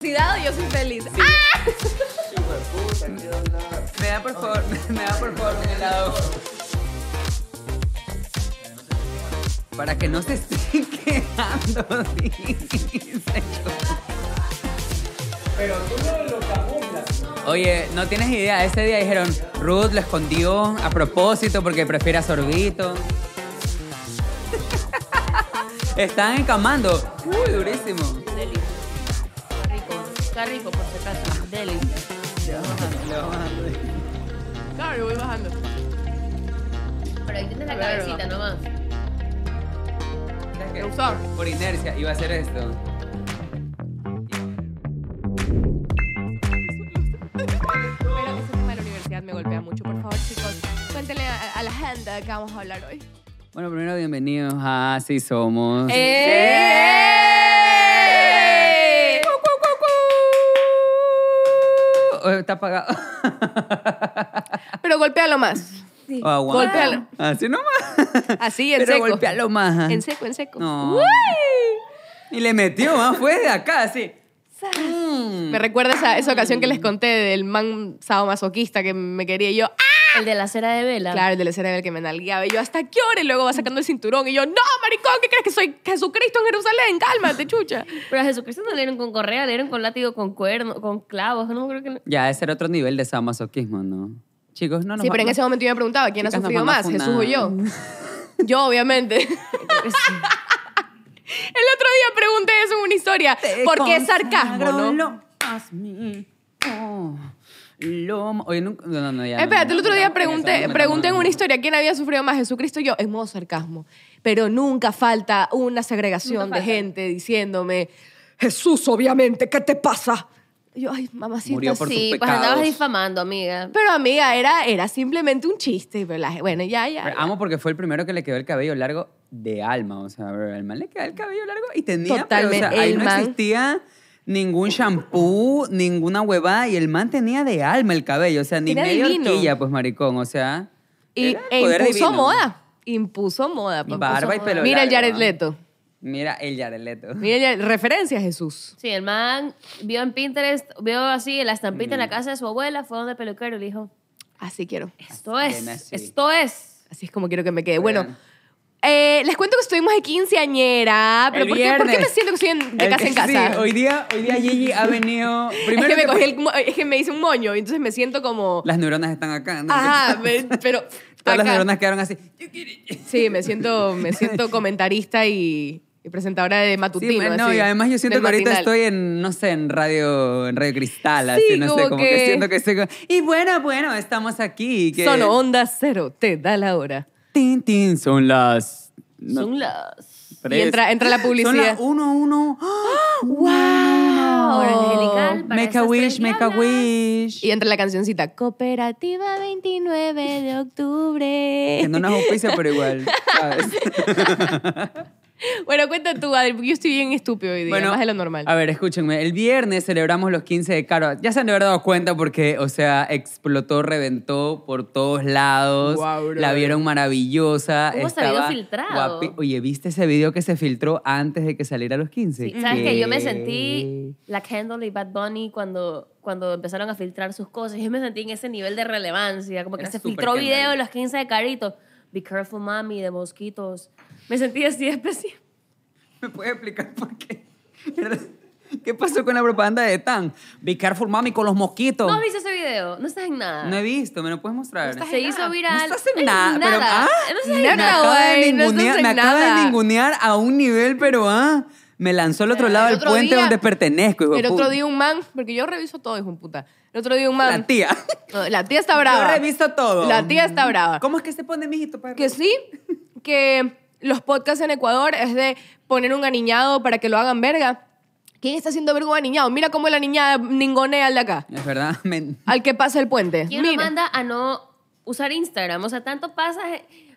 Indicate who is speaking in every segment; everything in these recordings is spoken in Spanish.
Speaker 1: cuidado, yo soy feliz.
Speaker 2: Me da por favor, me da por favor un helado. Para que no se esté quejando, dice.
Speaker 3: Pero tú no lo camuflas.
Speaker 2: Oye, no tienes idea, ese día dijeron, Ruth lo escondió a propósito porque prefiere a sorbito. Están encamando. Uy, durísimo.
Speaker 1: Deli. Rico. Está rico, por si acaso. Deli. Claro, yo voy bajando.
Speaker 4: Pero ahí tienes la
Speaker 1: Verga.
Speaker 4: cabecita nomás.
Speaker 1: Me gustó.
Speaker 2: Por inercia iba a hacer esto.
Speaker 1: Pero ese tema de la universidad me golpea mucho. Por favor, chicos, cuéntenle a, a la gente de qué vamos a hablar hoy.
Speaker 2: Bueno, primero bienvenidos a Así Somos.
Speaker 1: ¡Eh!
Speaker 2: Cu, cu, cu, cu. Oh, Está apagado.
Speaker 1: Pero golpéalo más.
Speaker 2: O Oh, aguanta.
Speaker 1: Golpéalo.
Speaker 2: Así nomás.
Speaker 1: Así, en
Speaker 2: Pero
Speaker 1: seco.
Speaker 2: golpealo más. ¿ah?
Speaker 1: En seco, en seco.
Speaker 2: No.
Speaker 1: Uy.
Speaker 2: Y le metió, ¿ah? fue de acá, así. Mm.
Speaker 1: Me recuerda esa, esa ocasión que les conté del man sadomasoquista que me quería y yo, ¡ah!
Speaker 4: El de la cera de vela.
Speaker 1: Claro, el del cerebro que me nalgueaba. Y yo, ¿hasta qué hora? Y luego va sacando el cinturón. Y yo, no, maricón, ¿qué crees que soy Jesucristo en Jerusalén? Cálmate, chucha.
Speaker 4: Pero a Jesucristo no le dieron con correa, le dieron con látigo, con cuerno, con clavos. No creo que.
Speaker 2: Ya, ese era otro nivel de sadomasoquismo, ¿no? Chicos, no nos
Speaker 1: sí, pero en
Speaker 2: no-
Speaker 1: ese momento yo me preguntaba, ¿quién ha
Speaker 2: Chicas, no
Speaker 1: sufrido
Speaker 2: mamas
Speaker 1: más,
Speaker 2: con
Speaker 1: Jesús o
Speaker 2: nada.
Speaker 1: yo? Yo, obviamente. el otro día pregunté eso en una historia.
Speaker 2: Te
Speaker 1: ¿Por qué es sarcasmo,
Speaker 2: consagro
Speaker 1: no?
Speaker 2: lo más mío, lo ma- Oye, nunca- no, no, no, ya. no,
Speaker 1: Espérate,
Speaker 2: no,
Speaker 1: el otro día
Speaker 2: no, no, no,
Speaker 1: pregunté,
Speaker 2: no,
Speaker 1: pregunté en
Speaker 2: no, no.
Speaker 1: una historia quién había sufrido más, Jesucristo y yo, en modo sarcasmo. Pero nunca falta una segregación
Speaker 4: Nunca
Speaker 1: de
Speaker 4: falta.
Speaker 1: gente diciéndome, Jesús, obviamente, ¿qué te pasa? Y yo, ay, mamacita.
Speaker 2: Murió por
Speaker 1: sí".
Speaker 4: Sí,
Speaker 2: sus
Speaker 4: pues andabas
Speaker 2: pecados.
Speaker 4: difamando, amiga.
Speaker 1: Pero amiga, era, era simplemente un chiste. pero la- bueno, ya, ya.
Speaker 2: Pero
Speaker 1: ya.
Speaker 2: amo porque fue el primero que le quedó el cabello largo de alma. O sea, bro, el man le quedó el cabello largo y tenía. pero, o sea,
Speaker 1: Totalmente,
Speaker 2: ahí
Speaker 1: el
Speaker 2: no
Speaker 1: man-
Speaker 2: existía ningún shampoo, ninguna huevada. Y el man tenía de alma el cabello. O sea, ni
Speaker 1: Era
Speaker 2: media
Speaker 1: divino.
Speaker 2: horquilla, pues maricón. O sea.
Speaker 1: Y,
Speaker 2: era
Speaker 1: e
Speaker 2: poder
Speaker 1: impuso
Speaker 2: divino.
Speaker 1: moda. Impuso moda.
Speaker 2: Y
Speaker 1: impuso
Speaker 2: barba y
Speaker 1: moda.
Speaker 2: pelo
Speaker 1: Mira el
Speaker 2: largo,
Speaker 1: Jared
Speaker 2: ¿ah?
Speaker 1: Leto.
Speaker 2: Mira el yareleto.
Speaker 1: Mira el Jared- referencia a Jesús.
Speaker 4: Sí, el man vio en Pinterest, vio así la estampita
Speaker 2: Mm.
Speaker 4: en la casa de su abuela, fue donde el peluquero y le dijo:
Speaker 1: Así quiero.
Speaker 4: Esto
Speaker 2: Así
Speaker 4: es,
Speaker 2: que nací.
Speaker 4: esto es.
Speaker 1: Así es como quiero que me quede.
Speaker 2: Muy
Speaker 1: Bueno,
Speaker 2: bien.
Speaker 1: eh, les cuento que estuvimos de quinceañera, pero
Speaker 2: El
Speaker 1: ¿por qué, por qué me
Speaker 2: viernes.
Speaker 1: siento que estoy en- de
Speaker 2: El
Speaker 1: casa
Speaker 2: que-
Speaker 1: en casa?
Speaker 2: Sí, hoy día, hoy día Gigi ha venido.
Speaker 1: es,
Speaker 2: Primero
Speaker 1: que me
Speaker 2: que
Speaker 1: cogí el mo- es que me hice un moño, y entonces me siento como...
Speaker 2: Las neuronas están acá. ¿no?
Speaker 1: Ajá, me- pero...
Speaker 2: Todas las
Speaker 1: acá.
Speaker 2: neuronas quedaron así.
Speaker 1: Sí, me siento, me siento comentarista y, y presentadora de matutino.
Speaker 2: Sí, man, no,
Speaker 1: así,
Speaker 2: y además yo siento
Speaker 1: del
Speaker 2: que ahorita
Speaker 1: matinal.
Speaker 2: estoy en, no sé, en radio, en radio cristal,
Speaker 1: Sí,
Speaker 2: así, no
Speaker 1: como
Speaker 2: sé, como que...
Speaker 1: que-
Speaker 2: siento que estoy... como- Y bueno, bueno, estamos aquí. y Que...
Speaker 1: Solo onda cero, te da la hora.
Speaker 2: Tin, tin, son las... no,
Speaker 4: Son las.
Speaker 2: tres.
Speaker 1: Y entra- entra la
Speaker 2: Son
Speaker 1: publicidad.
Speaker 2: las uno, uno. ¡Ah!
Speaker 1: ¡Wow!
Speaker 4: Hora angelical. para
Speaker 2: Make a
Speaker 4: esas
Speaker 2: wish,
Speaker 4: tres
Speaker 2: make a
Speaker 4: diablas.
Speaker 2: wish.
Speaker 1: Y entra la cancioncita Cooperativa 29 de octubre.
Speaker 2: Que no nos auspicia, pero igual, ¿sabes?
Speaker 1: Bueno, cuenta tú, Adri, porque yo estoy bien estúpido hoy día, más de lo normal.
Speaker 2: A ver, escúchenme. El viernes celebramos los 15 de Caro. Ya se han de haber dado cuenta porque, o sea, explotó, reventó por todos lados.
Speaker 1: Guau, bro.
Speaker 2: la vieron maravillosa.
Speaker 4: Hubo hasta
Speaker 2: Estaba
Speaker 4: video filtrado.
Speaker 2: Oye, ¿viste ese video que se filtró antes de que saliera los 15?
Speaker 4: Sí, ¿Sabes que Yo me
Speaker 2: ¿Qué?
Speaker 4: sentí la Kendall y Bad Bunny cuando, cuando empezaron a filtrar sus cosas. Yo me sentí en ese nivel de relevancia. Como que
Speaker 2: Era
Speaker 4: se
Speaker 2: súper
Speaker 4: filtró video
Speaker 2: Kendall.
Speaker 4: de los 15 de Carito. Be careful, mami, de mosquitos. Me sentí así de especial.
Speaker 2: ¿Me puedes explicar por qué? ¿Qué pasó con la propaganda de Tan? Be careful, mami, con los mosquitos.
Speaker 4: ¿No has visto ese video? No estás en nada.
Speaker 2: No he visto, ¿me lo puedes mostrar?
Speaker 4: se hizo viral.
Speaker 2: No estás en nada.
Speaker 4: nada.
Speaker 2: Pero, ah,
Speaker 4: No
Speaker 1: nada,
Speaker 4: estás en
Speaker 2: me
Speaker 4: nada.
Speaker 2: acaba de
Speaker 1: güey, no
Speaker 2: ningunear,
Speaker 1: estás
Speaker 2: me
Speaker 1: en
Speaker 2: acaba
Speaker 1: nada.
Speaker 2: de ningunear a un nivel, pero ah, me lanzó al otro lado
Speaker 1: El
Speaker 2: del
Speaker 1: otro
Speaker 2: puente
Speaker 1: día-
Speaker 2: donde pertenezco, hijo de
Speaker 1: El otro
Speaker 2: puta.
Speaker 1: día un man, porque yo reviso todo, hijo de puta. El otro día un man.
Speaker 2: La tía.
Speaker 1: No, la tía está brava.
Speaker 2: Yo reviso todo.
Speaker 1: La tía está brava.
Speaker 2: ¿Cómo es que se pone mijito para
Speaker 1: Que sí, que los podcasts en Ecuador es de poner un aniñado para que lo hagan verga. ¿Quién está haciendo verga un aniñado? Mira cómo la niña ningonea al de acá,
Speaker 2: Es verdad, men.
Speaker 1: al que pasa el puente.
Speaker 4: ¿Quién
Speaker 1: Mira.
Speaker 4: lo manda a no usar Instagram? O sea, tanto pasas.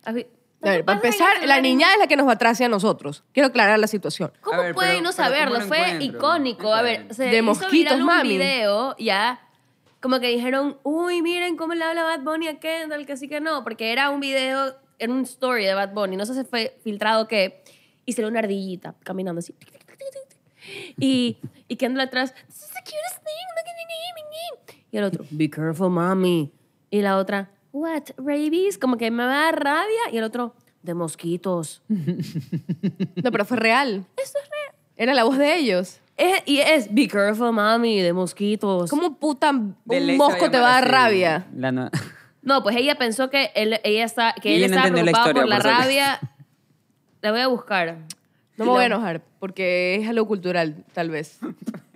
Speaker 4: A ver,
Speaker 1: A ver, para empezar, la niña es la que nos va atrás a nosotros. Quiero aclarar la situación.
Speaker 4: ¿Cómo
Speaker 2: A ver,
Speaker 4: pueden
Speaker 2: pero-
Speaker 4: no
Speaker 2: pero ¿cómo
Speaker 4: saberlo?
Speaker 2: lo
Speaker 4: Fue
Speaker 2: encuentro?
Speaker 4: icónico. A ver, se
Speaker 1: De
Speaker 4: hizo
Speaker 1: mosquitos,
Speaker 4: viral un
Speaker 1: mami.
Speaker 4: video ya. Como que dijeron, uy, miren cómo le habla Bad Bunny a Kendall, que sí que no. Porque era un video, era un story de Bad Bunny. No sé si fue filtrado qué. Y se ve una ardillita caminando así. Y, y Kendall atrás. "This is a cutest thing. Look at the name. Y el otro, be careful, mommy. Y la otra, what, rabies? Como que me va a dar rabia. Y el otro, de mosquitos.
Speaker 1: No, pero fue real.
Speaker 4: Eso es real.
Speaker 1: Era la voz de ellos.
Speaker 4: Es- y es, be careful, mommy, de mosquitos.
Speaker 1: ¿Cómo puta un
Speaker 2: De ley se va a
Speaker 1: mosco te
Speaker 2: llamar
Speaker 1: va a dar
Speaker 2: así
Speaker 1: rabia?
Speaker 2: la no-
Speaker 4: No, pues ella pensó que él, ella está, que
Speaker 2: Y
Speaker 4: él
Speaker 2: ella no
Speaker 4: estaba
Speaker 2: entendió la
Speaker 4: preocupado por la
Speaker 2: historia, por eso.
Speaker 4: rabia. La voy a buscar.
Speaker 1: No me voy a enojar, porque es algo cultural, tal vez.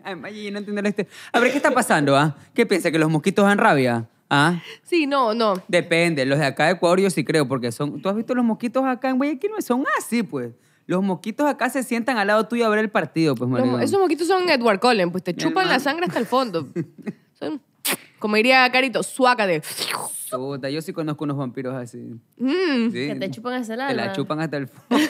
Speaker 2: Además, yo no entiendo la historia. A ver, ¿qué está pasando? ah? ¿Qué piensa? ¿Que los mosquitos dan rabia? ¿Ah?
Speaker 1: Sí, no, no.
Speaker 2: Depende. Los de acá de Ecuador yo sí creo, porque son... ¿Tú has visto los mosquitos acá en Guayaquil? No, Son así, pues. Los mosquitos acá se sientan al lado tuyo a ver el partido, pues,
Speaker 1: Los-
Speaker 2: maricón.
Speaker 1: esos mosquitos son Edward Cullen, pues te chupan la
Speaker 2: man.
Speaker 1: sangre hasta el fondo. Son, como diría Carito, suácate.
Speaker 2: Puta, yo sí conozco unos vampiros así.
Speaker 1: Mm.
Speaker 2: Sí.
Speaker 4: Que te chupan hasta el
Speaker 2: Te la
Speaker 4: alma.
Speaker 2: chupan hasta el fondo.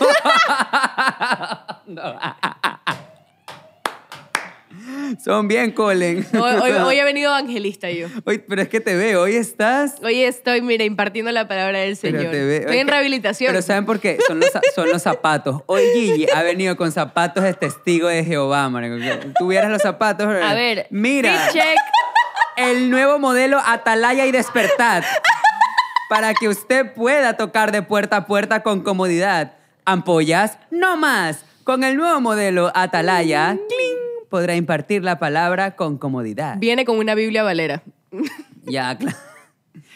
Speaker 2: Son bien, Colin.
Speaker 1: Hoy, hoy- hoy he venido evangelista yo.
Speaker 2: Hoy- pero es que te veo, hoy estás.
Speaker 1: Hoy estoy, mira, impartiendo la palabra del
Speaker 2: pero
Speaker 1: Señor.
Speaker 2: te veo.
Speaker 1: Estoy en rehabilitación.
Speaker 2: Pero ¿saben por qué? Son los, za- son los zapatos. Hoy Gigi ha venido con zapatos de testigo de Jehová, marico. Que Tuvieras los zapatos.
Speaker 4: A ver,
Speaker 2: Mira,
Speaker 4: fit check.
Speaker 2: el nuevo modelo Atalaya y Despertad. Para que usted pueda tocar de puerta a puerta con comodidad. Ampollas, no más. Con el nuevo modelo Atalaya, ¡cling! podrá impartir la palabra con comodidad.
Speaker 1: Viene con una Biblia valera.
Speaker 2: Ya, claro.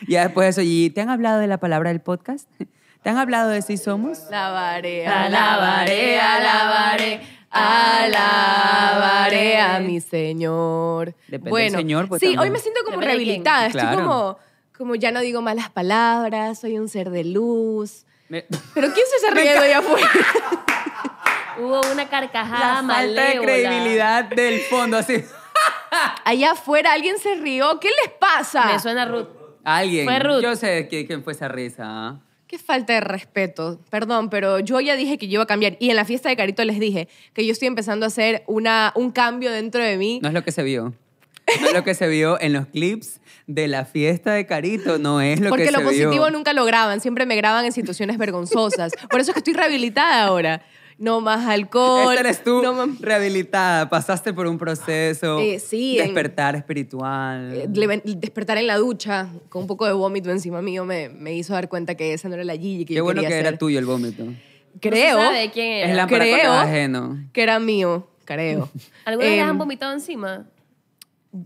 Speaker 2: Ya después de eso, Gigi, ¿te han hablado de la palabra del podcast? ¿Te han hablado de si somos?
Speaker 1: Alabaré,
Speaker 4: alabaré, alabaré, alabaré
Speaker 1: a mi Señor.
Speaker 2: Depende
Speaker 1: bueno,
Speaker 2: del Señor, pues,
Speaker 1: sí,
Speaker 2: también.
Speaker 1: hoy me siento como
Speaker 4: Depende de quién.
Speaker 1: rehabilitada. Estoy
Speaker 2: Claro.
Speaker 1: como, como ya no digo malas palabras, soy un ser de luz. Pero ¿quién se está
Speaker 2: Me
Speaker 1: riendo allá afuera?
Speaker 4: Hubo una carcajada
Speaker 2: la falta de
Speaker 4: malévola.
Speaker 2: credibilidad del fondo, así.
Speaker 1: Allá afuera alguien se rió. ¿Qué les pasa?
Speaker 4: Me suena Ruth.
Speaker 2: Alguien.
Speaker 4: Fue Ruth.
Speaker 2: Yo sé quién, quién fue esa risa. ¿ah?
Speaker 1: Qué falta de respeto. Perdón, pero yo ya dije que yo iba a cambiar. Y en la fiesta de Carito les dije que yo estoy empezando a hacer una, un cambio dentro de mí.
Speaker 2: No es lo que se vio. No es lo que se vio en los clips de la fiesta de Carito. No es lo
Speaker 1: porque
Speaker 2: que se
Speaker 1: lo
Speaker 2: vio.
Speaker 1: positivo nunca lo graban. Siempre me graban en situaciones vergonzosas. Por eso es que estoy rehabilitada ahora. No más alcohol.
Speaker 2: Esta eres tú,
Speaker 1: no más-
Speaker 2: rehabilitada. Pasaste por un proceso.
Speaker 1: Eh, sí, en-
Speaker 2: Despertar espiritual.
Speaker 1: eh, le- despertar en la ducha con un poco de vómito encima mío me, me hizo dar cuenta que esa no era la Gigi que
Speaker 2: Qué
Speaker 1: yo
Speaker 2: bueno que
Speaker 1: quería
Speaker 2: era
Speaker 1: ser.
Speaker 2: tuyo el vómito.
Speaker 1: Creo.
Speaker 4: No se sabe quién era.
Speaker 2: Es lámpara para
Speaker 1: Creo.
Speaker 2: ajeno.
Speaker 1: Que era mío. Creo.
Speaker 4: ¿Alguna vez
Speaker 1: Em,
Speaker 4: les han vomitado encima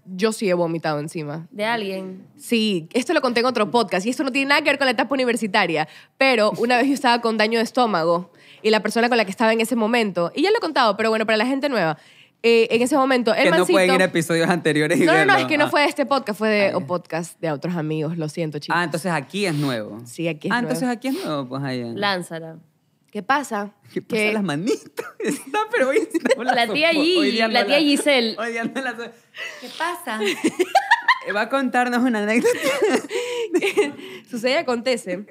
Speaker 1: Yo sí he vomitado encima.
Speaker 4: de alguien?
Speaker 1: Sí, esto lo conté en otro podcast y esto no tiene nada que ver con la etapa universitaria, pero una vez yo estaba con daño de estómago y la persona con la que estaba en ese momento, y ya lo he contado, pero bueno, para la gente nueva, eh, en ese momento el
Speaker 2: que no
Speaker 1: mancito...
Speaker 2: pueden ir a episodios anteriores y
Speaker 1: no, no, no,
Speaker 2: verlo.
Speaker 1: es que no
Speaker 2: Ah.
Speaker 1: fue de este podcast, fue de
Speaker 2: Ah,
Speaker 1: o
Speaker 2: ya.
Speaker 1: podcast de otros amigos, lo siento chicos.
Speaker 2: Ah, entonces aquí es nuevo.
Speaker 1: Sí, aquí es
Speaker 2: Ah,
Speaker 1: nuevo.
Speaker 2: entonces aquí es nuevo, pues allá.
Speaker 4: Lánzala.
Speaker 1: ¿Qué pasa?
Speaker 2: ¿Qué pasa?
Speaker 1: Que-
Speaker 2: Las manitas. Está, pero hoy no
Speaker 4: La tía
Speaker 2: sopo-
Speaker 4: Gigi,
Speaker 2: hoy día no
Speaker 4: la tía Giselle.
Speaker 2: Hoy día no la sopo- ¿Qué pasa? Eh, Va a contarnos una anécdota.
Speaker 1: Sucede y acontece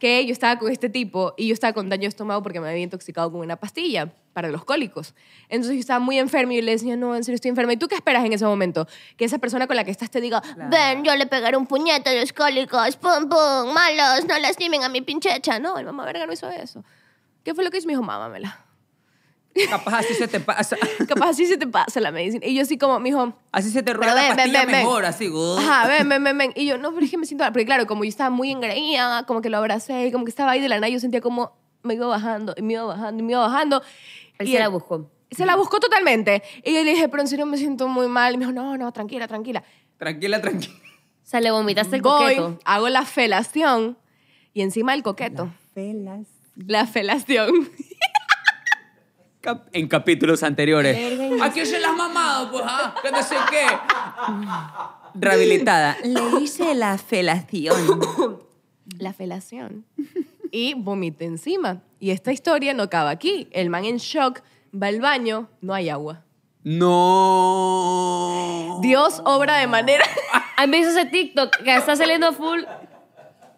Speaker 1: que yo estaba con este tipo y yo estaba con daño de estómago porque me había intoxicado con una pastilla para los cólicos. Entonces yo estaba muy enferma y yo le decía, no, en serio estoy enferma. ¿Y tú qué esperas en ese momento? Que esa persona con la que estás te diga,
Speaker 5: Ven, yo le pegaré un puñete a los cólicos. Pum, pum, malos, no lastimen a mi pinchecha.
Speaker 1: no, el mamá verga no hizo eso. ¿Qué fue lo que hizo? Me dijo, mámamela.
Speaker 2: Capaz así se te pasa.
Speaker 1: Capaz así se te pasa la medicina. Y yo así como, me dijo,
Speaker 2: Así se te
Speaker 1: Pero
Speaker 2: rueda la
Speaker 1: ven, ven,
Speaker 2: pastilla
Speaker 1: ven, ven.
Speaker 2: mejor, así. uh.
Speaker 1: Ajá, ven, ven, ven, ven. Y yo, no, pero es que me siento mal. Porque claro, como yo estaba muy engreída, como que lo abracé y como que estaba ahí de la nada, yo sentía como me iba bajando y me iba bajando y me iba bajando.
Speaker 4: Él
Speaker 1: Y
Speaker 4: se la buscó.
Speaker 1: Se la buscó totalmente. Y yo le dije, pero en serio me siento muy mal. Y me dijo, no, no, tranquila, tranquila.
Speaker 2: Tranquila, tranquila.
Speaker 4: O sea, le vomitaste el
Speaker 1: Voy,
Speaker 4: coqueto.
Speaker 1: hago la felación y encima el coqueto.
Speaker 2: Pelas.
Speaker 1: La felación.
Speaker 2: Cap- en capítulos anteriores. Aquí se las mamado, pues, ah, que no sé qué. Rehabilitada. Le hice la felación.
Speaker 1: la felación. Y vomito encima. Y esta historia no acaba aquí. El man en shock va al baño, no hay agua.
Speaker 2: No.
Speaker 1: Dios obra de manera.
Speaker 4: ¿Han visto ese TikTok que está saliendo full?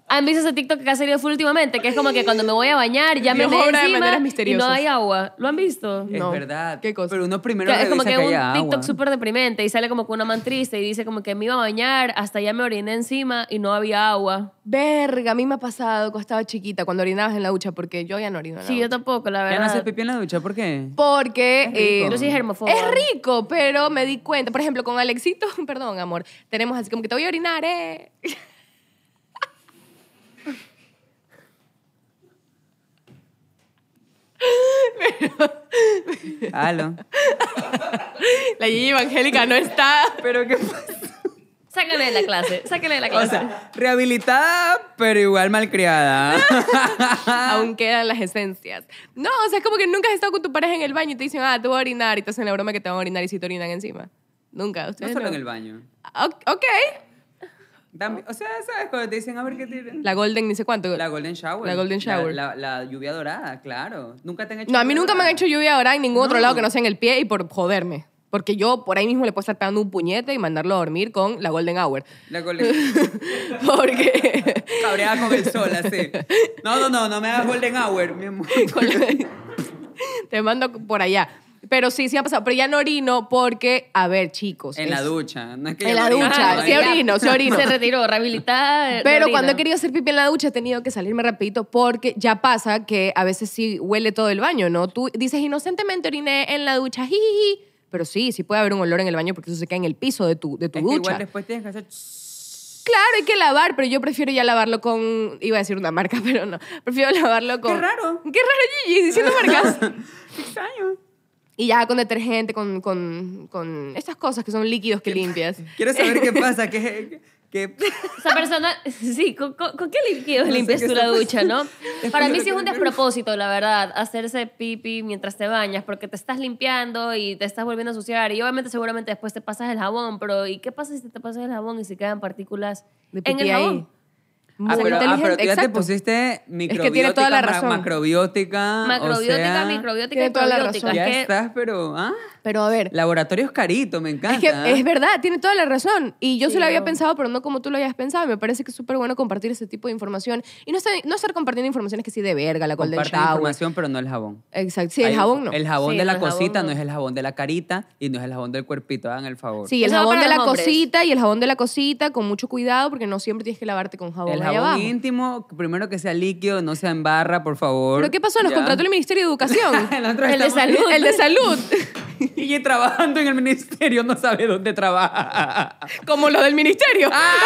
Speaker 4: ¿Han visto ese TikTok que ha salido full últimamente? Que es como que cuando me voy a bañar, ya me
Speaker 1: Dios
Speaker 4: meé
Speaker 1: obra de
Speaker 4: encima
Speaker 1: maneras
Speaker 4: y no
Speaker 1: misteriosas.
Speaker 4: hay agua. ¿Lo han visto?
Speaker 2: Es
Speaker 1: No.
Speaker 2: verdad.
Speaker 1: ¿Qué cosa?
Speaker 2: Pero uno primero
Speaker 4: Que es como
Speaker 2: revisa
Speaker 4: que un
Speaker 2: haya agua.
Speaker 4: TikTok súper deprimente y sale como que una man triste y dice como que me iba a bañar, hasta ya me oriné encima y no había agua.
Speaker 1: Verga, a mí me ha pasado cuando estaba chiquita, cuando orinabas en la ducha, porque yo ya no orino en la
Speaker 4: Sí, yo
Speaker 1: ducha.
Speaker 4: tampoco, la
Speaker 2: Ya
Speaker 4: verdad.
Speaker 2: no haces pipí en la ducha, ¿por qué?
Speaker 1: Porque...
Speaker 2: rico.
Speaker 1: eh,
Speaker 4: Yo soy germofoba.
Speaker 1: es rico, pero me di cuenta. Por ejemplo, con Alexito, perdón, amor, tenemos así como que te voy a orinar, eh.
Speaker 2: Halo.
Speaker 1: La Gigi Evangélica no está.
Speaker 2: Pero qué pasa.
Speaker 4: Sácale de la clase, sácale de la
Speaker 2: O
Speaker 4: clase.
Speaker 2: sea, rehabilitada, pero igual malcriada.
Speaker 1: Aún quedan las esencias. No, o sea, es como que nunca has estado con tu pareja en el baño y te dicen, ah, te voy a orinar y te hacen la broma que te van a orinar y si te orinan encima. Nunca,
Speaker 2: No
Speaker 1: ustedes Ah,
Speaker 2: solo en el baño.
Speaker 1: Ok, Ok.
Speaker 2: También- o sea, ¿sabes? Cuando te dicen, a ver qué tienen.
Speaker 1: La Golden, ni sé cuánto.
Speaker 2: La Golden Shower.
Speaker 1: La Golden Shower.
Speaker 2: La, la- la lluvia dorada, claro. Nunca te han hecho.
Speaker 1: no, a mí
Speaker 2: lluvia
Speaker 1: nunca me han
Speaker 2: dorada?
Speaker 1: hecho lluvia ahora en ningún otro
Speaker 2: No.
Speaker 1: lado que no sea en el pie y por joderme. Porque yo por ahí mismo le puedo estar pegando un puñete y mandarlo a dormir con la Golden Hour.
Speaker 2: La Golden.
Speaker 1: Porque.
Speaker 2: Cabreada con el sol, así. No, no, no, no me hagas Golden Hour, mi amor.
Speaker 1: con la- te mando por allá. Pero sí, sí ha pasado. Pero ya no orino porque, a ver, chicos.
Speaker 2: En
Speaker 1: es-
Speaker 2: la ducha. No es que
Speaker 1: En
Speaker 2: yo
Speaker 1: la
Speaker 2: no orino,
Speaker 1: ducha,
Speaker 2: no,
Speaker 1: sí
Speaker 2: ya.
Speaker 1: orino, sí orino.
Speaker 4: Se retiró, rehabilitada. de
Speaker 1: Pero
Speaker 4: orina.
Speaker 1: cuando he querido hacer pipí en la ducha he tenido que salirme rapidito porque ya pasa que a veces sí huele todo el baño, ¿no? Tú dices inocentemente oriné en la ducha, jiji, pero sí, sí puede haber un olor en el baño porque eso se queda en el piso de tu, de tu
Speaker 2: Es que
Speaker 1: ducha.
Speaker 2: igual después tienes que hacer.
Speaker 1: Claro, hay que lavar, pero yo prefiero ya lavarlo con, iba a decir una marca, pero no, prefiero lavarlo con...
Speaker 2: Qué raro.
Speaker 1: Qué raro, Gigi, diciendo marcas.
Speaker 2: Extraño.
Speaker 1: y ya con detergente, con, con, con estas cosas que son líquidos que limpias.
Speaker 2: Quiero saber qué pasa. ¿Qué, qué,
Speaker 4: Esa persona, sí, ¿con, con- con qué líquido
Speaker 2: No sé
Speaker 4: limpias
Speaker 2: qué
Speaker 4: tú
Speaker 2: está
Speaker 4: la ducha, no?
Speaker 2: pasando. Es
Speaker 4: Para
Speaker 2: que
Speaker 4: mí
Speaker 2: no
Speaker 4: sí es un
Speaker 2: quiero ver.
Speaker 4: despropósito, la verdad, hacerse pipi mientras te bañas, porque te estás limpiando y te estás volviendo a ensuciar. Y obviamente, seguramente después te pasas el jabón, pero ¿y qué pasa si te pasas el jabón y se quedan partículas
Speaker 1: De
Speaker 4: en
Speaker 1: pipí
Speaker 4: el
Speaker 1: ahí.
Speaker 4: jabón?
Speaker 1: Muy
Speaker 2: ah, pero, ah, pero
Speaker 1: inteligente,
Speaker 2: tú ya te
Speaker 1: exacto.
Speaker 2: pusiste microbiótica,
Speaker 1: tiene toda la
Speaker 2: ma-
Speaker 1: razón.
Speaker 2: macrobiótica, Ah, o
Speaker 4: Macrobiótica,
Speaker 2: sea,
Speaker 4: microbiótica
Speaker 1: tiene
Speaker 4: y
Speaker 1: toda la
Speaker 4: probiótica.
Speaker 1: razón.
Speaker 2: Ya
Speaker 4: Es que-
Speaker 2: estás, pero ah,
Speaker 1: Pero a ver,
Speaker 2: laboratorios caritos, me encanta.
Speaker 1: Es que
Speaker 2: ah.
Speaker 1: es verdad, tiene toda la razón. Y yo
Speaker 4: Sí,
Speaker 1: se lo había
Speaker 4: no.
Speaker 1: pensado, pero no como tú lo habías pensado. Me parece que es súper bueno compartir ese tipo de información. Y no estar, no estar compartiendo informaciones que sí de verga, la Golden
Speaker 2: Comparten
Speaker 1: Shower.
Speaker 2: información, pero no el jabón.
Speaker 1: Exacto, sí, el
Speaker 2: Hay-
Speaker 1: jabón no.
Speaker 2: El jabón
Speaker 4: Sí,
Speaker 2: de la
Speaker 4: el jabón
Speaker 2: cosita
Speaker 4: no.
Speaker 2: no. es el jabón de la carita y no es el jabón del cuerpito, hagan el favor.
Speaker 1: Sí, el
Speaker 4: Eso va
Speaker 1: jabón
Speaker 4: para
Speaker 1: de la
Speaker 4: los hombres.
Speaker 1: cosita y el jabón de la cosita con mucho cuidado porque no siempre tienes que lavarte con jabón
Speaker 2: el
Speaker 1: allá
Speaker 2: jabón
Speaker 1: abajo.
Speaker 2: íntimo, primero que sea líquido, no sea en barra, por favor.
Speaker 1: ¿Pero qué pasó? Nos
Speaker 2: Ya.
Speaker 1: contrató el Ministerio de Educación.
Speaker 2: Nosotros
Speaker 4: El de
Speaker 2: estamos-
Speaker 4: salud.
Speaker 1: El de salud.
Speaker 2: Y trabajando en el ministerio no sabe dónde trabaja.
Speaker 1: Como los del ministerio.
Speaker 2: Ah,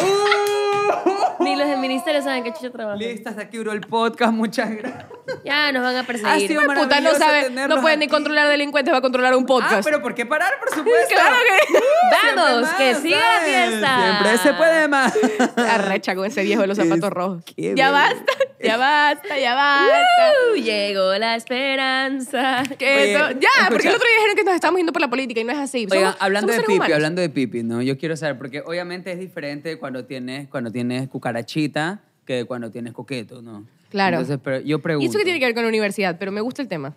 Speaker 1: Uh.
Speaker 4: Ni los del ministerio saben qué chucho trabaja.
Speaker 2: Listo, hasta aquí duró el podcast, muchas gracias.
Speaker 4: Ya nos van a perseguir.
Speaker 2: Ha
Speaker 1: Hijo
Speaker 2: sido
Speaker 1: de puta, no
Speaker 2: maravilloso
Speaker 1: sabe,
Speaker 2: tenerlos
Speaker 1: no puede ni
Speaker 2: aquí.
Speaker 1: controlar delincuentes, va a controlar un podcast.
Speaker 2: Ah, pero ¿por qué parar? Por supuesto.
Speaker 1: Claro que-
Speaker 2: Siempre
Speaker 4: Vamos, que siga la
Speaker 2: ¿sabes?
Speaker 4: fiesta.
Speaker 2: Siempre se puede más.
Speaker 1: Arrecha con ese viejo de los zapatos
Speaker 2: Es-
Speaker 1: rojos.
Speaker 2: qué
Speaker 1: Ya
Speaker 2: bello.
Speaker 1: basta, ya basta, ya basta.
Speaker 4: Uh, llegó la esperanza.
Speaker 1: Que
Speaker 2: Oye,
Speaker 1: eso- ya, porque
Speaker 2: escucha.
Speaker 1: el otro día dijeron que nos estamos yendo por la política y no es así. Somos-
Speaker 2: Oigan, hablando
Speaker 1: somos
Speaker 2: de
Speaker 1: seres
Speaker 2: pipi,
Speaker 1: humanos.
Speaker 2: hablando de pipi, ¿no? Yo quiero saber, porque obviamente es diferente cuando tienes, cuando tienes cucarachita que cuando tienes coqueto, ¿no?
Speaker 1: Claro.
Speaker 2: Entonces, pero yo pregunto.
Speaker 1: ¿Y eso qué tiene que ver con la universidad? Pero me gusta el tema.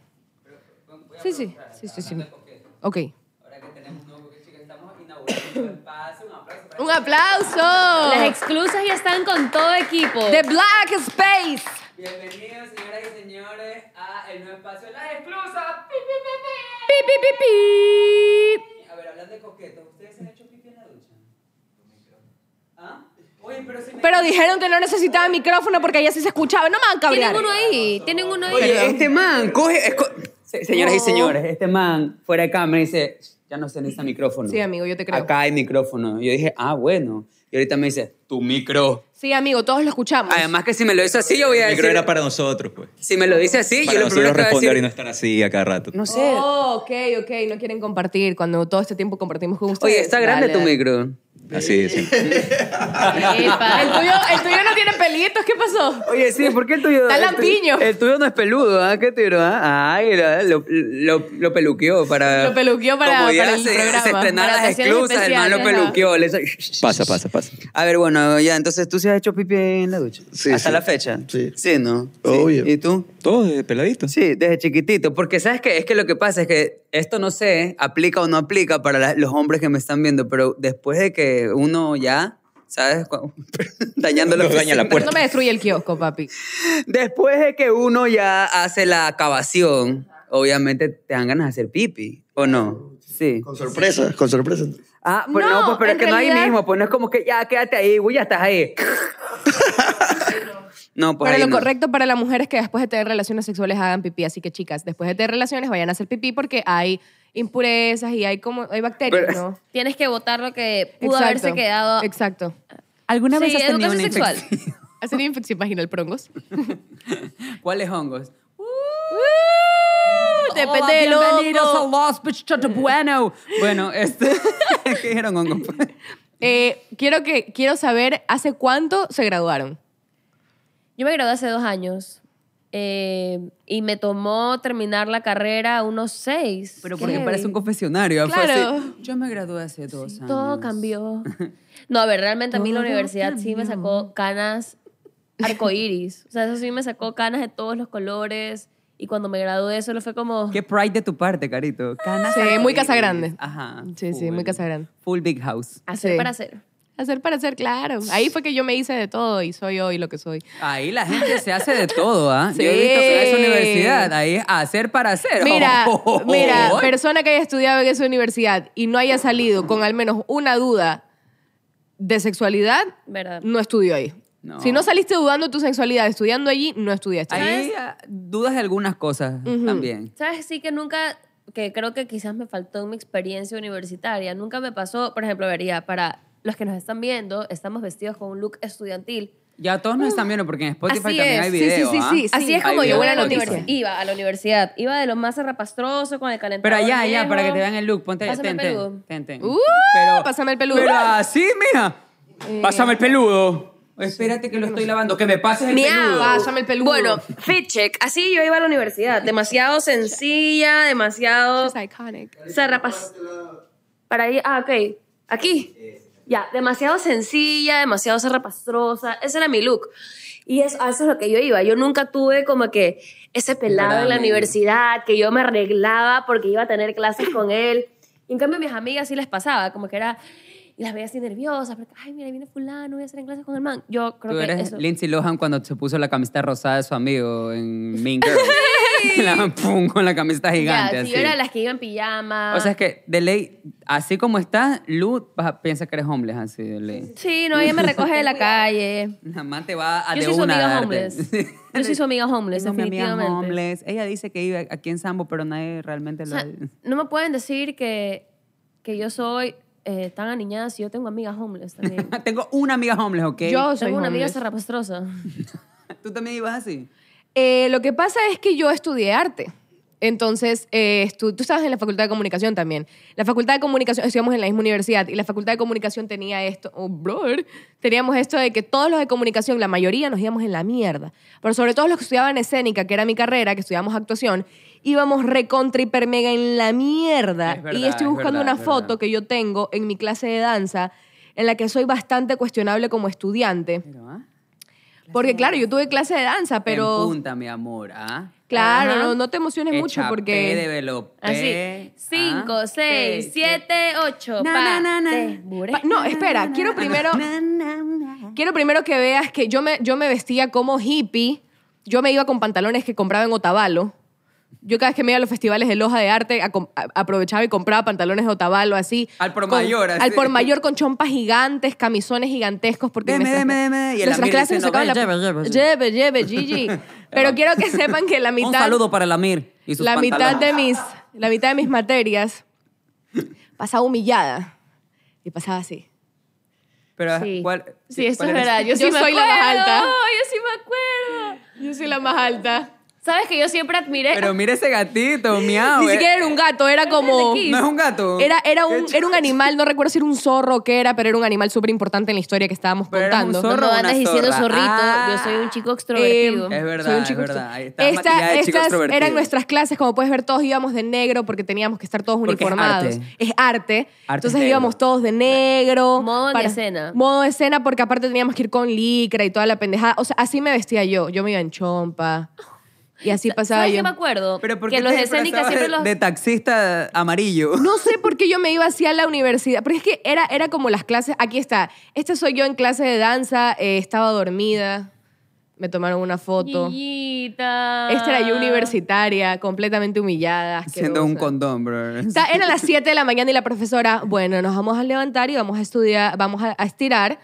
Speaker 1: Sí, sí, sí, sí, sí. Ok.
Speaker 2: Ahora que tenemos un nuevo chicas, estamos inaugurando el espacio, un aplauso para
Speaker 1: Un
Speaker 2: Oh.
Speaker 1: aplauso.
Speaker 4: Las exclusas ya están con todo equipo.
Speaker 1: The Black Space.
Speaker 2: Bienvenidos, señoras y señores, a el nuevo espacio de las exclusas.
Speaker 1: Pi, pi, pi, pi.
Speaker 2: A ver, hablando de coquetos, ¿ustedes se han hecho pipi en la ducha? ¿Ah? Oye, pero si me...
Speaker 1: Pero dijeron que no necesitaba micrófono porque allá sí se escuchaba. No me van a cabrear.
Speaker 4: Tienen uno ahí, tienen uno ahí.
Speaker 2: Oye, este man, coge... es co- Se- Señoras y señores, este man fuera de cámara dice, ya no se necesita micrófono.
Speaker 1: Sí, amigo, yo te creo.
Speaker 2: Acá hay micrófono. Yo dije, ah, bueno. Y ahorita me dice, tu micro.
Speaker 1: Sí, amigo, todos lo escuchamos.
Speaker 2: Además que si me lo dice así, yo voy a
Speaker 6: El
Speaker 2: decir...
Speaker 6: micro era para nosotros, pues.
Speaker 2: Si me lo dice así,
Speaker 6: Para
Speaker 2: yo lo
Speaker 6: nosotros
Speaker 2: primero que voy a
Speaker 6: responder y
Speaker 2: decir...
Speaker 6: no estar así a cada rato.
Speaker 2: No sé.
Speaker 1: Oh, ok, ok. No quieren compartir cuando todo este tiempo compartimos con ustedes.
Speaker 2: Oye, está grande
Speaker 1: Dale,
Speaker 2: tu
Speaker 1: dale.
Speaker 2: micro.
Speaker 6: Así es.
Speaker 4: Epa.
Speaker 1: El tuyo, el tuyo no tiene pelitos, ¿qué pasó?
Speaker 2: Oye, sí, ¿por qué el tuyo?
Speaker 1: Está
Speaker 2: el tu-
Speaker 1: lampiño.
Speaker 2: El tuyo no es peludo, ¿ah? ¿Qué tiro? ah? Ay, la- lo, lo, lo peluqueó para.
Speaker 1: Lo peluqueó para-
Speaker 2: Como ya
Speaker 1: para el
Speaker 2: se,
Speaker 1: programa,
Speaker 2: Se
Speaker 1: para
Speaker 2: estrenaron las
Speaker 1: ocasiones
Speaker 2: exclusas, el man lo
Speaker 1: especiales, ajá.
Speaker 2: peluqueó. le hizo-
Speaker 6: Pasa, pasa, pasa.
Speaker 2: A ver, bueno, ya, entonces tú sí has hecho pipi en la ducha.
Speaker 6: Sí,
Speaker 2: Hasta
Speaker 6: sí.
Speaker 2: la fecha.
Speaker 6: Sí.
Speaker 2: Sí, ¿no? Sí.
Speaker 6: Obvio.
Speaker 2: ¿Y tú?
Speaker 6: Todo desde peladito.
Speaker 2: Sí, desde chiquitito. Porque sabes que es que lo que pasa es que esto no sé, aplica o no aplica para la- los hombres que me están viendo, pero después de que uno ya ¿sabes? Cu- Dañando la
Speaker 6: Nos daña la
Speaker 2: oficina.
Speaker 6: puerta.
Speaker 1: No me destruye el kiosco, papi.
Speaker 2: Después de que uno ya hace la acabación, obviamente te dan ganas de hacer pipi, ¿o no? Sí.
Speaker 7: Con sorpresa, con sorpresa.
Speaker 2: Ah, pues no,
Speaker 1: No,
Speaker 2: pues, pero es
Speaker 1: en
Speaker 2: que no
Speaker 1: realidad-
Speaker 2: ahí mismo, pues no es como que ya quédate ahí, güey, ya estás ahí. no, pues
Speaker 1: pero
Speaker 2: ahí
Speaker 1: lo
Speaker 2: no.
Speaker 1: correcto para la mujer es que después de tener relaciones sexuales hagan pipí. Así que, chicas, después de tener relaciones vayan a hacer pipí porque hay impurezas y hay, como, hay bacterias,
Speaker 2: Pero-
Speaker 1: ¿no?
Speaker 4: Tienes que votar lo que pudo
Speaker 1: Exacto.
Speaker 4: haberse quedado.
Speaker 1: Exacto.
Speaker 2: ¿Alguna
Speaker 4: Sí,
Speaker 2: vez has tenido una
Speaker 4: educación sexual.
Speaker 2: infección?
Speaker 1: ¿Has tenido infección vaginal prongos?
Speaker 2: ¿Cuáles hongos?
Speaker 4: Oh,
Speaker 1: Depende
Speaker 2: Hola,
Speaker 1: del
Speaker 2: bienvenidos a
Speaker 1: hongo.
Speaker 2: Los Pichot Bueno. Bueno, este... ¿Qué dijeron hongos?
Speaker 1: Eh, quiero, que, quiero saber, ¿hace cuánto se graduaron?
Speaker 4: Yo me gradué hace dos años eh, y me tomó terminar la carrera unos seis.
Speaker 2: Pero porque
Speaker 4: Heavy.
Speaker 2: parece un confesionario. fue así,
Speaker 1: Claro.
Speaker 2: Yo me gradué hace dos años.
Speaker 4: Todo cambió. No, a ver, realmente a mí la
Speaker 2: Todo
Speaker 4: universidad sí me sacó canas arcoíris. O sea, eso sí me sacó canas de todos los colores. Y cuando me gradué solo fue como...
Speaker 2: Qué pride de tu parte, Carito. Canas
Speaker 1: Sí, muy
Speaker 2: arcoíris.
Speaker 1: Casagrande.
Speaker 2: Ajá.
Speaker 1: Sí, sí,
Speaker 2: full.
Speaker 1: muy Casagrande.
Speaker 2: Full big house.
Speaker 4: Hacer
Speaker 1: Sí.
Speaker 4: para hacer.
Speaker 1: Hacer para hacer, claro. Ahí fue que yo me hice de todo y soy hoy lo que soy.
Speaker 2: Ahí la gente se hace de todo, ¿ah? Yo he
Speaker 1: Sí.
Speaker 2: visto que en esa universidad, ahí hacer para hacer.
Speaker 1: Mira,
Speaker 2: Oh.
Speaker 1: mira, persona que haya estudiado en esa universidad y no haya salido con al menos una duda de sexualidad,
Speaker 4: ¿Verdad?
Speaker 1: no estudió ahí.
Speaker 2: No.
Speaker 1: Si no saliste dudando de tu sexualidad estudiando allí, no estudiaste.
Speaker 2: Ahí ah, dudas de algunas cosas también.
Speaker 4: ¿Sabes? Sí que nunca, que creo que quizás me faltó en mi experiencia universitaria. Nunca me pasó, por ejemplo, vería, para los que nos están viendo, estamos vestidos con un look estudiantil.
Speaker 2: Ya todos nos están viendo porque en Spotify
Speaker 4: Así
Speaker 2: también
Speaker 4: es.
Speaker 2: hay
Speaker 4: Sí,
Speaker 2: video.
Speaker 1: sí, sí,
Speaker 2: ¿ah?
Speaker 1: sí, sí.
Speaker 4: Así es
Speaker 2: Hay
Speaker 4: como
Speaker 2: video
Speaker 4: yo
Speaker 1: voy
Speaker 4: iba a la
Speaker 2: en Spotify.
Speaker 4: universidad. Iba a la universidad. Iba de lo más rapastroso con el
Speaker 2: Pero
Speaker 4: calentador.
Speaker 2: allá, allá,
Speaker 4: viejo.
Speaker 2: para que te vean el look, ponte
Speaker 4: Pásame
Speaker 2: ten,
Speaker 4: el peludo.
Speaker 2: ten, ten, ten.
Speaker 1: Uh, pásame el peludo. Eh.
Speaker 2: Pero así, mira. Pásame el peludo. Espérate que lo estoy lavando, que me pases el peludo.
Speaker 1: Pásame Ah, el peludo.
Speaker 4: Bueno, fit check. Así yo iba a la universidad. Demasiado sencilla, demasiado...
Speaker 1: Es iconic.
Speaker 4: O sea, rapaz. Para ahí, ah, ok. Aquí. Ya, demasiado sencilla, demasiado rapastrosa. Ese era mi look. Y eso, a eso es lo que yo iba. Yo nunca tuve como que ese pelado en la
Speaker 2: Grande.
Speaker 4: universidad, que yo me arreglaba porque iba a tener clases con él. Y en cambio, a mis amigas sí les pasaba, como que era. Y las veía así nerviosas, porque, ay, mira, viene Fulano, voy a hacer en clases con el man. Yo creo
Speaker 2: Tú
Speaker 4: que.
Speaker 2: eres
Speaker 4: eso-
Speaker 2: Lindsay Lohan cuando se puso la camiseta rosada de su amigo en Mean Girls. la, pum, con la camiseta
Speaker 4: Ya,
Speaker 2: gigante.
Speaker 4: sí,
Speaker 2: así.
Speaker 4: yo era las que iba en pijama.
Speaker 2: O sea, es que de ley, así como estás, Lu vas a- piensa que eres homeless, así de ley.
Speaker 4: Sí, no, ella me recoge de la calle.
Speaker 2: Nada más te va a Ah,
Speaker 4: Yo
Speaker 2: de
Speaker 4: soy su
Speaker 2: una a
Speaker 4: amiga
Speaker 2: darte.
Speaker 4: homeless. Yo soy su amiga homeless,
Speaker 2: Tengo mi amiga
Speaker 4: definitivamente.
Speaker 2: homeless. Ella dice que vive aquí en Sambo, pero nadie realmente
Speaker 4: O
Speaker 2: lo...
Speaker 4: sea, no me pueden decir que, que yo soy eh, tan aniñada si yo tengo amigas homeless también.
Speaker 2: Tengo una amiga homeless, ¿ok?
Speaker 1: Yo soy
Speaker 4: tengo una amiga
Speaker 1: homeless.
Speaker 4: zarrapastrosa.
Speaker 2: ¿Tú también ibas así?
Speaker 1: Eh, lo que pasa es que yo estudié arte. Entonces, eh, estu- tú estabas en la Facultad de Comunicación también. La Facultad de Comunicación, estudiamos en la misma universidad, y la Facultad de Comunicación tenía esto, oh, brother, teníamos esto de que todos los de comunicación, la mayoría nos íbamos en la mierda. Pero sobre todo los que estudiaban escénica, que era mi carrera, que estudiamos actuación, íbamos recontra, hiper, mega en la mierda.
Speaker 2: Es verdad,
Speaker 1: y estoy
Speaker 2: es
Speaker 1: buscando
Speaker 2: verdad,
Speaker 1: una
Speaker 2: es verdad.
Speaker 1: foto que yo tengo en mi clase de danza, en la que soy bastante cuestionable como estudiante.
Speaker 2: Pero, ¿ah?
Speaker 1: Porque, claro, yo tuve clase de danza, pero.
Speaker 2: En punta, mi amor, ¿ah?
Speaker 1: Claro,
Speaker 4: Ajá.
Speaker 1: no, no te emociones mucho
Speaker 2: Echapé,
Speaker 1: porque...
Speaker 2: developé,
Speaker 4: Así.
Speaker 2: ¿ah?
Speaker 4: Cinco, seis,
Speaker 2: Seis,
Speaker 4: siete, ocho.
Speaker 2: Na, na,
Speaker 4: pa,
Speaker 2: na, Ah, na.
Speaker 4: te buré.
Speaker 1: Pa- No, espera, Ah, quiero primero... Quiero primero que veas que yo me, yo me vestía como hippie, yo me iba con pantalones que compraba en Otavalo. Yo cada vez que me iba a los festivales de Loja de Arte a com- a- aprovechaba y compraba pantalones de Otavalo así.
Speaker 2: Al por
Speaker 1: con-
Speaker 2: mayor, así.
Speaker 1: Al por mayor con chompas gigantes, camisones gigantescos porque
Speaker 2: Deme,
Speaker 1: nuestras,
Speaker 2: deme, deme. Y el
Speaker 1: nuestras
Speaker 2: Amir
Speaker 1: clases nos
Speaker 2: diciendo,
Speaker 1: sacaban la...
Speaker 2: "Ven, lleve,
Speaker 1: lleve, lleve, Gigi. Pero quiero que sepan que la mitad...
Speaker 2: Un saludo para la Mir y sus
Speaker 1: la mitad,
Speaker 2: pantalones.
Speaker 1: de mis, la mitad de mis materias pasaba humillada y pasaba así.
Speaker 2: Pero,
Speaker 4: Sí.
Speaker 2: ¿cuál-
Speaker 4: Sí, eso
Speaker 2: cuál
Speaker 4: es
Speaker 2: eres?
Speaker 4: verdad. Yo, sí
Speaker 1: Yo
Speaker 4: me
Speaker 1: soy la
Speaker 4: acuerdo.
Speaker 1: más alta.
Speaker 4: Yo sí me acuerdo.
Speaker 1: Yo soy la más alta.
Speaker 4: Sabes que yo siempre admiré.
Speaker 2: Pero mira ese gatito, miau.
Speaker 1: Ni
Speaker 2: eh.
Speaker 1: siquiera era un gato, era como...
Speaker 4: de Kiss.
Speaker 2: No es un gato.
Speaker 1: Era, era, un, era un animal, no recuerdo si era un zorro o qué era, pero era un animal súper importante en la historia que estábamos
Speaker 2: Pero era un
Speaker 1: contando.
Speaker 2: zorro.
Speaker 4: no
Speaker 2: una
Speaker 4: andes diciendo
Speaker 2: zorra.
Speaker 4: zorrito.
Speaker 2: Ah.
Speaker 4: Yo soy un chico extrovertido.
Speaker 2: Eh, Es verdad,
Speaker 1: Em, Soy un
Speaker 2: es
Speaker 1: chico
Speaker 2: verdad.
Speaker 1: extro-
Speaker 2: Ahí está
Speaker 1: Esta-
Speaker 2: maquillada de chico
Speaker 1: estas
Speaker 2: extrovertido.
Speaker 1: eran nuestras clases, como puedes ver, todos íbamos de negro porque teníamos que estar todos
Speaker 2: Porque es
Speaker 1: uniformados.
Speaker 2: arte.
Speaker 1: Es arte.
Speaker 2: es
Speaker 1: Entonces
Speaker 2: negro.
Speaker 1: íbamos todos de negro.
Speaker 4: Modo de escena.
Speaker 1: Modo de escena porque aparte teníamos que ir con licra y toda la pendejada. O sea, así me vestía yo. Yo me iba en chompa. Y así pasaba
Speaker 4: ¿Sabes
Speaker 1: yo.
Speaker 4: qué me acuerdo?
Speaker 2: Pero ¿por qué
Speaker 4: que los
Speaker 2: te
Speaker 4: de escénica
Speaker 2: disfrazabas
Speaker 4: siempre
Speaker 2: de,
Speaker 4: los...
Speaker 2: de taxista amarillo?
Speaker 1: No sé por qué yo me iba así a la universidad, porque es que era, era como las clases, aquí está, esta soy yo en clase de danza, eh, estaba dormida, me tomaron una foto.
Speaker 4: Yita.
Speaker 1: Esta era yo universitaria, completamente humillada.
Speaker 2: Siendo un
Speaker 1: asquerosa.
Speaker 2: condón, bro.
Speaker 1: Ta- Eran las 7 de la mañana y la profesora, bueno, nos vamos a levantar y vamos a estudiar, vamos a, a estirar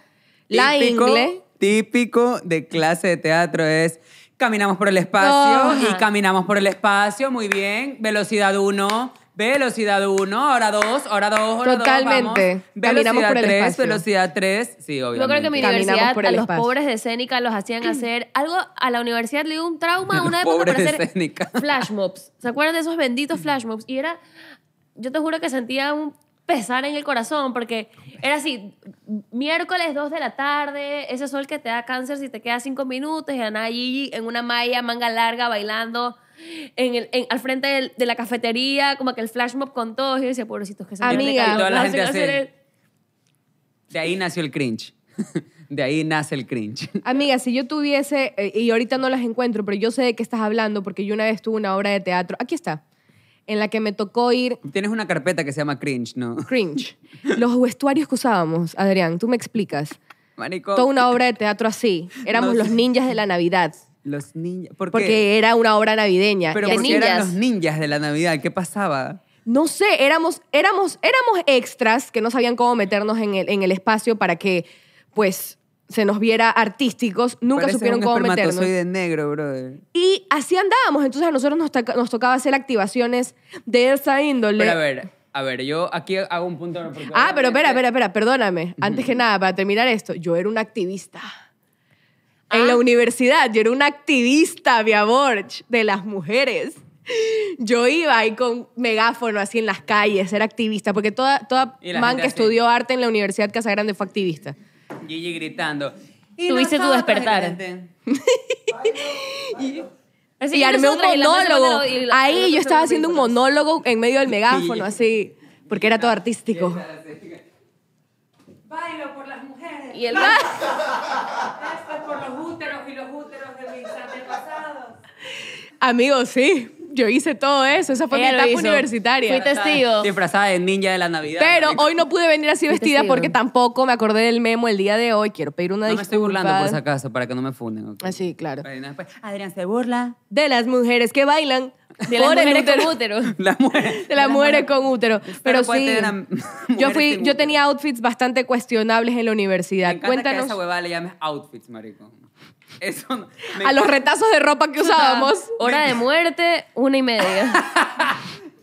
Speaker 1: la
Speaker 2: típico,
Speaker 1: ingle.
Speaker 2: Típico de clase de teatro es caminamos por el espacio
Speaker 1: Ajá.
Speaker 2: y caminamos por el espacio, muy bien, velocidad 1, velocidad 1, ahora 2, ahora 2, ahora 2.
Speaker 1: Totalmente. Caminamos
Speaker 2: Velocidad
Speaker 1: por el
Speaker 2: 3,
Speaker 1: espacio.
Speaker 2: velocidad 3, sí, obviamente.
Speaker 4: Yo creo que en mi
Speaker 1: Caminamos
Speaker 4: universidad
Speaker 1: por
Speaker 4: a
Speaker 1: el
Speaker 4: los
Speaker 1: espacio.
Speaker 4: pobres de escénica los hacían hacer algo. A la universidad le dio un trauma, una
Speaker 2: Los
Speaker 4: época para
Speaker 2: pobres de
Speaker 4: hacer
Speaker 2: escénica.
Speaker 4: flash mobs. ¿Se acuerdan de esos benditos flash mobs? Y era, yo te juro que sentía un pesar en el corazón porque era así, miércoles 2 de la tarde, ese sol que te da cáncer si te queda 5 minutos y Ana allí en una malla, manga larga, bailando. En el, en- al frente del- de la cafetería, como que el flash mob con todos, y yo decía, pobrecitos que se
Speaker 1: Amiga.
Speaker 4: mierda que
Speaker 1: Y
Speaker 2: toda la
Speaker 4: los
Speaker 2: gente
Speaker 4: hacen hacer
Speaker 2: así.
Speaker 4: el-
Speaker 2: De ahí nació el cringe. De ahí nace el cringe.
Speaker 1: Amiga, si yo tuviese, eh, y ahorita no las encuentro, pero yo sé de qué estás hablando, porque yo una vez tuve una obra de teatro, aquí está, en la que me tocó ir
Speaker 2: Tienes una carpeta que se llama cringe, ¿no?
Speaker 1: cringe. Los vestuarios que usábamos, Adrián, tú me explicas.
Speaker 2: Marico.
Speaker 1: Toda una obra de teatro así. Éramos
Speaker 2: No
Speaker 1: los
Speaker 2: sé.
Speaker 1: ninjas de la Navidad.
Speaker 2: Los ninjas. ¿Por qué?
Speaker 1: Porque era una obra navideña.
Speaker 2: Pero
Speaker 1: Y
Speaker 2: porque
Speaker 1: ninjas-
Speaker 2: eran los ninjas de la Navidad, ¿qué pasaba?
Speaker 1: No sé, éramos, éramos, éramos extras que no sabían cómo meternos en el, en el espacio para que, pues, se nos viera artísticos. Nunca
Speaker 2: Pareces
Speaker 1: supieron
Speaker 2: un
Speaker 1: cómo meternos.
Speaker 2: espermatozoide negro, brother.
Speaker 1: Y así andábamos. Entonces a nosotros nos, toca- nos tocaba hacer activaciones de esa índole.
Speaker 2: Pero a ver, a ver, yo aquí hago un punto. porque
Speaker 1: ah, pero espera, espera,
Speaker 2: obviamente-
Speaker 1: espera, perdóname. Antes que nada, para terminar esto, yo era una activista. En
Speaker 4: Ah.
Speaker 1: la universidad, yo era una activista, mi amor, de las mujeres. Yo iba ahí con megáfono así en las calles, era activista, porque toda, toda
Speaker 2: Y la
Speaker 1: man
Speaker 2: gente
Speaker 1: que
Speaker 2: así.
Speaker 1: estudió arte en la Universidad Casagrande fue activista.
Speaker 2: Gigi gritando. Y
Speaker 4: Tuviste tu
Speaker 2: nosotros,
Speaker 4: despertar.
Speaker 2: gente.
Speaker 4: Así,
Speaker 1: y armé un
Speaker 4: nosotros, y la mesa
Speaker 1: monólogo.
Speaker 4: mandó, y la- y
Speaker 1: Ahí
Speaker 4: nosotros
Speaker 1: yo estaba
Speaker 4: mandó
Speaker 1: haciendo un
Speaker 4: fotos.
Speaker 1: monólogo en medio del megáfono, así, porque era todo artístico.
Speaker 2: Bailo por las mujeres.
Speaker 4: Y el
Speaker 2: Esto es por los úteros y los úteros de mis antepasados.
Speaker 1: Amigos, sí, yo hice todo eso, esa fue
Speaker 4: Ella
Speaker 1: mi
Speaker 4: lo
Speaker 1: etapa
Speaker 4: hizo.
Speaker 1: universitaria.
Speaker 4: Fui testigo.
Speaker 2: Disfrazada de ninja de la Navidad.
Speaker 1: Pero
Speaker 2: marico.
Speaker 1: hoy no pude venir así vestida
Speaker 4: testigo.
Speaker 1: porque tampoco me acordé del memo el día de hoy. Quiero pedir una
Speaker 2: No me
Speaker 1: disculpa.
Speaker 2: estoy burlando pues, por si acaso, para que no me funden. ¿ok?
Speaker 1: Ah, sí, claro.
Speaker 2: Para que no después, Adrián se burla.
Speaker 1: De las mujeres que bailan
Speaker 4: De las
Speaker 1: por el
Speaker 4: mujeres
Speaker 1: útero.
Speaker 4: con útero.
Speaker 2: La mujer.
Speaker 1: De las mujeres con útero. Pero
Speaker 2: puede
Speaker 1: sí,
Speaker 2: tener a m-
Speaker 1: yo,
Speaker 2: mujeres
Speaker 1: fui,
Speaker 2: sin
Speaker 1: yo
Speaker 2: útero.
Speaker 1: tenía outfits bastante cuestionables en la
Speaker 2: Me
Speaker 1: universidad.
Speaker 2: encanta que a
Speaker 1: Cuéntanos
Speaker 2: esa huevada le llames outfits, marico. Eso. no- me
Speaker 1: a los
Speaker 2: encanta.
Speaker 1: retazos de ropa que usábamos.
Speaker 4: Hora de muerte, una y media.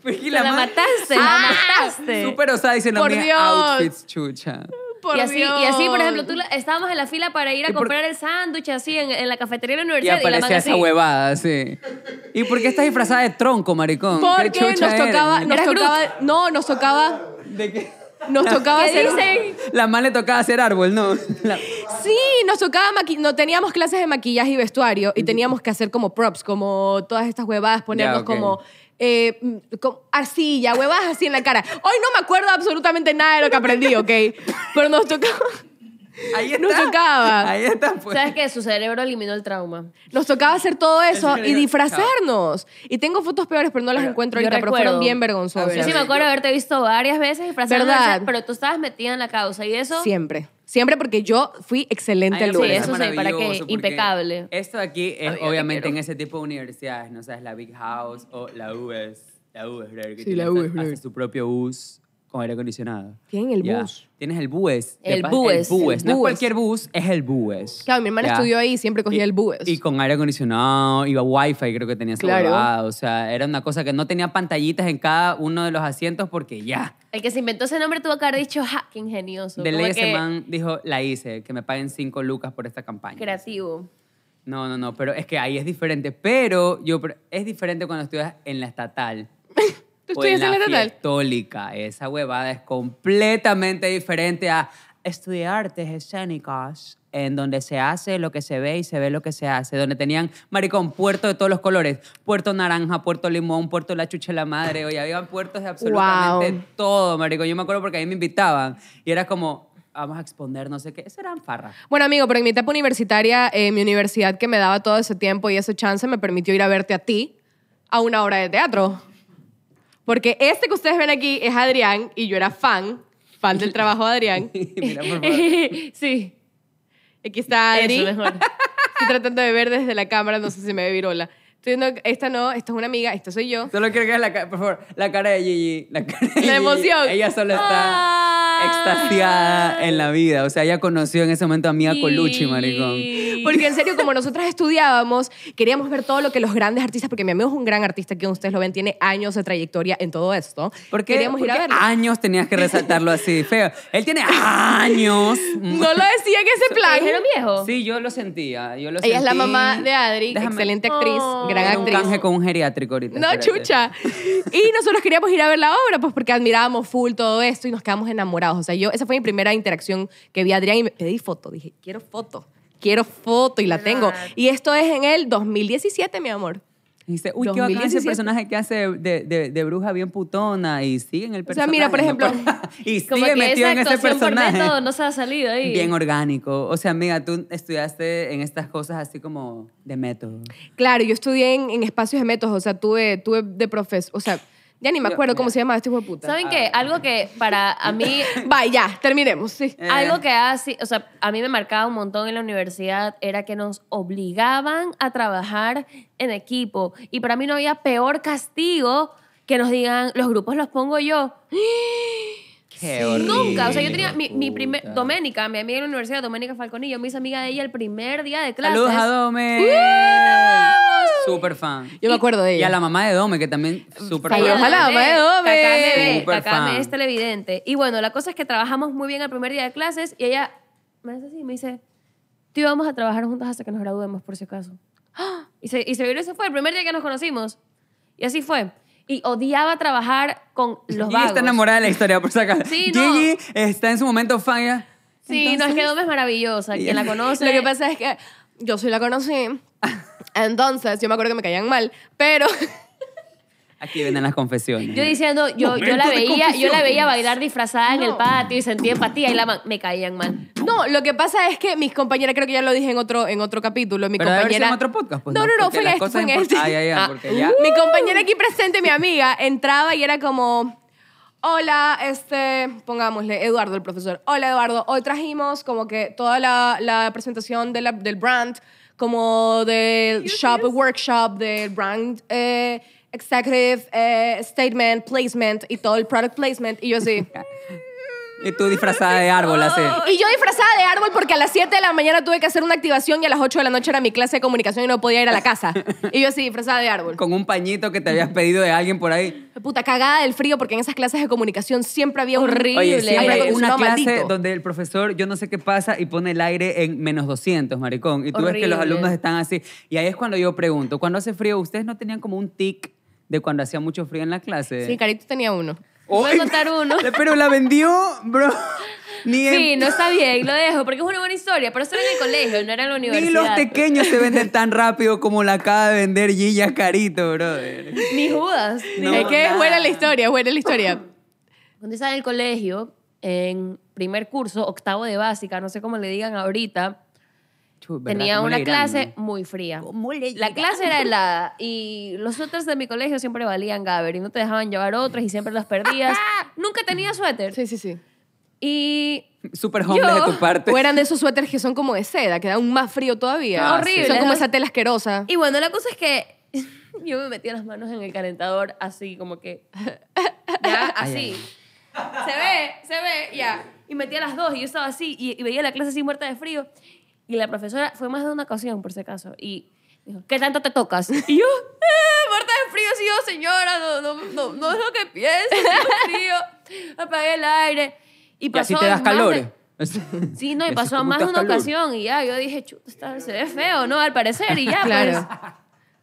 Speaker 2: Friki,
Speaker 4: la, Ah,
Speaker 2: madre-
Speaker 4: mataste, la mataste.
Speaker 2: Súper osada diciendo
Speaker 1: Por
Speaker 2: "Mira,
Speaker 1: Dios.
Speaker 2: outfits, chucha.
Speaker 1: Por
Speaker 4: y, así,
Speaker 1: Dios.
Speaker 4: y así, por ejemplo, tú la- estábamos en la fila para ir a
Speaker 2: Y por-
Speaker 4: comprar el sándwich así en, en la cafetería de la
Speaker 2: Y
Speaker 4: universidad. Y, la
Speaker 2: aparecía
Speaker 4: manga
Speaker 2: esa
Speaker 4: así.
Speaker 2: huevada, sí. ¿Y por qué estás disfrazada de tronco, maricón? ¿Qué
Speaker 1: Porque nos
Speaker 2: chucha eres?
Speaker 1: tocaba, nos
Speaker 4: Eras Groot.
Speaker 1: tocaba, no, nos tocaba,
Speaker 2: ¿De qué?
Speaker 1: nos tocaba
Speaker 4: ¿Qué
Speaker 1: hacer,
Speaker 4: dicen?
Speaker 2: La más le tocaba hacer árbol, ¿no? La-
Speaker 1: Sí, nos tocaba maqui- no teníamos clases de maquillaje y vestuario y teníamos que hacer como props, como todas estas huevadas, ponernos
Speaker 2: ok.
Speaker 1: como eh, mm, como arcilla, huevadas así en la cara. Hoy no me acuerdo absolutamente nada de lo que aprendí, ¿ok? Pero nos tocaba,
Speaker 2: Ahí está.
Speaker 1: Nos tocaba.
Speaker 2: Ahí está, pues.
Speaker 4: ¿Sabes qué? Su cerebro eliminó el trauma.
Speaker 1: nos tocaba hacer todo eso
Speaker 2: que le
Speaker 1: y
Speaker 2: digo,
Speaker 1: disfrazarnos. Y tengo fotos peores, pero no las encuentro ahorita, pero fueron bien vergonzosas.
Speaker 4: Yo sí me acuerdo haberte visto varias veces disfrazada en la
Speaker 1: ¿Verdad?
Speaker 4: universidad, pero tú estabas metida en la causa. Y eso,
Speaker 1: Siempre, siempre porque yo fui excelente
Speaker 2: Ay, no,
Speaker 4: Sí,
Speaker 1: alumna.
Speaker 2: pero
Speaker 4: eso
Speaker 2: es
Speaker 4: sí, para
Speaker 2: maravilloso,
Speaker 4: que
Speaker 2: porque
Speaker 4: impecable.
Speaker 2: Esto de aquí es
Speaker 4: Ay, yo te
Speaker 2: obviamente en
Speaker 4: quiero.
Speaker 2: ese tipo de universidades, ¿no? sabes la Big House o la UES. La UES, brother, que
Speaker 1: Sí,
Speaker 2: tiene
Speaker 1: la
Speaker 2: hasta-
Speaker 1: UES, brother.
Speaker 2: hasta su propio bus con aire acondicionado.
Speaker 1: Tienen el
Speaker 2: Ya.
Speaker 1: bus.
Speaker 2: Tienes el bus.
Speaker 4: El bus,
Speaker 2: El bus.
Speaker 4: el
Speaker 2: No es
Speaker 1: bus.
Speaker 2: cualquier bus, es el bus.
Speaker 1: Claro, mi hermana
Speaker 2: Ya.
Speaker 1: estudió ahí y siempre cogía
Speaker 2: Y-
Speaker 1: el bus.
Speaker 2: Y con aire acondicionado, iba wifi, creo que tenía esa
Speaker 1: Claro.
Speaker 2: huevada, O sea, era una cosa que no tenía pantallitas en cada uno de los asientos porque ya.
Speaker 4: el que se inventó ese nombre tuvo que haber dicho, ja, qué ingenioso.
Speaker 2: De
Speaker 4: Como
Speaker 2: ley ese
Speaker 4: que
Speaker 2: man dijo, la hice, que me paguen cinco lucas por esta campaña.
Speaker 4: Creativo.
Speaker 2: No, no, no, pero es que ahí es diferente. Pero yo pre- es diferente cuando estudias en la estatal.
Speaker 1: ¿Tú
Speaker 2: o en
Speaker 1: estudias en la estatal?
Speaker 2: Católica. Esa huevada es completamente diferente a estudiar artes escénicas, en donde se hace lo que se ve y se ve lo que se hace, donde tenían, maricón, puerto de todos los colores, puerto naranja, puerto limón, puerto la chucha de la madre, oye, habían puertos de absolutamente
Speaker 1: Wow.
Speaker 2: todo, maricón. Yo me acuerdo porque ahí me invitaban y era como, vamos a exponer no sé qué. Eso eran farras.
Speaker 1: Bueno, amigo, pero en mi etapa universitaria, eh, mi universidad que me daba todo ese tiempo y ese chance me permitió ir a verte a ti a una obra de teatro. Porque este que ustedes ven aquí es Adrián y yo era fan, fan del trabajo de Adrián.
Speaker 2: Mira, por favor.
Speaker 1: sí. Aquí está Adri.
Speaker 4: Eso, mejor.
Speaker 1: Estoy tratando de ver desde la cámara, no sé si me ve virola. Estoy viendo, esta no, esta es una amiga, esta soy yo.
Speaker 2: Solo quiero que veas la, ca- por favor, la cara de Gigi. La, cara de
Speaker 1: La
Speaker 2: Gigi.
Speaker 1: emoción.
Speaker 2: Ella solo está
Speaker 1: Ah.
Speaker 2: extasiada en la vida. O sea, ella conoció en ese momento a Mia Colucci, maricón.
Speaker 1: Porque en serio, como nosotras estudiábamos, queríamos ver todo lo que los grandes artistas, porque mi amigo es un gran artista que ustedes lo ven, tiene años de trayectoria en todo esto.
Speaker 2: ¿Por qué,
Speaker 1: queríamos
Speaker 2: por
Speaker 1: ir a
Speaker 2: qué
Speaker 1: verlo.
Speaker 2: años tenías que resaltarlo así, feo? Él tiene años.
Speaker 1: No lo decía en ese
Speaker 4: ¿Te
Speaker 1: plan.
Speaker 4: dijeron viejo?
Speaker 2: Sí, yo lo sentía. Yo lo
Speaker 1: Ella es la
Speaker 2: sentí.
Speaker 1: mamá de Adri,
Speaker 2: Déjame-
Speaker 1: excelente actriz,
Speaker 4: Oh.
Speaker 1: gran
Speaker 2: Tengo
Speaker 1: actriz.
Speaker 2: Un canje con un geriátrico ahorita.
Speaker 1: No,
Speaker 2: espérate.
Speaker 1: chucha. Y nosotros queríamos ir a ver la obra, pues porque admirábamos full todo esto y nos quedamos enamorados. O sea, yo, esa fue mi primera interacción que vi a Adrián y me pedí foto. Dije, quiero foto, quiero foto y la tengo. Y esto es en el 2017, mi amor.
Speaker 2: Y dice, uy, qué bacán ese
Speaker 1: 2017.
Speaker 2: personaje que hace de, de- de bruja bien putona y sigue en el
Speaker 1: O sea,
Speaker 2: personaje.
Speaker 1: mira, por
Speaker 2: ¿no?
Speaker 1: ejemplo,
Speaker 2: y
Speaker 4: Como
Speaker 2: sigue
Speaker 4: que
Speaker 2: metido
Speaker 4: esa
Speaker 2: en ese
Speaker 4: actuación por
Speaker 2: personaje.
Speaker 4: método no se ha salido ahí.
Speaker 2: Bien orgánico. O sea, amiga, tú estudiaste en estas cosas así como de método.
Speaker 1: Claro, yo estudié en, en espacios de métodos, o sea, tuve, tuve de profes, o sea, ya ni me acuerdo cómo se llamaba este hijo de puta.
Speaker 2: Ah,
Speaker 1: Ah,
Speaker 4: ¿Saben qué? Algo que para a mí
Speaker 1: Bye, ya, terminemos, sí.
Speaker 2: Eh.
Speaker 4: Algo que así, o sea, a mí me marcaba un montón en la universidad era que nos obligaban a trabajar en equipo y para mí no había peor castigo que nos digan los grupos los pongo yo.
Speaker 2: Qué
Speaker 4: Nunca, o sea, yo
Speaker 2: horrible,
Speaker 4: tenía mi, mi
Speaker 2: puta.
Speaker 4: primer Doménica, mi amiga en la universidad, Doménica Falconillo, me hice amiga de ella el primer día de clases.
Speaker 2: Saludos a Dome. Super fan.
Speaker 1: Yo me acuerdo de
Speaker 2: Y
Speaker 1: ella.
Speaker 2: a la mamá de Dome, que también super
Speaker 1: Ay,
Speaker 4: Ella
Speaker 2: fan.
Speaker 1: ojalá,
Speaker 4: también,
Speaker 1: mae, hombre.
Speaker 4: Cacame, ve,
Speaker 2: Súper
Speaker 4: Cacame
Speaker 2: fan.
Speaker 4: es televidente. Y bueno, la cosa es que trabajamos muy bien el primer día de clases y ella me hace así y me dice, tú y yo vamos a trabajar juntas hasta que nos graduemos, por si acaso. ¡Ah! Y se, y se vio, ese fue el primer día que nos conocimos. Y así fue. Y odiaba trabajar con los
Speaker 2: Gigi
Speaker 4: vagos.
Speaker 2: está enamorada de la historia, por si acaso.
Speaker 4: Sí, no.
Speaker 2: Gigi está en su momento fan. ya.
Speaker 4: Sí, no, es que Dome es maravillosa. Quien la conoce...
Speaker 1: Lo que pasa es que yo sí la conocí, entonces yo me acuerdo que me caían mal, pero...
Speaker 2: Aquí vienen las confesiones.
Speaker 4: Yo diciendo, yo, yo la veía, yo la veía bailar disfrazada en el patio y sentía empatía y la man- me caían mal.
Speaker 1: No, lo que pasa es que mis compañeras, creo que ya lo dije en otro, en otro capítulo, mi
Speaker 2: Pero debe haber
Speaker 1: compañera...
Speaker 2: sido en otro podcast, pues,
Speaker 1: no,
Speaker 2: ¿no?
Speaker 1: no, no, fue
Speaker 2: Porque
Speaker 1: en
Speaker 2: las
Speaker 1: este.
Speaker 2: cosas
Speaker 1: fue en
Speaker 2: import-
Speaker 1: este.
Speaker 2: Ay, ay, ay, porque ya-
Speaker 1: Mi compañera aquí presente, mi amiga, entraba y era como... Hola, este, pongámosle, Eduardo, el profesor. Hola, Eduardo. Hoy trajimos como que toda la, la presentación de la- del brand, como del shop, workshop, del brand eh, executive eh, statement, placement y todo el product placement. Y yo así...
Speaker 2: Y tú disfrazada de árbol, así.
Speaker 1: Y yo disfrazada de árbol porque a las 7 de la mañana tuve que hacer una activación y a las 8 de la noche era mi clase de comunicación y no podía ir a la casa. Y yo así, disfrazada de árbol.
Speaker 2: Con un pañito que te habías pedido de alguien por ahí.
Speaker 1: Puta cagada del frío porque en esas clases de comunicación siempre había un
Speaker 4: Horrible.
Speaker 2: Oye, siempre
Speaker 1: aire
Speaker 2: hay una
Speaker 1: acondicionado
Speaker 2: clase
Speaker 1: maldito.
Speaker 2: donde el profesor, yo no sé qué pasa, y pone el aire en menos 200, maricón. Y tú ves que los
Speaker 4: Horrible.
Speaker 2: alumnos están así. Y ahí es cuando yo pregunto, cuando hace frío, ¿ustedes no tenían como un tic de cuando hacía mucho frío en la clase?
Speaker 1: Sí, Carito tenía uno.
Speaker 4: Voy
Speaker 2: ¡Ay!
Speaker 4: a contar uno.
Speaker 2: Pero la vendió, bro. Ni, en-
Speaker 4: Sí, no está bien, lo dejo, porque es una buena historia, pero eso era en el colegio, no era en la
Speaker 2: ni
Speaker 4: universidad.
Speaker 2: los pequeños se venden tan rápido como la acaba de vender Gilla Carito, brother.
Speaker 4: Ni Judas.
Speaker 2: No,
Speaker 1: es que es
Speaker 2: nada.
Speaker 1: buena la historia, es buena la historia.
Speaker 4: Cuando estaba en el colegio, en primer curso, octavo de básica, no sé cómo le digan ahorita,
Speaker 2: Chu, ¿verdad?
Speaker 4: tenía
Speaker 2: ¿Cómo le
Speaker 4: una
Speaker 2: dirán,
Speaker 4: clase
Speaker 2: no?
Speaker 4: muy fría. La clase era helada y los otros de mi colegio siempre valían gaber y no te dejaban llevar otros y siempre los perdías. Nunca tenía suéter.
Speaker 1: Sí, sí, sí.
Speaker 4: Y
Speaker 2: Super homeless
Speaker 4: Yo-
Speaker 2: de tu parte.
Speaker 1: O eran de esos suéteres que son como de seda, que dan un más frío todavía.
Speaker 2: Ah,
Speaker 1: Horrible.
Speaker 4: sí.
Speaker 1: Son como esa tela asquerosa.
Speaker 4: Y bueno, la cosa es que yo me metía las manos en el calentador así, como que. Ya, así. Se ve, se ve, ya. Y metía las dos y yo estaba así y, y veía la clase así muerta de frío. Y la profesora fue más de una ocasión, por si acaso. Y dijo, ¿qué tanto te tocas? Y yo, "Eh, muerta de frío, sí, yo, señora, no, no, no, no es lo que pienso, tengo frío. Apagué el aire. Y
Speaker 2: Y así
Speaker 4: pasó
Speaker 2: te das
Speaker 4: más de-
Speaker 2: calores.
Speaker 4: Sí, no,
Speaker 2: Y
Speaker 4: y
Speaker 2: así
Speaker 4: pasó
Speaker 2: como
Speaker 4: más
Speaker 2: te
Speaker 4: de
Speaker 2: das
Speaker 4: una
Speaker 2: calor.
Speaker 4: ocasión y ya, yo dije, chuta, está- se ve feo, ¿no? Al parecer, y ya,
Speaker 1: Claro.
Speaker 4: pues.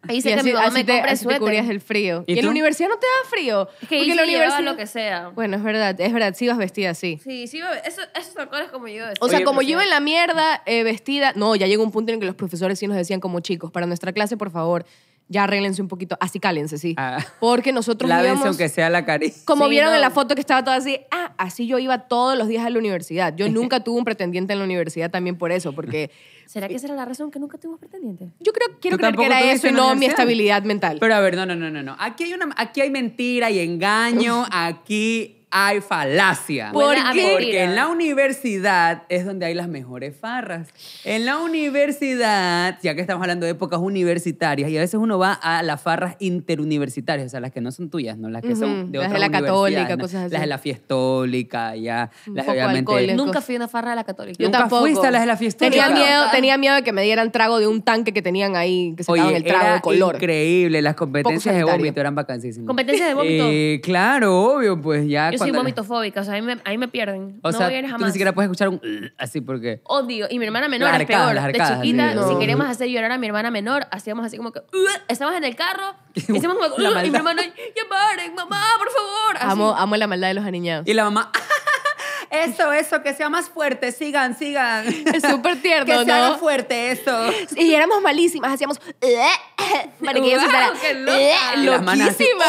Speaker 4: Ahí dice
Speaker 1: Y
Speaker 4: que mi mamá me
Speaker 1: te,
Speaker 4: compre
Speaker 1: así te
Speaker 4: suéter.
Speaker 1: cubrías del frío.
Speaker 2: ¿Y
Speaker 1: ¿Y, en la
Speaker 2: tú?
Speaker 1: universidad no te da frío?
Speaker 4: Es que
Speaker 1: Porque
Speaker 4: ahí
Speaker 1: en la
Speaker 4: sí llevaba
Speaker 1: universidad...
Speaker 4: lo que sea.
Speaker 1: Bueno, es verdad, es verdad, sí vas vestida así.
Speaker 4: Sí, sí, bebé, eso, esos alcoholes como yo.
Speaker 1: O sea,
Speaker 2: Oye, pues,
Speaker 1: como
Speaker 2: pero-
Speaker 1: yo iba en la mierda eh, vestida, no, ya llegó un punto en el que los profesores sí nos decían como chicos, para nuestra clase, por favor, ya arréglense un poquito, así cálense, sí.
Speaker 2: Ah.
Speaker 1: Porque nosotros
Speaker 2: Lávense
Speaker 1: íbamos-
Speaker 2: aunque sea la carita.
Speaker 1: Como
Speaker 4: Sí,
Speaker 1: vieron
Speaker 4: no.
Speaker 1: en la foto que estaba todo así, ah, así yo iba todos los días a la universidad. Yo nunca tuve un pretendiente en la universidad también por eso, porque
Speaker 4: ¿Será que esa era la razón que nunca tuvimos pretendiente?
Speaker 1: yo creo quiero creer
Speaker 2: Tú
Speaker 1: que
Speaker 2: tampoco
Speaker 1: era
Speaker 2: tuviste
Speaker 1: eso y
Speaker 2: en la
Speaker 1: no mi
Speaker 2: universidad.
Speaker 1: estabilidad mental.
Speaker 2: Pero a ver, no, no, no, no, no. Aquí hay, una, aquí hay mentira y engaño, aquí hay falacia.
Speaker 1: ¿Por
Speaker 4: Huele a
Speaker 1: qué?
Speaker 2: Porque
Speaker 4: mentira.
Speaker 2: en la universidad es donde hay las mejores farras. En la universidad, ya que estamos hablando de épocas universitarias, y a veces uno va a las farras interuniversitarias, o sea, las que no son tuyas, no las que son
Speaker 1: Ujú,
Speaker 2: de
Speaker 1: las
Speaker 2: otras
Speaker 1: de la
Speaker 2: universidades,
Speaker 1: católica,
Speaker 2: ¿no?
Speaker 1: cosas así.
Speaker 2: Las de la fiestólica, ya.
Speaker 1: Un
Speaker 2: Las
Speaker 1: poco de alcohol,
Speaker 2: obviamente.
Speaker 1: Las
Speaker 4: Nunca
Speaker 1: cosas-
Speaker 4: fui a una farra de la católica.
Speaker 1: yo
Speaker 2: nunca
Speaker 1: tampoco.
Speaker 2: fuiste a las de la fiesta
Speaker 1: Tenía
Speaker 2: única.
Speaker 1: miedo, tenía miedo de que me dieran trago de un tanque que tenían ahí, que sacaban
Speaker 2: Oye,
Speaker 1: el trago
Speaker 2: era
Speaker 1: de color.
Speaker 2: increíble, las competencias de
Speaker 1: sanitario.
Speaker 2: vómito eran vacancísimas.
Speaker 4: ¿Competencias de vómito?
Speaker 2: Eh, claro, obvio, pues ya
Speaker 4: Yo soy
Speaker 2: cuando-
Speaker 4: vomitofóbica, o sea, a mí me, a mí me pierden.
Speaker 2: O
Speaker 4: no
Speaker 2: sea,
Speaker 4: voy a ir jamás.
Speaker 2: tú ni siquiera puedes escuchar un así porque
Speaker 4: Odio. Y mi hermana menor
Speaker 2: Las
Speaker 4: es
Speaker 2: arcadas,
Speaker 4: peor.
Speaker 2: las arcadas,
Speaker 4: de chiquita,
Speaker 2: sí, no.
Speaker 4: si queríamos hacer llorar a mi hermana menor, hacíamos así como que... "Ugh", estábamos en el carro,
Speaker 2: Qué
Speaker 4: hicimos como... que,
Speaker 2: la
Speaker 4: "Ugh", y
Speaker 2: maldad.
Speaker 4: mi hermana, ya paren, mamá, por favor. Así.
Speaker 1: Amo, amo la maldad de los aniñados.
Speaker 2: Ah, y la mamá eso, eso, que sea más fuerte, sigan, sigan.
Speaker 1: Es súper tierno,
Speaker 2: que se haga
Speaker 1: ¿no?
Speaker 2: fuerte eso.
Speaker 1: Y éramos malísimas, hacíamos. Mariquilla
Speaker 4: Wow,
Speaker 1: Susana,
Speaker 4: qué loca.
Speaker 1: "Eh",
Speaker 2: Y las manas así,
Speaker 1: loquísima.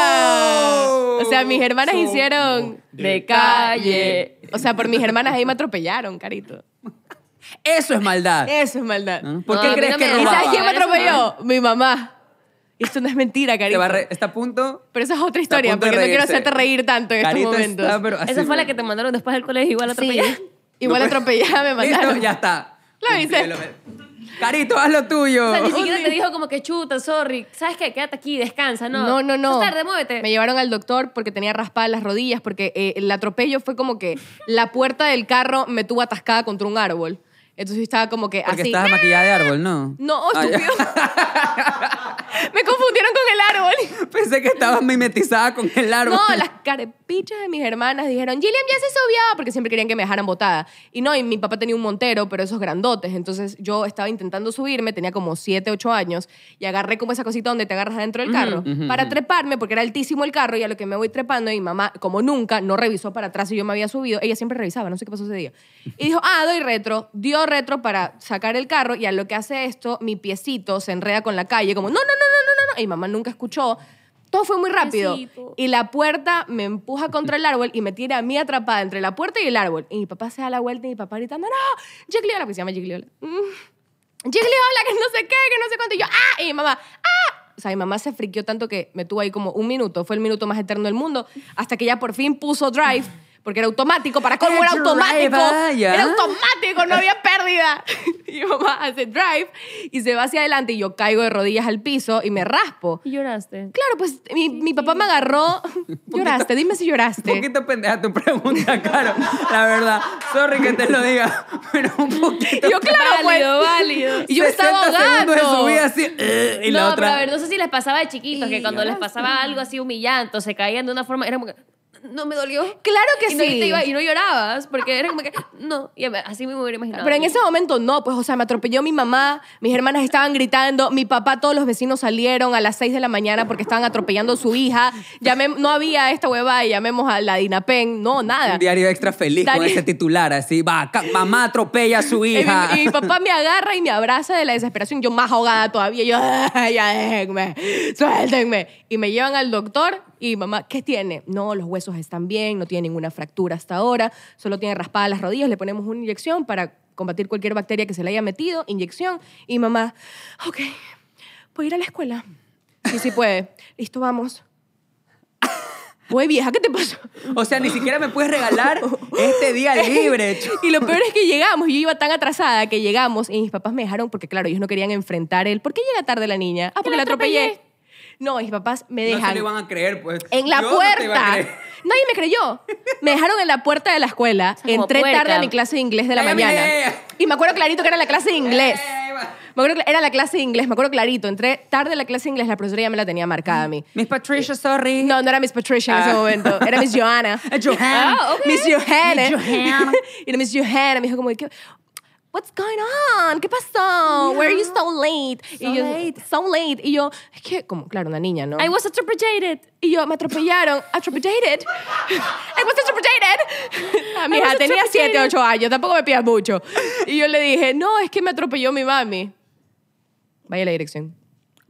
Speaker 2: "Oh,
Speaker 1: o sea, mis hermanas
Speaker 2: somos
Speaker 1: hicieron
Speaker 2: de
Speaker 1: de calle. O sea, por mis hermanas ahí me atropellaron, carito.
Speaker 2: Eso es maldad.
Speaker 1: Eso es maldad.
Speaker 2: ¿no? ¿Por
Speaker 4: Eh, No,
Speaker 2: qué
Speaker 4: a mí
Speaker 2: crees
Speaker 4: no
Speaker 2: que
Speaker 4: me-
Speaker 1: ¿Y
Speaker 2: robaba?
Speaker 1: sabes quién me
Speaker 4: Ahora es un
Speaker 1: atropelló? Mi mamá. Esto no es mentira,
Speaker 2: Te
Speaker 1: carito.
Speaker 2: va a re- está a punto.
Speaker 1: Pero esa es otra
Speaker 2: Está a
Speaker 1: historia,
Speaker 2: punto de
Speaker 1: porque no quiero
Speaker 2: reírse.
Speaker 1: hacerte reír tanto en
Speaker 2: Carito
Speaker 1: estos momentos.
Speaker 2: está, pero así,
Speaker 4: Esa fue la
Speaker 2: bueno.
Speaker 4: que te mandaron después del colegio, igual la
Speaker 1: Sí.
Speaker 4: atropellé.
Speaker 1: Igual
Speaker 2: No puede-
Speaker 1: atropellada me
Speaker 2: Listo,
Speaker 1: mandaron.
Speaker 2: ya está.
Speaker 1: Lo hice.
Speaker 2: Carito, haz lo tuyo.
Speaker 4: O sea, ni
Speaker 1: Oh,
Speaker 4: siquiera
Speaker 1: sí.
Speaker 4: te dijo como que chuta, sorry. ¿Sabes qué? Quédate aquí, descansa, ¿no?
Speaker 1: No, no, no.
Speaker 4: Es tarde, muévete.
Speaker 1: Me llevaron al doctor porque tenía raspadas las rodillas, porque eh, el atropello fue como que la puerta del carro me tuvo atascada contra un árbol. Entonces yo estaba como que
Speaker 2: Porque
Speaker 1: así. ¡Ah!
Speaker 2: estabas maquillada de árbol, ¿no?
Speaker 1: No, oh,
Speaker 2: Ah, ya.
Speaker 1: estúpido. me confundieron con el árbol.
Speaker 2: Pensé que estabas mimetizada con el árbol.
Speaker 1: No, las carepichas de mis hermanas dijeron, Gillian ya se subió, porque siempre querían que me dejaran botada. Y no, y mi papá tenía un montero, pero esos grandotes. Entonces yo estaba intentando subirme, tenía como 7, 8 años, y agarré como esa cosita donde te agarras adentro del carro para treparme, porque era altísimo el carro, y a lo que me voy trepando, y mi mamá, como nunca, no revisó para atrás y yo me había subido. Ella siempre revisaba, no sé qué pasó ese día. Y dijo, ah, doy retro. Dio retro para sacar el carro, y a lo que hace esto, mi piecito se enreda con la calle, como, no, no, no, no, no, no, no. Y mi mamá nunca escuchó. Todo fue muy rápido.
Speaker 4: Pobrecito.
Speaker 1: Y la puerta me empuja contra el árbol y me tira a mí atrapada entre la puerta y el árbol. Y mi papá se da la vuelta y mi papá gritando, no, Jigliola, porque se llama Jigliola. Mm. Jigliola, que no sé qué, que no sé cuánto. Y yo, ah, y mi mamá, ah. O sea, mi mamá se friqueó tanto que me tuvo ahí como un minuto. Fue el minuto más eterno del mundo. Hasta que ya por fin puso drive, porque era automático. Para colmo era
Speaker 2: Drive,
Speaker 1: automático.
Speaker 2: ah, ya.
Speaker 1: Era automático, no había pérdida. Y mi mamá hace drive y se va hacia adelante y yo caigo de rodillas al piso y me raspo.
Speaker 4: Y lloraste.
Speaker 1: Claro, pues mi, mi papá me agarró. lloraste, dime si
Speaker 2: Un
Speaker 1: lloraste.
Speaker 2: poquito pendeja tu pregunta, Caro. La verdad. Sorry que te lo diga, pero un poquito.
Speaker 1: Y yo, claro,
Speaker 4: Válido,
Speaker 1: pues.
Speaker 4: válido.
Speaker 1: Y yo me estaba
Speaker 2: 60 segundos de
Speaker 1: ahogando.
Speaker 2: su vida así. eh, y
Speaker 4: no,
Speaker 2: la
Speaker 4: pero a
Speaker 2: otra.
Speaker 4: ver, no sé si les pasaba de chiquitos,
Speaker 1: Y
Speaker 4: que cuando les pasaba algo así humillante, o se caían de una forma, era como que, no me dolió.
Speaker 1: Claro que
Speaker 4: y No, y,
Speaker 1: sí.
Speaker 4: te iba- y no llorabas, porque era como que, no, y así me hubiera imaginado.
Speaker 1: Pero en ese momento no, pues, o sea, me atropelló mi mamá, mis hermanas estaban gritando, mi papá, todos los vecinos salieron a las 6 de la mañana porque estaban atropellando a su hija. Llamé, no había esta huevada, y llamemos a la Dinapen, no, nada.
Speaker 2: Un diario extra feliz con
Speaker 1: Dani-
Speaker 2: ese titular así. Va, ca- mamá atropella a su
Speaker 1: Y mi,
Speaker 2: hija.
Speaker 1: y mi papá me agarra y me abraza de la desesperación. Yo más ahogada todavía. Yo, "Ah, ya déjenme, suéltenme. Y me llevan al doctor y mamá, ¿qué tiene? No, los huesos están bien, no tiene ninguna fractura hasta ahora, solo tiene raspadas las rodillas, le ponemos una inyección para combatir cualquier bacteria que se le haya metido, inyección. Y mamá, ok, ¿puedo ir a la escuela? Sí, sí puede. Listo, vamos. Güey, vieja, ¿qué te pasó?
Speaker 2: O sea, ni siquiera me puedes regalar este día libre. chu-
Speaker 1: Y lo peor es que llegamos, yo iba tan atrasada que llegamos y mis papás me dejaron porque, claro, ellos no querían enfrentar el ¿por qué llega tarde la niña? Ah, porque la atropellé. No, mis papás me
Speaker 2: No se
Speaker 1: dejan
Speaker 2: lo iban a creer, pues.
Speaker 1: en la
Speaker 2: Yo no te iba a
Speaker 1: puerta.
Speaker 2: creer.
Speaker 1: Nadie me creyó. Me dejaron en la puerta de la escuela.
Speaker 4: sea, como
Speaker 1: Entré
Speaker 4: puerca.
Speaker 1: tarde a mi clase de inglés de la
Speaker 2: Ay, mira,
Speaker 1: mañana.
Speaker 2: mira, mira.
Speaker 1: Y me acuerdo clarito que era la clase de inglés.
Speaker 2: Eh, va.
Speaker 1: Me acuerdo que era la clase de inglés, me acuerdo clarito. Entré tarde a la clase de inglés, la profesora ya me la tenía marcada a mí.
Speaker 2: Miss Patricia, sorry.
Speaker 1: No, no era Miss Patricia en ese
Speaker 2: Ah.
Speaker 1: momento. Era Miss Johanna.
Speaker 2: Eh, Johanna.
Speaker 1: Ah, ok. Miss Johanna.
Speaker 2: Miss Johanna.
Speaker 1: era Miss Johanna. Me dijo como, ¿qué? What's going on? ¿Qué pasó? Why are you so late? y yo,
Speaker 4: late.
Speaker 1: So late. Y yo, es que, como, claro, una niña, ¿no?
Speaker 4: I was atropelled.
Speaker 1: y yo, me atropellaron. Atropellated. I was atropellated. A mi
Speaker 4: I was
Speaker 1: hija Ah, tenía 7,
Speaker 4: atropellated.
Speaker 1: 8 años. Tampoco me pidas mucho. Y yo le dije, no, es que me atropelló mi mami. Vaya la dirección.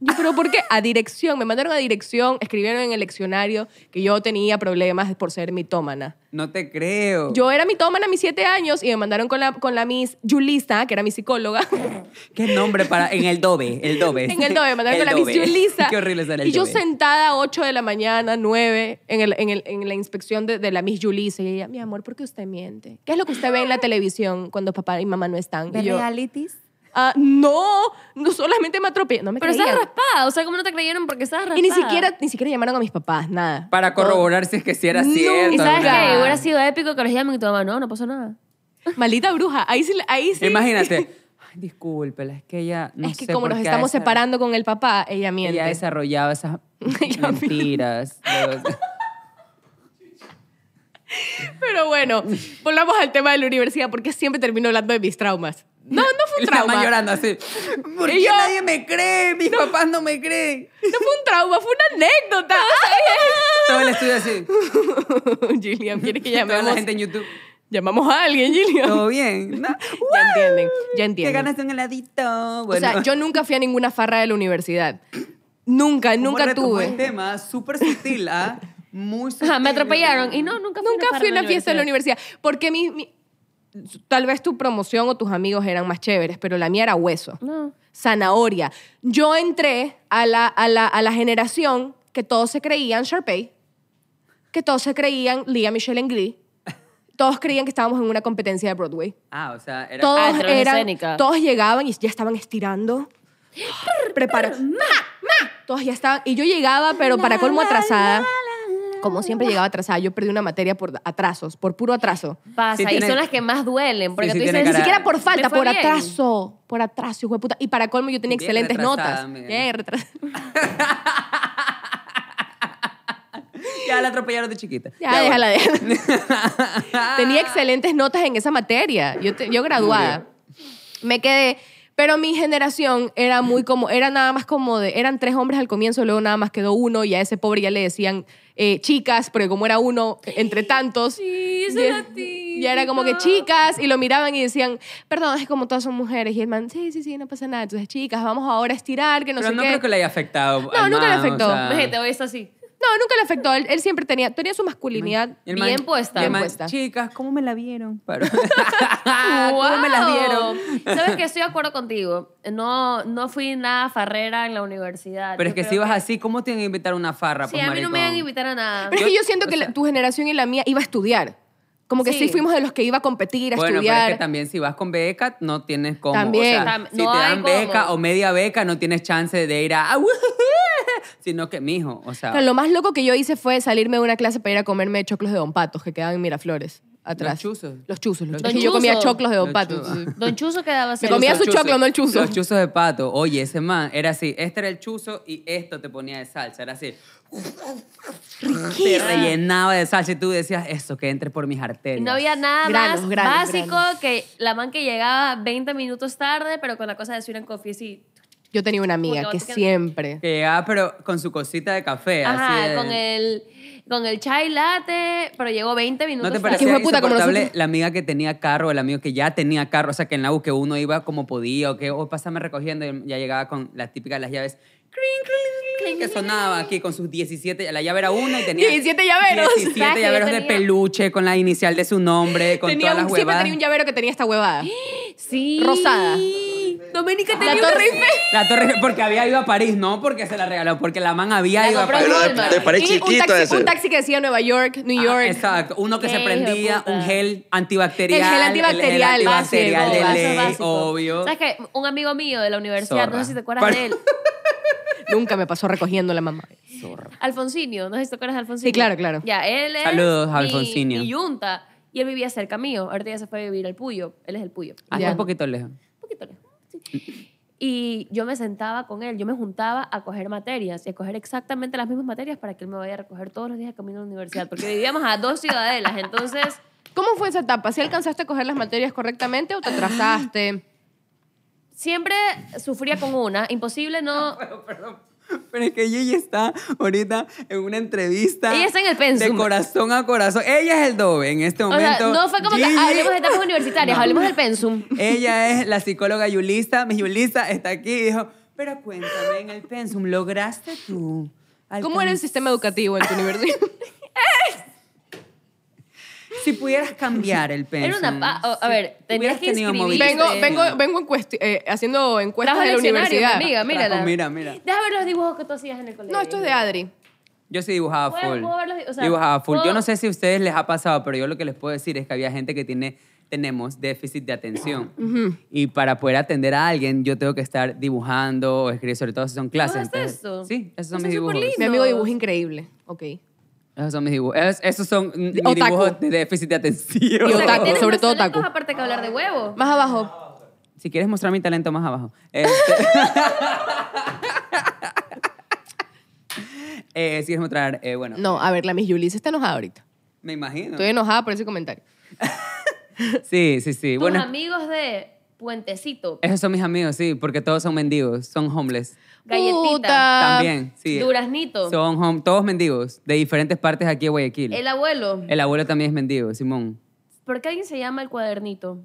Speaker 1: Yo, ¿pero por qué? A dirección. Me mandaron a dirección, escribieron en el leccionario que yo tenía problemas por ser mitómana.
Speaker 2: No te creo.
Speaker 1: Yo era mitómana a mis siete años y me mandaron con la, con la Miss Yulisa, que era mi psicóloga.
Speaker 2: ¿Qué nombre para...? En el dobe, el dobe.
Speaker 1: en el 9, me mandaron
Speaker 2: El
Speaker 1: con la Miss
Speaker 2: dobe.
Speaker 1: Yulisa.
Speaker 2: Qué horrible ser el
Speaker 1: Y yo
Speaker 2: dobe.
Speaker 1: sentada a 8 de la mañana, 9, en, el- en, el- en la inspección de, de la Miss Yulisa. Y ella, mi amor, ¿por qué usted miente? ¿Qué es lo que usted ve en la televisión cuando papá y mamá no están?
Speaker 7: ¿De
Speaker 1: y yo,
Speaker 7: realities?
Speaker 1: "Ah, no, no solamente me atropellé. No me
Speaker 4: Pero estabas
Speaker 1: creían.
Speaker 4: raspada, o sea, ¿cómo no te creyeron? Porque estabas raspada.
Speaker 1: Y ni siquiera, ni siquiera llamaron a mis papás, nada.
Speaker 2: Para corroborar si es que sí era cierto.
Speaker 4: ¿Y sabes
Speaker 2: ¿no?
Speaker 1: Nunca.
Speaker 4: qué? Hubiera sido épico que los llamen y tu mamá, no, no pasó nada.
Speaker 1: Maldita bruja. Ahí sí. Ahí sí.
Speaker 2: Imagínate. Ay, discúlpela, es que ella no
Speaker 1: es que
Speaker 2: sé
Speaker 1: como
Speaker 2: por
Speaker 1: nos
Speaker 2: qué a
Speaker 1: estamos
Speaker 2: esa-
Speaker 1: separando con el papá, ella miente.
Speaker 2: Ella desarrollaba esas mentiras. Los-
Speaker 1: Pero bueno, volvamos al tema de la universidad porque siempre termino hablando de mis traumas. No, no fue un
Speaker 2: Y la mamá
Speaker 1: trauma.
Speaker 2: llorando así. ¿Por
Speaker 1: Y
Speaker 2: qué
Speaker 1: yo-
Speaker 2: nadie me cree? Mis papás no me creen.
Speaker 1: No fue un trauma, fue una anécdota.
Speaker 2: Todo el estudio así.
Speaker 1: Gillian, ¿quieres que
Speaker 2: Toda la
Speaker 1: llamemos?
Speaker 2: gente en YouTube.
Speaker 1: Llamamos a alguien, Gillian.
Speaker 2: Todo bien. ¿no?
Speaker 1: Ya entienden, ya
Speaker 2: Te
Speaker 1: entienden.
Speaker 2: ganaste un heladito.
Speaker 1: O
Speaker 2: Bueno.
Speaker 1: sea, yo nunca fui a ninguna farra de la universidad. Nunca,
Speaker 2: Como
Speaker 1: nunca
Speaker 2: retomó
Speaker 1: tuve.
Speaker 2: el tema súper sutil, ¿ah? Muy sutil.
Speaker 4: Ajá, me atropellaron. Y no, nunca fui
Speaker 1: Nunca fui a una fiesta de la universidad. Porque mi, mi- tal vez tu promoción o tus amigos eran más chéveres, pero la mía era hueso.
Speaker 4: No.
Speaker 1: Zanahoria. Yo entré a la, a la, a la generación que todos se creían Sharpay, que todos se creían Lea Michelle en Glee. Todos creían que estábamos en una competencia de Broadway.
Speaker 2: Ah, o sea, era...
Speaker 1: Todos,
Speaker 4: Ah, entre las
Speaker 1: eran-
Speaker 4: escénicas.
Speaker 1: todos llegaban y ya estaban estirando. Prepara. Todos ya estaban. Y yo llegaba, pero para colmo atrasada. Como siempre llegaba atrasada, yo perdí una materia por atrasos, por puro atraso.
Speaker 4: Pasa,
Speaker 2: Sí,
Speaker 4: y
Speaker 2: tiene-
Speaker 4: son las que más duelen. Porque
Speaker 2: sí,
Speaker 4: tú
Speaker 2: tiene
Speaker 4: dices,
Speaker 1: Ni
Speaker 2: cara-
Speaker 1: siquiera por falta,
Speaker 4: Me fue
Speaker 1: por
Speaker 4: bien.
Speaker 1: atraso. Por atraso, hijo de puta. Y para colmo, yo tenía
Speaker 2: Bien
Speaker 1: excelentes
Speaker 2: retrasada,
Speaker 1: notas.
Speaker 2: amiga.
Speaker 1: Bien retrasada.
Speaker 2: Ya la atropellaron de chiquita.
Speaker 1: Ya,
Speaker 2: bueno.
Speaker 1: déjala, déjala. Tenía excelentes notas en esa materia. Yo, te- yo graduada. Me quedé. Pero mi generación era muy como, era nada más como de, eran tres hombres al comienzo, luego nada más quedó uno y a ese pobre ya le decían eh, chicas, porque como era uno entre tantos,
Speaker 4: Sí, eso
Speaker 1: ya,
Speaker 4: era típico.
Speaker 1: ya era como que chicas y lo miraban y decían, perdón, es como todas son mujeres y el man, sí, sí, sí, no pasa nada, entonces chicas, vamos ahora a estirar, que no
Speaker 2: Pero
Speaker 1: sé
Speaker 2: no
Speaker 1: qué.
Speaker 2: creo que le haya afectado.
Speaker 1: No, nunca le afectó.
Speaker 2: Ah.
Speaker 4: Imagínate, hoy está así.
Speaker 1: No, nunca le afectó, él, él siempre tenía, tenía su masculinidad.
Speaker 4: Bien puesta.
Speaker 2: el
Speaker 1: Bien puesta.
Speaker 2: Chicas, ¿cómo me la vieron? Paró.
Speaker 4: ¡Guau!
Speaker 2: ¿Cómo me la dieron?
Speaker 4: Sabes que estoy de acuerdo contigo. No, no fui nada farrera en la universidad.
Speaker 2: Pero
Speaker 4: Yo
Speaker 2: es que
Speaker 4: creo
Speaker 2: si vas así, ¿cómo te van a invitar a una farra?
Speaker 4: Sí,
Speaker 2: pues,
Speaker 4: a mí no me van
Speaker 2: maricón?
Speaker 4: a invitar a nada.
Speaker 1: Pero es que yo siento que la- tu generación y la mía iba a estudiar. Como que sí.
Speaker 4: Sí.
Speaker 1: fuimos de los que iba a competir, a
Speaker 2: Bueno, pero es
Speaker 1: estudiar.
Speaker 2: que también si vas con beca, no tienes cómo.
Speaker 1: También.
Speaker 2: O sea,
Speaker 4: Tam-
Speaker 2: si
Speaker 4: no
Speaker 2: te
Speaker 4: hay
Speaker 2: dan beca
Speaker 4: cómo.
Speaker 2: o media beca, no tienes chance de ir a... "Ah, Sino que, mijo, o sea...
Speaker 1: Pero lo más loco que yo hice fue salirme de una clase para ir a comerme choclos de Don Patos que quedaban en Miraflores, atrás.
Speaker 2: Los chuzos.
Speaker 1: Los chuzos, los
Speaker 2: Los
Speaker 1: chuzos. Y Yo
Speaker 4: chuzos.
Speaker 1: comía choclos de Don
Speaker 2: Los
Speaker 1: Patos.
Speaker 2: chuzos.
Speaker 1: entonces-
Speaker 4: Don Chuzo quedaba así.
Speaker 1: Me comía su choclo, no el chuzo.
Speaker 2: Los chuzos de pato. Oye, ese man era así. Este era el chuzo y esto te ponía de salsa. Era así. Te rellenaba de salsa y tú decías, eso, que entre por mis
Speaker 4: Y
Speaker 2: arterias.
Speaker 4: no había nada
Speaker 1: Granos,
Speaker 4: más
Speaker 1: granos,
Speaker 4: básico
Speaker 1: granos.
Speaker 4: que la man que llegaba 20 minutos tarde, pero con la cosa de Sweet and Coffee, sí.
Speaker 1: Yo tenía una amiga
Speaker 4: Porque
Speaker 1: que
Speaker 4: vos te-
Speaker 1: siempre...
Speaker 2: Que llegaba, pero con su cosita de café. así
Speaker 4: Ajá,
Speaker 2: de-
Speaker 4: con el, con el chai latte, pero llegó 20 minutos
Speaker 2: ¿No te
Speaker 4: tarde.
Speaker 1: Que
Speaker 2: parecía
Speaker 1: hijo de puta, como
Speaker 2: insoportable
Speaker 1: nosotros.
Speaker 2: la amiga que tenía carro, el amigo que ya tenía carro? O sea, que en la U que uno iba como podía o que, o pásame recogiendo y ya llegaba con la típica de las llaves. crin, crin, crin, Que sonaba aquí con sus 17, la llave era una y tenía
Speaker 1: 17 llaveros.
Speaker 2: 17
Speaker 4: ¿Sabes que yo
Speaker 2: llaveros de
Speaker 4: tenía?
Speaker 2: peluche con la inicial de su nombre, con
Speaker 1: Tenía
Speaker 2: todas
Speaker 1: un-
Speaker 2: las
Speaker 1: siempre
Speaker 2: huevas.
Speaker 1: tenía un llavero que tenía esta huevada.
Speaker 4: Sí.
Speaker 1: Rosada.
Speaker 4: Doménica
Speaker 1: La
Speaker 4: tenía una-
Speaker 1: Torre Eiffel.
Speaker 2: La torre, Eiffel, porque había ido a París, no porque se la regaló, porque la man había
Speaker 4: La
Speaker 2: ido a
Speaker 4: compró en
Speaker 2: París.
Speaker 6: Pero
Speaker 4: Walmart.
Speaker 6: te parece
Speaker 1: Y un
Speaker 6: chiquito
Speaker 1: taxi,
Speaker 6: ese.
Speaker 1: un taxi que decía Nueva York, New
Speaker 2: Ah,
Speaker 1: York.
Speaker 2: exacto, uno que
Speaker 4: Qué
Speaker 2: se
Speaker 4: hijo de
Speaker 2: prendía,
Speaker 4: puta.
Speaker 2: un gel antibacterial.
Speaker 1: El gel antibacterial,
Speaker 2: el gel antibacterial
Speaker 1: básico,
Speaker 2: de ley,
Speaker 4: básico.
Speaker 2: obvio.
Speaker 4: ¿Sabes qué? Un amigo mío de la universidad, no
Speaker 2: Zorra.
Speaker 4: sé si te acuerdas
Speaker 2: Par-
Speaker 4: de él,
Speaker 1: Nunca me pasó recogiendo la mamá.
Speaker 4: Alfonsinio, no sé si te acuerdas de Alfonsinio.
Speaker 1: Sí, claro, claro.
Speaker 4: Ya, él es
Speaker 2: Saludos,
Speaker 4: mi-
Speaker 2: Alfonsinio.
Speaker 4: Mi yunta. Y él vivía cerca mío. Ahorita ya se fue a vivir al Puyo. Él es el Puyo.
Speaker 2: Ah,
Speaker 1: Ya.
Speaker 2: un poquito lejos.
Speaker 4: Un poquito lejos. sí. Y yo me sentaba con él, yo me juntaba a coger materias y a coger exactamente las mismas materias para que él me vaya a recoger todos los días camino a la universidad, porque vivíamos a dos ciudadelas, entonces
Speaker 1: ¿Cómo fue esa etapa? ¿Si alcanzaste a coger las materias correctamente o te atrasaste?
Speaker 4: siempre sufría con una, imposible no...
Speaker 2: Pero es que Gigi está ahorita en una entrevista.
Speaker 4: Ella está en el pensum.
Speaker 2: De corazón a corazón. Ella es el doble en este
Speaker 4: O sea,
Speaker 2: momento.
Speaker 4: no fue como que ah,
Speaker 2: Gigi-
Speaker 4: hablemos de etapas universitarias, hablemos del pensum.
Speaker 2: Ella es la psicóloga Yulista. Mi Yulista está aquí y dijo, Pero cuéntame, en el pensum, ¿lograste
Speaker 1: ¿Cómo
Speaker 2: tú?
Speaker 1: era el
Speaker 2: alcanzar-
Speaker 1: sistema educativo en tu universidad?
Speaker 2: Si pudieras cambiar el pensum.
Speaker 4: Era una pa- o- a ver,
Speaker 2: si
Speaker 4: tenías
Speaker 2: hubieras
Speaker 4: que
Speaker 2: tenido
Speaker 4: inscribirte.
Speaker 2: movilidad.
Speaker 1: vengo vengo, vengo en cuesti- eh, haciendo encuestas
Speaker 4: Trajo
Speaker 1: de la
Speaker 4: diccionario,
Speaker 1: universidad.
Speaker 4: mi amiga, mírala.
Speaker 2: Trajo, mira, mira.
Speaker 4: Déjame ver los dibujos que tú hacías en el colegio.
Speaker 1: No, esto es de Adri.
Speaker 2: Yo sí dibujaba
Speaker 4: Puedo-
Speaker 2: full.
Speaker 4: puedo ver los- o sea,
Speaker 2: dibujaba full. Yo
Speaker 4: puedo-
Speaker 2: no sé si a ustedes les ha pasado, pero yo lo que les puedo decir es que había gente que tiene, tenemos déficit de atención. Y para poder atender a alguien, yo tengo que estar dibujando o escribir, sobre todo si son clases.
Speaker 4: haces
Speaker 2: Entonces,
Speaker 4: eso?
Speaker 2: Sí, esos son
Speaker 4: Eso
Speaker 2: mis
Speaker 4: es
Speaker 2: dibujos.
Speaker 4: superlindo.
Speaker 1: Mi amigo
Speaker 4: No.
Speaker 1: dibuja increíble. Ok.
Speaker 2: Esos son mis dibujos. Es- Esos son mm, mis
Speaker 1: Otaku.
Speaker 2: dibujos de déficit de atención.
Speaker 1: Y
Speaker 4: O sea, que
Speaker 1: otaku,
Speaker 4: tienes
Speaker 1: sobre
Speaker 4: más
Speaker 1: todo
Speaker 4: talentos
Speaker 1: otaku.
Speaker 4: aparte que hablar de huevo.
Speaker 1: Más abajo.
Speaker 2: Si quieres mostrar mi talento más abajo. Este- Eh, si quieres mostrar, eh, bueno,
Speaker 1: No, a ver, la Miss Julie se está enojada ahorita.
Speaker 2: me imagino.
Speaker 1: Estoy enojada por ese comentario.
Speaker 2: Sí, sí, sí.
Speaker 4: Tus
Speaker 2: Bueno,
Speaker 4: amigos de Puentecito,
Speaker 2: Esos son mis amigos, sí, porque todos son mendigos, son homeless.
Speaker 4: Galletita,
Speaker 1: Ah,
Speaker 2: También, sí.
Speaker 4: Duraznito,
Speaker 2: Son hom- todos mendigos, de diferentes partes aquí de Guayaquil.
Speaker 4: el
Speaker 2: El,
Speaker 4: abuelo.
Speaker 2: abuelo también es mendigo, Simón.
Speaker 4: ¿Por qué alguien se llama el cuadernito?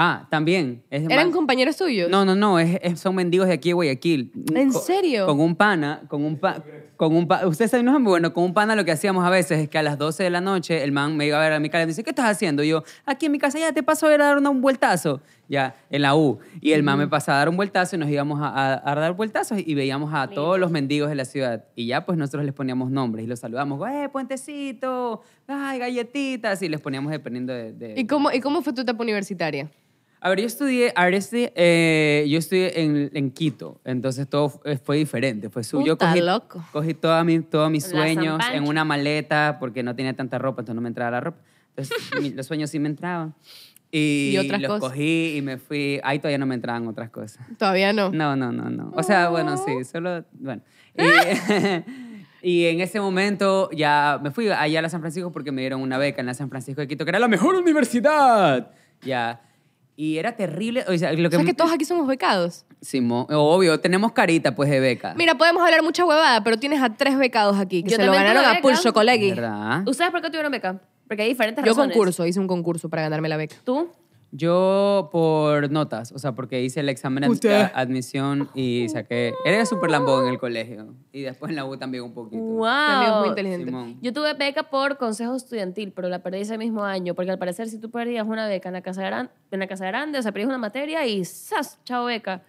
Speaker 2: Ah, también. Es
Speaker 1: ¿Eran
Speaker 2: más-
Speaker 1: compañeros tuyos?
Speaker 2: No, no, no, es- es- son mendigos de aquí de Guayaquil.
Speaker 1: ¿En
Speaker 2: Con-
Speaker 1: serio?
Speaker 2: Con un pana, con un pana, con un pana. Ustedes saben, no es muy bueno, con un pana lo que hacíamos a veces es que a las 12 de la noche el man me iba a ver a mi casa y me dice, ¿qué estás haciendo? Y yo, aquí en mi casa ya te paso a ver a dar una- un vueltazo, ya, en la U. Y el man me pasaba a dar un vueltazo y nos íbamos a, a- a dar vueltazos y veíamos a todos los mendigos de la ciudad. Y ya pues nosotros les poníamos nombres y los saludamos, ¡eh, puentecito! ¡ay, galletitas! Y les poníamos dependiendo de... de-
Speaker 1: ¿Y cómo, ¿Y cómo fue tu etapa universitaria?
Speaker 2: a ver, yo estudié, a ver, este, eh, yo estudié en, en Quito, entonces todo fu- eh, fue diferente. Fue su, yo
Speaker 1: Puta,
Speaker 2: cogí,
Speaker 1: loco.
Speaker 2: cogí toda mi- todos mis
Speaker 4: La
Speaker 2: sueños
Speaker 4: zampancha.
Speaker 2: en una maleta porque no tenía tanta ropa, entonces no me entraba la ropa. Entonces mi- los sueños sí me entraban. Y,
Speaker 1: Y otras
Speaker 2: los
Speaker 1: cosas.
Speaker 2: cogí y me fui. Ahí todavía no me entraban otras cosas.
Speaker 1: Todavía no. Oh.
Speaker 2: No, no, no, no. O sea, bueno, sí, solo, bueno. Y, y en ese momento ya me fui allá a la San Francisco porque me dieron una beca en la San Francisco de Quito, que era la mejor universidad. Ya. Y era terrible. O sea, lo
Speaker 1: O
Speaker 2: que...
Speaker 1: sea que todos aquí somos becados.
Speaker 2: Simón, obvio, tenemos carita pues de beca.
Speaker 1: Mira, podemos hablar mucha huevada, pero tienes a tres becados aquí que
Speaker 4: Yo
Speaker 1: se lo
Speaker 4: también tuve
Speaker 1: ganaron a
Speaker 4: beca.
Speaker 1: pulso, colegui.
Speaker 2: ¿Verdad?
Speaker 4: ¿Ustedes por qué tuvieron beca? Porque hay diferentes
Speaker 1: Yo
Speaker 4: razones.
Speaker 1: concurso, hice un concurso para ganarme la beca.
Speaker 4: ¿Tú?
Speaker 2: Yo por notas, o sea, porque hice el examen de
Speaker 1: Puta.
Speaker 2: admisión y saqué... Era súper lambón en el colegio. Y después en la U también un poquito.
Speaker 1: También es muy
Speaker 4: ¡Wow!
Speaker 1: inteligente.
Speaker 2: Simón.
Speaker 4: Yo tuve beca por consejo estudiantil, pero la perdí ese mismo año, porque al parecer si tú perdías una beca en la casa grande, en la casa grande o sea, perdías una materia y ¡zas! ¡Chao beca!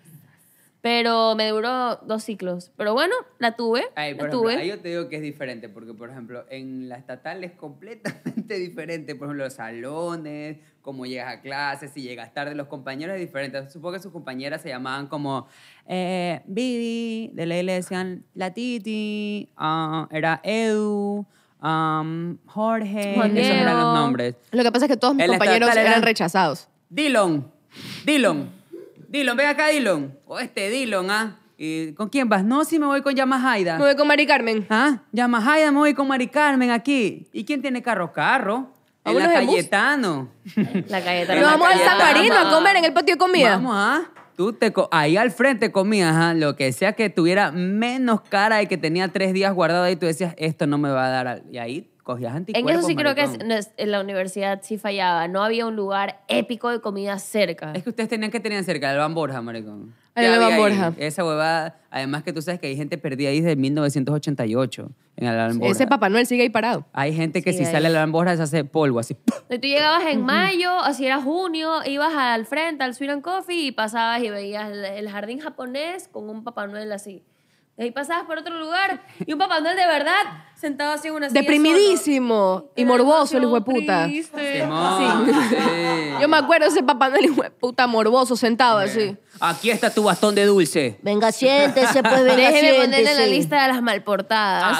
Speaker 4: Pero me duró dos ciclos. Pero bueno, la tuve,
Speaker 2: Ay, por
Speaker 4: la
Speaker 2: ejemplo,
Speaker 4: tuve.
Speaker 2: ahí yo te digo que es diferente, porque, por ejemplo, en la estatal es completamente diferente. Por ejemplo, los salones, cómo llegas a clases, si llegas tarde, los compañeros es diferente. Supongo que sus compañeras se llamaban como eh, Bibi, de la iglesia La Titi, ah, era Edu, am, Jorge,
Speaker 4: Juan
Speaker 2: esos eran
Speaker 4: Diego.
Speaker 2: los nombres.
Speaker 1: Lo que pasa es que todos mis
Speaker 2: El
Speaker 1: compañeros
Speaker 2: estatal era-
Speaker 1: eran rechazados.
Speaker 2: Dillon, Dillon, Dillon, ven acá, Dillon. O este Dillon, ¿ah? ¿Y ¿Con quién vas? No, si me voy con Yamahaida.
Speaker 1: Me voy con Mari Carmen.
Speaker 2: ¿Ah? Llama Jaida, me voy con Mari Carmen aquí. ¿Y quién tiene carro? Carro. En
Speaker 1: Vámonos
Speaker 2: la
Speaker 1: en bus.
Speaker 2: Cayetano.
Speaker 4: La galleta.
Speaker 1: Nos
Speaker 2: la
Speaker 1: vamos al
Speaker 2: calle
Speaker 1: San Marino a
Speaker 2: Tama.
Speaker 1: comer en el patio de comida.
Speaker 2: Vamos, ¿ah? Tú te co- ahí al frente comías, ¿ah? lo que sea que tuviera menos cara y que tenía tres días guardado ahí, tú decías, esto no me va a dar. al-". Y ahí cogías
Speaker 4: En
Speaker 2: anticuerpos.
Speaker 4: eso sí creo que es-
Speaker 2: maricón.
Speaker 4: no es- en la universidad sí fallaba. No había un lugar épico de comida cerca.
Speaker 2: Es que ustedes tenían que tener cerca el Van Borja, maricón.
Speaker 1: El
Speaker 2: ¿Qué
Speaker 1: Van
Speaker 2: había ahí?
Speaker 1: Borja.
Speaker 2: Esa huevada. Además que tú sabes que hay gente perdida ahí desde 1988 en el Van Borja.
Speaker 1: Ese Papá Noel sigue ahí parado.
Speaker 2: Hay gente que
Speaker 4: Sí,
Speaker 2: si
Speaker 4: ahí.
Speaker 2: sale el Van Borja se hace polvo, así.
Speaker 4: Y tú llegabas en mayo, o si era junio, ibas al frente, al Sweet and Coffee, y pasabas y veías el, el jardín japonés con un Papá Noel así. De ahí pasabas por otro lugar y un Papá Noel de verdad sentado así en una silla.
Speaker 1: Deprimidísimo
Speaker 4: solo.
Speaker 1: y morboso el hijo de puta.
Speaker 4: Triste.
Speaker 2: Simón, sí.
Speaker 1: Yo me acuerdo ese Papá Noel hijo de puta morboso sentado así.
Speaker 2: Aquí está tu bastón de dulce.
Speaker 5: Venga, siéntese, pues venga,
Speaker 4: Déjeme ponerle la
Speaker 5: siéntese.
Speaker 4: lista de las malportadas.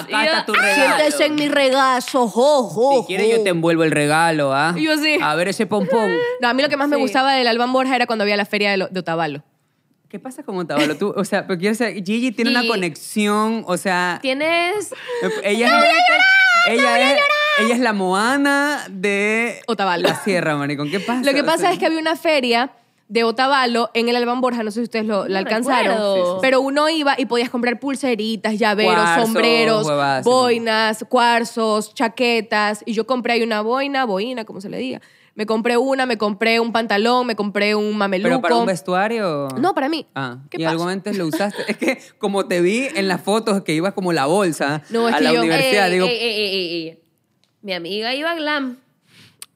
Speaker 2: Acá está Ah,
Speaker 1: Ah.
Speaker 2: tu regalo.
Speaker 5: Siéntese en mi regazo, jo, jo,
Speaker 2: Si quieres yo
Speaker 5: jo.
Speaker 2: te envuelvo el regalo, ¿ah?
Speaker 1: Y yo sí.
Speaker 2: A ver ese pompón.
Speaker 1: No, a mí lo que más me gustaba del Albán Borja era cuando había la feria de, lo- de Otavalo.
Speaker 2: ¿Qué pasa con Otavalo? Tú, o sea, porque yo sé, Gigi tiene una
Speaker 4: Gigi.
Speaker 2: conexión, o sea,
Speaker 4: "Ah, Tienes
Speaker 2: ella es ella es ella es la Moana de
Speaker 1: Otavalo.
Speaker 2: La Sierra, maricón. ¿Qué pasa?
Speaker 1: Lo que
Speaker 2: O
Speaker 1: pasa
Speaker 2: sea,
Speaker 1: es que había una feria de Otavalo en el Albán Borja, no sé si ustedes lo, la alcanzaron,
Speaker 4: recuerdo.
Speaker 1: pero uno iba y podías comprar pulseritas, llaveros,
Speaker 2: Cuarzos,
Speaker 1: sombreros,
Speaker 2: huevadas, sí.
Speaker 1: boinas, cuarzos, chaquetas, y yo compré ahí una boina, boina, como se le diga. Me compré una, me compré un pantalón, me compré un mameluco.
Speaker 2: ¿Pero para un vestuario?
Speaker 1: No, para mí.
Speaker 2: Ah,
Speaker 1: ¿Qué
Speaker 2: y
Speaker 1: pasa?
Speaker 2: algo antes lo usaste. Es que como te vi en las fotos que ibas como la bolsa
Speaker 1: No, es
Speaker 2: a
Speaker 1: que
Speaker 2: la
Speaker 1: yo- eh,
Speaker 2: universidad,
Speaker 4: Ey,
Speaker 2: digo,
Speaker 4: ey, ey, ey, ey, ey. eh, Mi amiga iba a glam.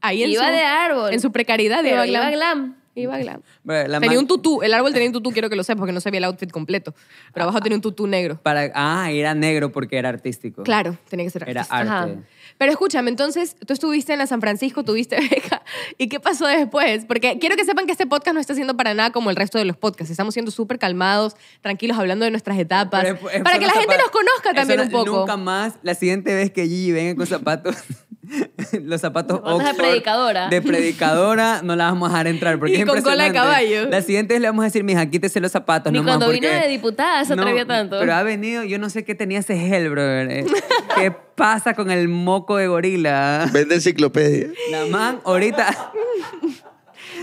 Speaker 1: Ahí en
Speaker 4: Iba
Speaker 1: su,
Speaker 4: de árbol.
Speaker 1: En su precariedad
Speaker 4: Pero
Speaker 1: iba glam.
Speaker 4: iba glam.
Speaker 1: Iba glam.
Speaker 2: Bro, la
Speaker 1: tenía
Speaker 2: man-
Speaker 1: un tutú. El árbol tenía un tutú, quiero que lo sepas, porque no sabía el outfit completo. Pero
Speaker 2: Ah.
Speaker 1: abajo tenía un tutú negro.
Speaker 2: para, ah, era negro porque era artístico.
Speaker 1: Claro, tenía que ser
Speaker 2: Era
Speaker 1: artista.
Speaker 2: arte.
Speaker 4: Ajá.
Speaker 1: Pero escúchame, entonces tú estuviste en la San Francisco, tuviste beca. ¿Y qué pasó después? Porque quiero que sepan que este podcast no está siendo para nada como el resto de los podcasts. Estamos siendo súper calmados, tranquilos, hablando de nuestras etapas.
Speaker 2: Pero es- es-
Speaker 1: para
Speaker 2: son
Speaker 1: que la
Speaker 2: los
Speaker 1: gente
Speaker 2: zapatos.
Speaker 1: nos conozca
Speaker 2: Eso
Speaker 1: también
Speaker 2: no-
Speaker 1: un poco.
Speaker 2: Nunca más, la siguiente vez que Gigi venga con zapatos, los zapatos
Speaker 4: Zapatos de
Speaker 2: Oxford,
Speaker 4: predicadora.
Speaker 2: De predicadora, no la vamos a dejar entrar porque
Speaker 1: Y
Speaker 2: es
Speaker 1: con cola de
Speaker 2: impresionante.
Speaker 1: caballo.
Speaker 2: La siguiente vez le vamos a decir, mija, quítese los zapatos
Speaker 4: Ni
Speaker 2: nomás,
Speaker 4: cuando vino
Speaker 2: porque-
Speaker 4: de diputada se
Speaker 2: No,
Speaker 4: atrevió tanto.
Speaker 2: Pero ha venido, yo no sé qué tenía ese gel, brother. eh. ¿Qué pasa con el moco de gorila?
Speaker 7: Vende enciclopedia.
Speaker 2: La man, ahorita...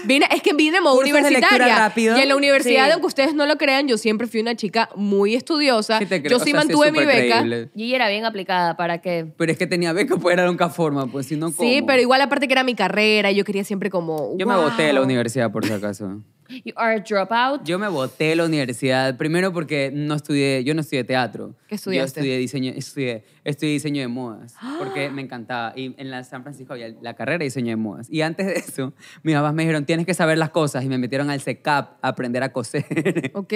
Speaker 1: Vine- es que vine en modo
Speaker 2: Cursos de lectura
Speaker 1: universitaria. Y
Speaker 2: rápido.
Speaker 1: en la universidad,
Speaker 4: Sí.
Speaker 1: aunque ustedes no lo crean, yo siempre fui una chica muy estudiosa.
Speaker 2: Sí te creo,
Speaker 1: yo
Speaker 2: o
Speaker 1: sí
Speaker 2: sea, sí es
Speaker 1: mantuve mi
Speaker 2: súper
Speaker 1: beca.
Speaker 2: creíble.
Speaker 4: Gigi era bien aplicada para que...
Speaker 2: Pero es que tenía beca, pues era de nunca forma, pues si no, ¿cómo?
Speaker 1: Sí, pero igual aparte que era mi carrera, yo quería siempre como.
Speaker 2: Yo me boté de la
Speaker 1: "Wow".
Speaker 2: universidad, por si acaso.
Speaker 4: You are a dropout.
Speaker 2: Yo me boté de la universidad, primero porque no estudié, yo no estudié teatro.
Speaker 1: ¿Qué estudiaste?
Speaker 2: Yo estudié diseño, estudié, estudié diseño de modas, porque me encantaba. Y en la San Francisco había la carrera de diseño de modas. Y antes de eso, mis papás me dijeron, tienes que saber las cosas, y me metieron al CECAP a aprender a coser.
Speaker 1: Ok.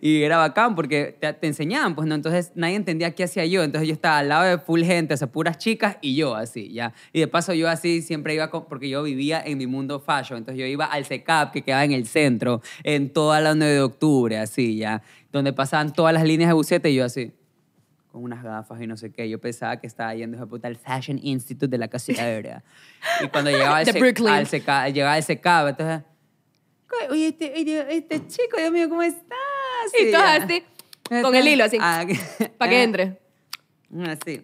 Speaker 2: y era bacán porque te, te enseñaban, pues no, entonces nadie entendía qué hacía yo. Entonces yo estaba al lado de full gente, o sea, puras chicas y yo así, ya. Y de paso yo así siempre iba, con- porque yo vivía en mi mundo fashion, entonces yo iba al CECAP que quedaba en el centro, en toda la 9 de octubre, así, ya, donde pasaban todas las líneas de bucete y yo así con unas gafas y no sé qué. Yo pensaba que estaba yendo hijo de puta, al Fashion Institute de la Casidera. y cuando llegaba al,
Speaker 1: De
Speaker 2: sec-
Speaker 1: Brooklyn.
Speaker 2: al seca- llegaba al secado, entonces... "Co- Oye, este, oye, este chico, Dios mío, ¿cómo estás?
Speaker 1: Y
Speaker 2: tú
Speaker 1: todo así, con el hilo, así,
Speaker 2: ah,
Speaker 1: para
Speaker 2: eh,
Speaker 1: que entre.
Speaker 2: Así.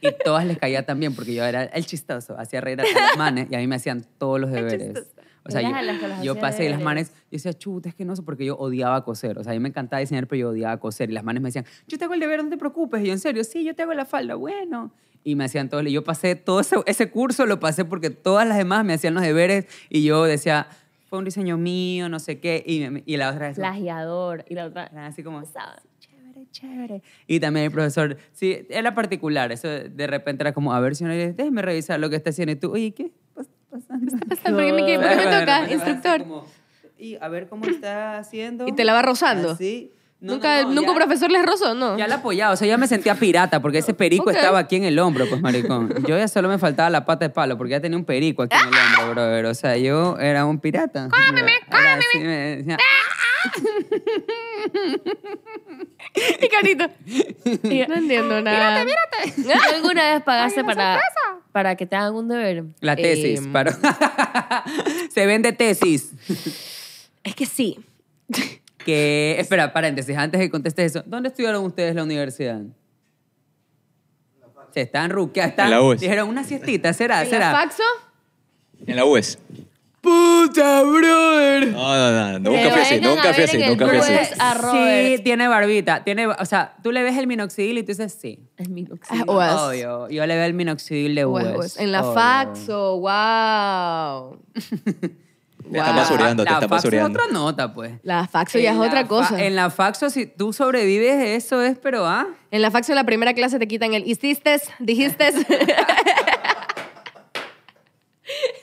Speaker 2: Y todas les caía también porque yo era el chistoso, hacía reír a todos los manes y a mí me hacían todos los deberes. O sea,
Speaker 4: Eras a las que
Speaker 2: yo,
Speaker 4: los
Speaker 2: yo
Speaker 4: hacía
Speaker 2: pasé y las
Speaker 4: deberes.
Speaker 2: manes, yo decía, chuta, es que no sé, porque yo odiaba coser. O sea, a mí me encantaba diseñar, pero yo odiaba coser. Y las manes me decían, yo te hago el deber, no te preocupes. Y yo, en serio, sí, yo te hago la falda, bueno. Y me hacían todo. Yo pasé todo ese, ese curso, lo pasé porque todas las demás me hacían los deberes y yo decía, fue un diseño mío, no sé qué. Y, me- y la otra vez,
Speaker 4: Plagiador. Y la otra...
Speaker 2: así como,
Speaker 4: ¿sabes?
Speaker 2: chévere, chévere. Y también el profesor, sí, era particular, eso de repente era como, a ver si no le déjeme revisar lo que está haciendo y tú, oye, ¿qué Pues, pas- pasando?
Speaker 1: ¿Por qué me, quiere- por qué me toca, instructor?
Speaker 2: y a ver cómo está haciendo.
Speaker 1: ¿Y te la va rozando?
Speaker 2: Así. No,
Speaker 1: nunca
Speaker 2: no, no,
Speaker 1: nunca
Speaker 2: ya-
Speaker 1: un profesor les rozó, ¿no?
Speaker 2: Ya la apoyaba, o sea, ya me sentía pirata porque ese perico
Speaker 1: Ok.
Speaker 2: estaba aquí en el hombro, pues maricón. Yo ya solo me faltaba la pata de palo porque ya tenía un perico aquí en el hombro, brother. O sea, yo era un pirata. ¡Cómeme, cómeme!
Speaker 1: Y carito. No entiendo nada.
Speaker 4: ¿Tú alguna vez pagaste para, para que te hagan un deber?
Speaker 2: La tesis,
Speaker 1: Em.
Speaker 2: para- Se vende tesis.
Speaker 1: Es que sí.
Speaker 2: Que, espera, paréntesis, antes de que contestes eso, ¿dónde estudiaron ustedes la universidad? Se están ruqueando.
Speaker 6: En la UES.
Speaker 2: Dijeron una siestita, ¿será?
Speaker 1: ¿En la
Speaker 2: ¿Será?
Speaker 1: faxo?
Speaker 6: En la UES.
Speaker 2: ¡Puta, brother!
Speaker 6: No, no, no.
Speaker 4: Que
Speaker 6: Nunca fui así,
Speaker 4: vengan a
Speaker 6: nunca fui
Speaker 4: ver
Speaker 6: así,
Speaker 4: en el
Speaker 6: nunca fui
Speaker 4: Pues,
Speaker 6: así.
Speaker 4: a
Speaker 2: sí,
Speaker 4: Robert.
Speaker 2: tiene barbita. Tiene, o sea, tú le ves el minoxidil y tú dices sí.
Speaker 4: Es mi
Speaker 1: Ah, o- UES.
Speaker 2: Obvio. Yo le veo el minoxidil de
Speaker 1: Pues,
Speaker 2: UES.
Speaker 1: pues, en la
Speaker 2: obvio.
Speaker 1: faxo, wow.
Speaker 6: Te están
Speaker 1: Wow.
Speaker 6: basureando, te
Speaker 2: La
Speaker 6: están
Speaker 2: fax es
Speaker 6: basureando.
Speaker 2: otra nota, pues.
Speaker 1: La faxo ya
Speaker 2: En
Speaker 1: es
Speaker 2: la
Speaker 1: otra
Speaker 2: fa-
Speaker 1: cosa.
Speaker 2: En la faxo, si tú sobrevives, eso es, pero ah.
Speaker 1: En la faxo en la primera clase te quitan el hiciste, dijiste.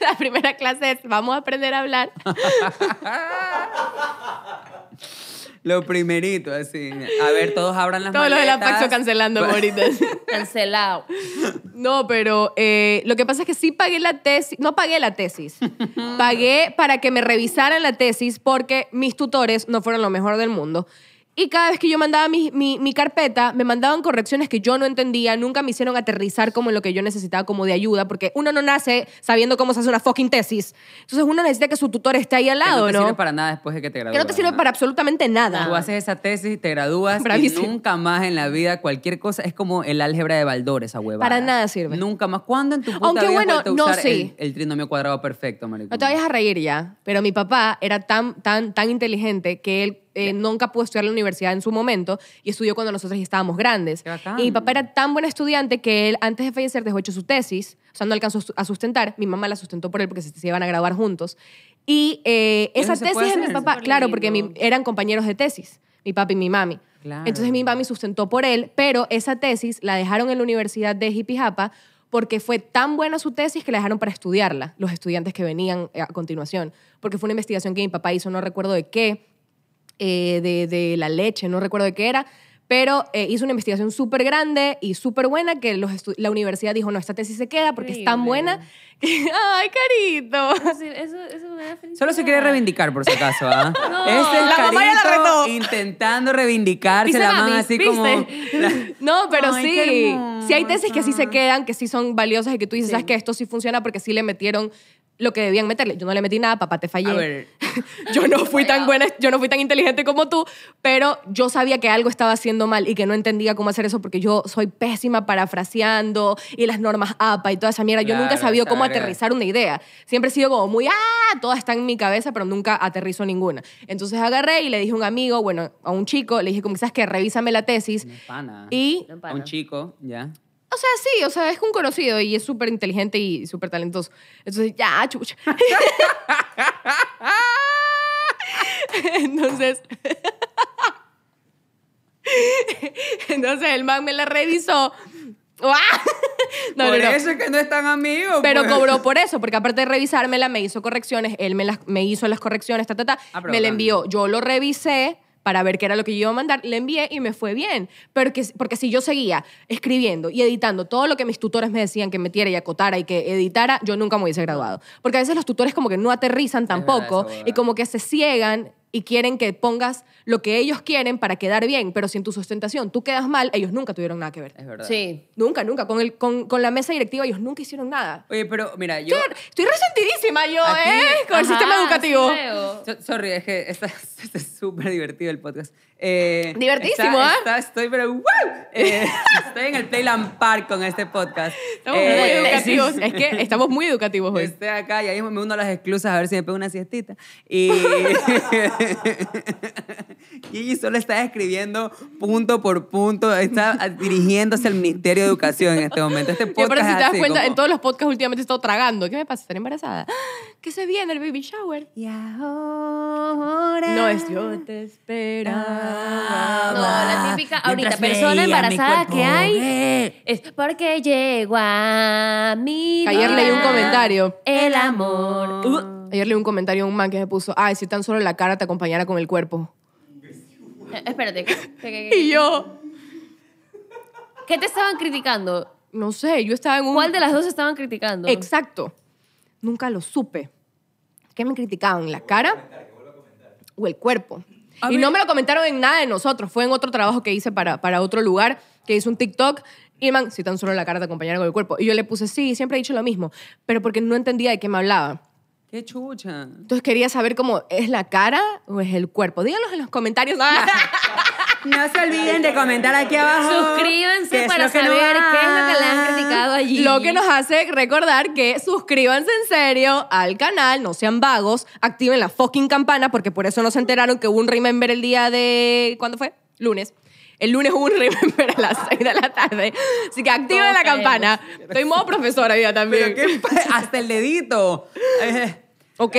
Speaker 1: la primera clase es vamos a aprender a hablar.
Speaker 2: Lo primerito, así. A ver, todos abran las
Speaker 1: Todo lo de la
Speaker 2: maletas. Pues,
Speaker 1: faxo cancelando ahorita.
Speaker 4: Cancelado.
Speaker 1: No, pero eh, lo que pasa es que sí pagué la tesis, no pagué la tesis, pagué para que me revisaran la tesis porque mis tutores no fueron lo mejor del mundo. Y cada vez que yo mandaba mi, mi- mi carpeta, me mandaban correcciones que yo no entendía, nunca me hicieron aterrizar como en lo que yo necesitaba como de ayuda, porque uno no nace sabiendo cómo se hace una fucking tesis. Entonces uno necesita que su tutor esté ahí al
Speaker 2: Que
Speaker 1: lado,
Speaker 2: no te
Speaker 1: ¿no?
Speaker 2: sirve para nada después de que te gradúas.
Speaker 1: que no te sirve
Speaker 2: ¿no?
Speaker 1: para absolutamente nada.
Speaker 2: Tú haces esa tesis, te gradúas
Speaker 1: Bravísimo.
Speaker 2: y nunca más en la vida cualquier cosa. Es como el álgebra de Baldor, esa huevada.
Speaker 1: Para nada sirve.
Speaker 2: Nunca más. ¿Cuándo en tu puta
Speaker 1: Aunque
Speaker 2: vida has
Speaker 1: bueno,
Speaker 2: vuelto a
Speaker 1: no,
Speaker 2: usar
Speaker 1: sí.
Speaker 2: el, el trinomio cuadrado perfecto, maricón?
Speaker 1: No te vayas a reír ya, pero mi papá era tan, tan, tan inteligente que él eh, nunca pudo estudiar en la universidad en su momento y estudió cuando nosotros ya estábamos grandes.
Speaker 2: Qué bacán.
Speaker 1: Y mi papá era tan buen estudiante que él, antes de fallecer, dejó hecho su tesis, O sea, no alcanzó a su- a sustentar. Mi mamá la sustentó por él porque se, se iban a graduar juntos. Y eh,
Speaker 2: Eso
Speaker 1: esa
Speaker 2: se
Speaker 1: tesis
Speaker 2: puede
Speaker 1: de mi
Speaker 2: hacer.
Speaker 1: papá,
Speaker 4: Súper
Speaker 1: claro, porque
Speaker 4: lindo.
Speaker 1: mi- eran compañeros de tesis, mi papi y mi mami.
Speaker 2: Claro.
Speaker 1: Entonces mi mami sustentó por él, pero esa tesis la dejaron en la Universidad de Jipijapa porque fue tan buena su tesis que la dejaron para estudiarla, los estudiantes que venían eh, a continuación, porque fue una investigación que mi papá hizo, no recuerdo de qué, eh, de, de la leche, no recuerdo de qué era, pero eh, hizo una investigación súper grande y súper buena que los estu- la universidad dijo, no, esta tesis se queda porque es tan
Speaker 4: Increíble.
Speaker 1: buena. que- ¡Ay, carito!
Speaker 4: Sí, Eso, eso me da felicidad.
Speaker 2: Solo se quiere reivindicar, por si acaso, ¿ah? Este es
Speaker 4: la
Speaker 1: mamá ya la
Speaker 2: Carito
Speaker 1: retó.
Speaker 2: intentando reivindicarse,
Speaker 1: Dice
Speaker 2: la man
Speaker 1: mami,
Speaker 2: así
Speaker 1: ¿viste?
Speaker 2: como... la-
Speaker 1: No, pero
Speaker 2: Ay, qué
Speaker 1: sí.
Speaker 2: hermoso.
Speaker 1: Sí hay tesis que sí se quedan, que sí son valiosas y que tú dices, ¿sabes que Esto sí funciona porque sí le metieron lo que debían meterle. Yo no le metí nada, papá, te fallé.
Speaker 2: A ver.
Speaker 1: yo no fui tan buena, yo no fui tan inteligente como tú, pero yo sabía que algo estaba haciendo mal y que no entendía cómo hacer eso porque yo soy pésima parafraseando y las normas APA y toda esa mierda. yo nunca he
Speaker 2: Claro,
Speaker 1: sabido
Speaker 2: esa
Speaker 1: cómo
Speaker 2: verga.
Speaker 1: aterrizar una idea. Siempre he sido como muy, ah, todas están en mi cabeza, pero nunca aterrizo ninguna. Entonces agarré y le dije a un amigo, bueno, a un chico, le dije como, ¿sabes que Revísame la tesis.
Speaker 2: Un pana.
Speaker 1: Y,
Speaker 4: No,
Speaker 2: A un chico, ya.
Speaker 1: o sea, sí, o sea, es un conocido y es súper inteligente y súper talentoso. Entonces, ya, chucha. Entonces. Entonces el man me la revisó. ¡Guau! No,
Speaker 2: por
Speaker 1: no, no.
Speaker 2: eso es que no es tan amigo.
Speaker 1: Pero
Speaker 2: pues.
Speaker 1: cobró por eso, porque aparte de revisármela, me hizo correcciones, él me, las, me hizo las correcciones, ta, ta, ta,
Speaker 2: Ah, pero
Speaker 1: me la
Speaker 2: bacán.
Speaker 1: envió. Yo lo revisé para ver qué era lo que yo iba a mandar, le envié y me fue bien. Pero que- porque si yo seguía escribiendo y editando todo lo que mis tutores me decían que metiera y acotara y que editara, yo nunca me hubiese graduado. Porque a veces los tutores como que no aterrizan
Speaker 2: verdad
Speaker 1: tampoco
Speaker 2: esa huevada.
Speaker 1: y como que se ciegan y quieren que pongas lo que ellos quieren para quedar bien, pero si en tu sustentación tú quedas mal, ellos nunca tuvieron nada que ver.
Speaker 2: Es verdad.
Speaker 4: Sí.
Speaker 1: Nunca, nunca. Con, el, con, con la mesa directiva ellos nunca hicieron nada.
Speaker 2: Oye, pero mira, yo...
Speaker 1: Estoy, estoy resentidísima yo,
Speaker 2: Aquí,
Speaker 1: ¿eh? Con el sistema
Speaker 4: Ajá,
Speaker 1: educativo.
Speaker 4: sí veo.
Speaker 2: So- Sorry, es que está está súper divertido el podcast. Eh,
Speaker 1: Divertísimo,
Speaker 2: está-
Speaker 1: ¿ah?
Speaker 2: está- estoy, pero ¡wow! Eh, estoy en el Playland Park con este podcast.
Speaker 1: Estamos muy
Speaker 2: Eh,
Speaker 1: educativos. Es que estamos muy educativos hoy.
Speaker 2: Estoy acá y ahí mismo me uno a las exclusas a ver si me pego una siestita. Y Gigi solo está escribiendo punto por punto, está dirigiéndose al Ministerio de Educación en este momento. Este
Speaker 1: Y
Speaker 2: podcast
Speaker 1: aparte, si
Speaker 2: es
Speaker 1: te das
Speaker 2: así,
Speaker 1: cuenta,
Speaker 2: como-
Speaker 1: en todos los podcasts últimamente he estado tragando. ¿Qué me pasa? ¿Estar embarazada? ¿Qué se viene el baby shower?
Speaker 2: Y ahora...
Speaker 1: No es yo te esperaba.
Speaker 2: Ah.
Speaker 4: No, la típica ahorita persona embarazada que hay es porque llegó a mi
Speaker 1: Ayer
Speaker 4: vida
Speaker 1: leí un comentario.
Speaker 4: El amor.
Speaker 1: Uh, Ayer leí un comentario a un man que me puso, ay, si tan solo la cara te acompañara con el cuerpo.
Speaker 4: Eh, espérate. ¿qué- qué- qué- qué-
Speaker 1: Y yo,
Speaker 4: ¿Qué te estaban criticando?
Speaker 1: no sé, yo estaba en un...
Speaker 4: ¿Cuál de las dos estaban criticando?
Speaker 1: Exacto. Nunca lo supe. ¿Qué me criticaban? ¿La cara? ¿O el cuerpo?
Speaker 2: A
Speaker 1: y
Speaker 2: ver.
Speaker 1: no me lo comentaron en nada de nosotros. Fue en otro trabajo que hice para, para otro lugar, que hice un TikTok. Y man, si tan solo la cara te acompañara con el cuerpo. Y yo le puse, sí, siempre he dicho lo mismo. Pero porque no entendía de qué me hablaba.
Speaker 2: ¡Qué chucha!
Speaker 1: Entonces quería saber cómo, ¿es la cara o es el cuerpo? Díganlos en los comentarios.
Speaker 2: No se olviden de comentar aquí abajo. qué
Speaker 4: Suscríbanse
Speaker 2: es
Speaker 4: para
Speaker 2: lo que
Speaker 4: saber
Speaker 2: no
Speaker 4: qué es lo que le han
Speaker 2: van.
Speaker 4: criticado allí.
Speaker 1: Lo que nos hace recordar que suscríbanse en serio al canal, no sean vagos, activen la fucking campana, porque por eso no se enteraron que hubo un remember el día de. ¿Cuándo fue? Lunes. El lunes hubo un remember a las 6 de la tarde. Así que activen
Speaker 4: Todos
Speaker 1: la campana. Estoy en modo profesora yo
Speaker 2: Pero
Speaker 1: también.
Speaker 2: qué pa- hasta el dedito. Eh,
Speaker 1: ¿Ok?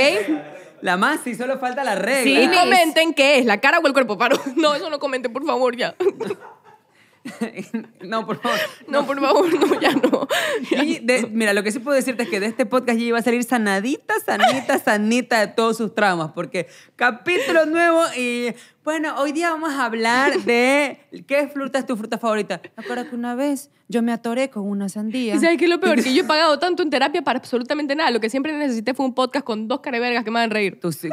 Speaker 2: La más, si solo falta la regla.
Speaker 1: Y comenten qué es, la cara o el cuerpo. Paro. No, eso no comenten, por favor, ya.
Speaker 2: no, por favor.
Speaker 1: No, por favor, no, ya no. Ya
Speaker 2: Gigi, de- mira, lo que sí puedo decirte es que de este podcast Gigi va a salir sanadita, sanita, sanita de todos sus traumas, porque capítulo nuevo y bueno, hoy día vamos a hablar de qué fruta es tu fruta favorita. Me acuerdo que una vez yo me atoré con una sandía.
Speaker 1: ¿Y sabes qué es lo peor? Que yo he pagado tanto en terapia para absolutamente nada. Lo que siempre necesité fue un podcast con dos carevergas que me hagan reír.
Speaker 2: Tus- go-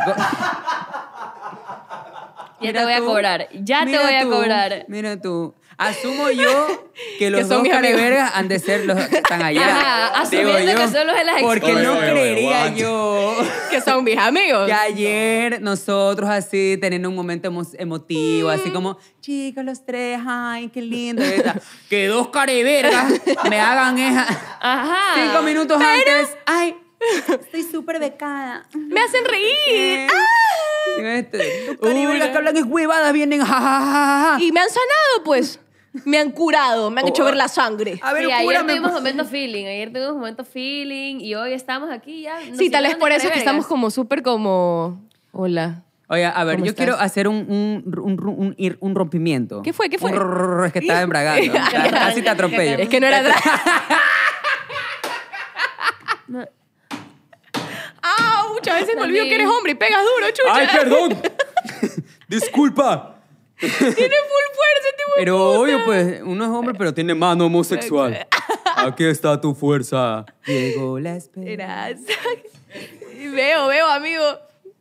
Speaker 4: Ya
Speaker 2: Mira
Speaker 4: te voy a
Speaker 2: tú,
Speaker 4: cobrar. Ya te
Speaker 2: mira
Speaker 4: voy a
Speaker 2: tú,
Speaker 4: cobrar.
Speaker 2: Mira tú. Asumo yo que los
Speaker 1: Que son
Speaker 2: dos
Speaker 1: mis amigos.
Speaker 2: carevergas han de ser los que están allá.
Speaker 4: Ajá, asumiendo que son los de las
Speaker 2: Porque
Speaker 6: Oye,
Speaker 2: no
Speaker 6: oye, oye,
Speaker 2: creería
Speaker 6: what?
Speaker 2: yo
Speaker 1: que son mis amigos.
Speaker 2: que ayer nosotros así teniendo un momento emo- emotivo,
Speaker 1: Mm.
Speaker 2: así como, chicos, los tres, ay, qué lindo. y ahorita, que dos carevergas me hagan esa.
Speaker 4: Ajá.
Speaker 1: Ah.
Speaker 2: Cinco minutos antes. Ay, estoy súper becada.
Speaker 1: Me hacen reír. ¡Ah!
Speaker 2: Este, Los carevergas que hablan en huevadas vienen, ja, ja, ja, ja, ja.
Speaker 1: Y me han sanado, pues. Me han curado, me han hecho ver la sangre.
Speaker 2: A ver,
Speaker 4: Sí, ayer
Speaker 2: cúrame. pues.
Speaker 4: tuvimos momento feeling, ayer tuvimos momento feeling y hoy estamos aquí ya. nos
Speaker 1: sí, tal
Speaker 4: sirvieron
Speaker 1: vez
Speaker 4: de
Speaker 1: por eso es que
Speaker 4: prevergas.
Speaker 1: estamos como súper como... Hola.
Speaker 2: Oye, a ver, yo
Speaker 1: ¿Cómo estás?
Speaker 2: quiero hacer un, un, un, un- un- un rompimiento.
Speaker 1: ¿Qué fue? ¿Qué fue?
Speaker 2: Un rrrr, es que estaba embragando. Ca- Casi te atropello.
Speaker 1: Es que no era drag. ¡Au! Muchas veces me olvido que eres hombre y pegas duro, chucha.
Speaker 2: ¡Ay, perdón! Disculpa.
Speaker 1: Tiene full fuerza este huevón.
Speaker 2: Pero obvio, pues, uno es hombre, pero tiene mano homosexual. Aquí está tu fuerza. Llegó la espera.
Speaker 1: Gracias. Y Veo, veo, amigo.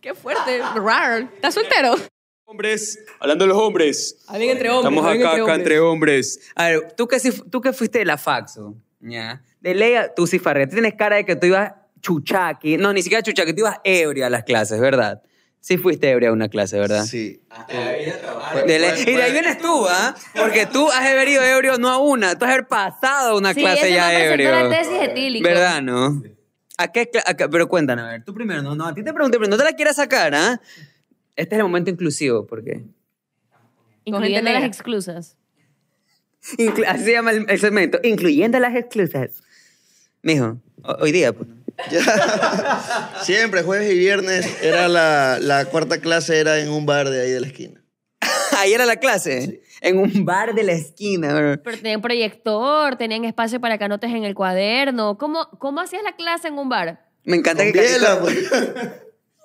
Speaker 1: Qué fuerte. Rar. ¿Estás soltero?
Speaker 6: Hombres, hablando de los hombres.
Speaker 1: Hablen entre hombres.
Speaker 6: Estamos acá, acá entre hombres.
Speaker 2: A ver, tú que, sí- tú que fuiste de la Faxo, ¿ya? De ley, tú sí farreas. Tienes cara de que tú ibas chuchaqui. No, ni siquiera chuchaqui, tú ibas ebria a las clases, ¿verdad? Sí fuiste ebria a una clase, ¿verdad?
Speaker 7: Sí. Ah.
Speaker 2: De ley- y de ahí vienes tú, ¿ah? Porque tú has haber ido ebrio no a una, tú has haber pasado una
Speaker 4: Sí,
Speaker 2: clase
Speaker 4: ese
Speaker 2: ya
Speaker 4: man
Speaker 2: ebrio.
Speaker 4: presentó la tesis de Tílico.
Speaker 2: ¿Verdad, no? ¿A qué cla- a qué- pero cuéntanos, a ver, tú primero, no, no, a ti te pregunté, pero no te la quieras sacar, ¿ah? Este es el momento inclusivo, porque...
Speaker 4: Incluyendo
Speaker 1: negra.
Speaker 4: las exclusas.
Speaker 2: Inclu- así se llama el, el segmento, incluyendo las exclusas. Mijo, ho- hoy día, pues.
Speaker 7: Siempre, jueves y viernes, era la, la cuarta clase era en un bar de ahí de la esquina.
Speaker 2: Ahí era la clase, en un bar de la esquina, bro.
Speaker 4: Pero tenían proyector, tenían espacio para que anotes en el cuaderno. ¿Cómo, cómo hacías la clase en un bar?
Speaker 2: Me encanta
Speaker 7: Con
Speaker 2: que Carito-
Speaker 7: biela, pues.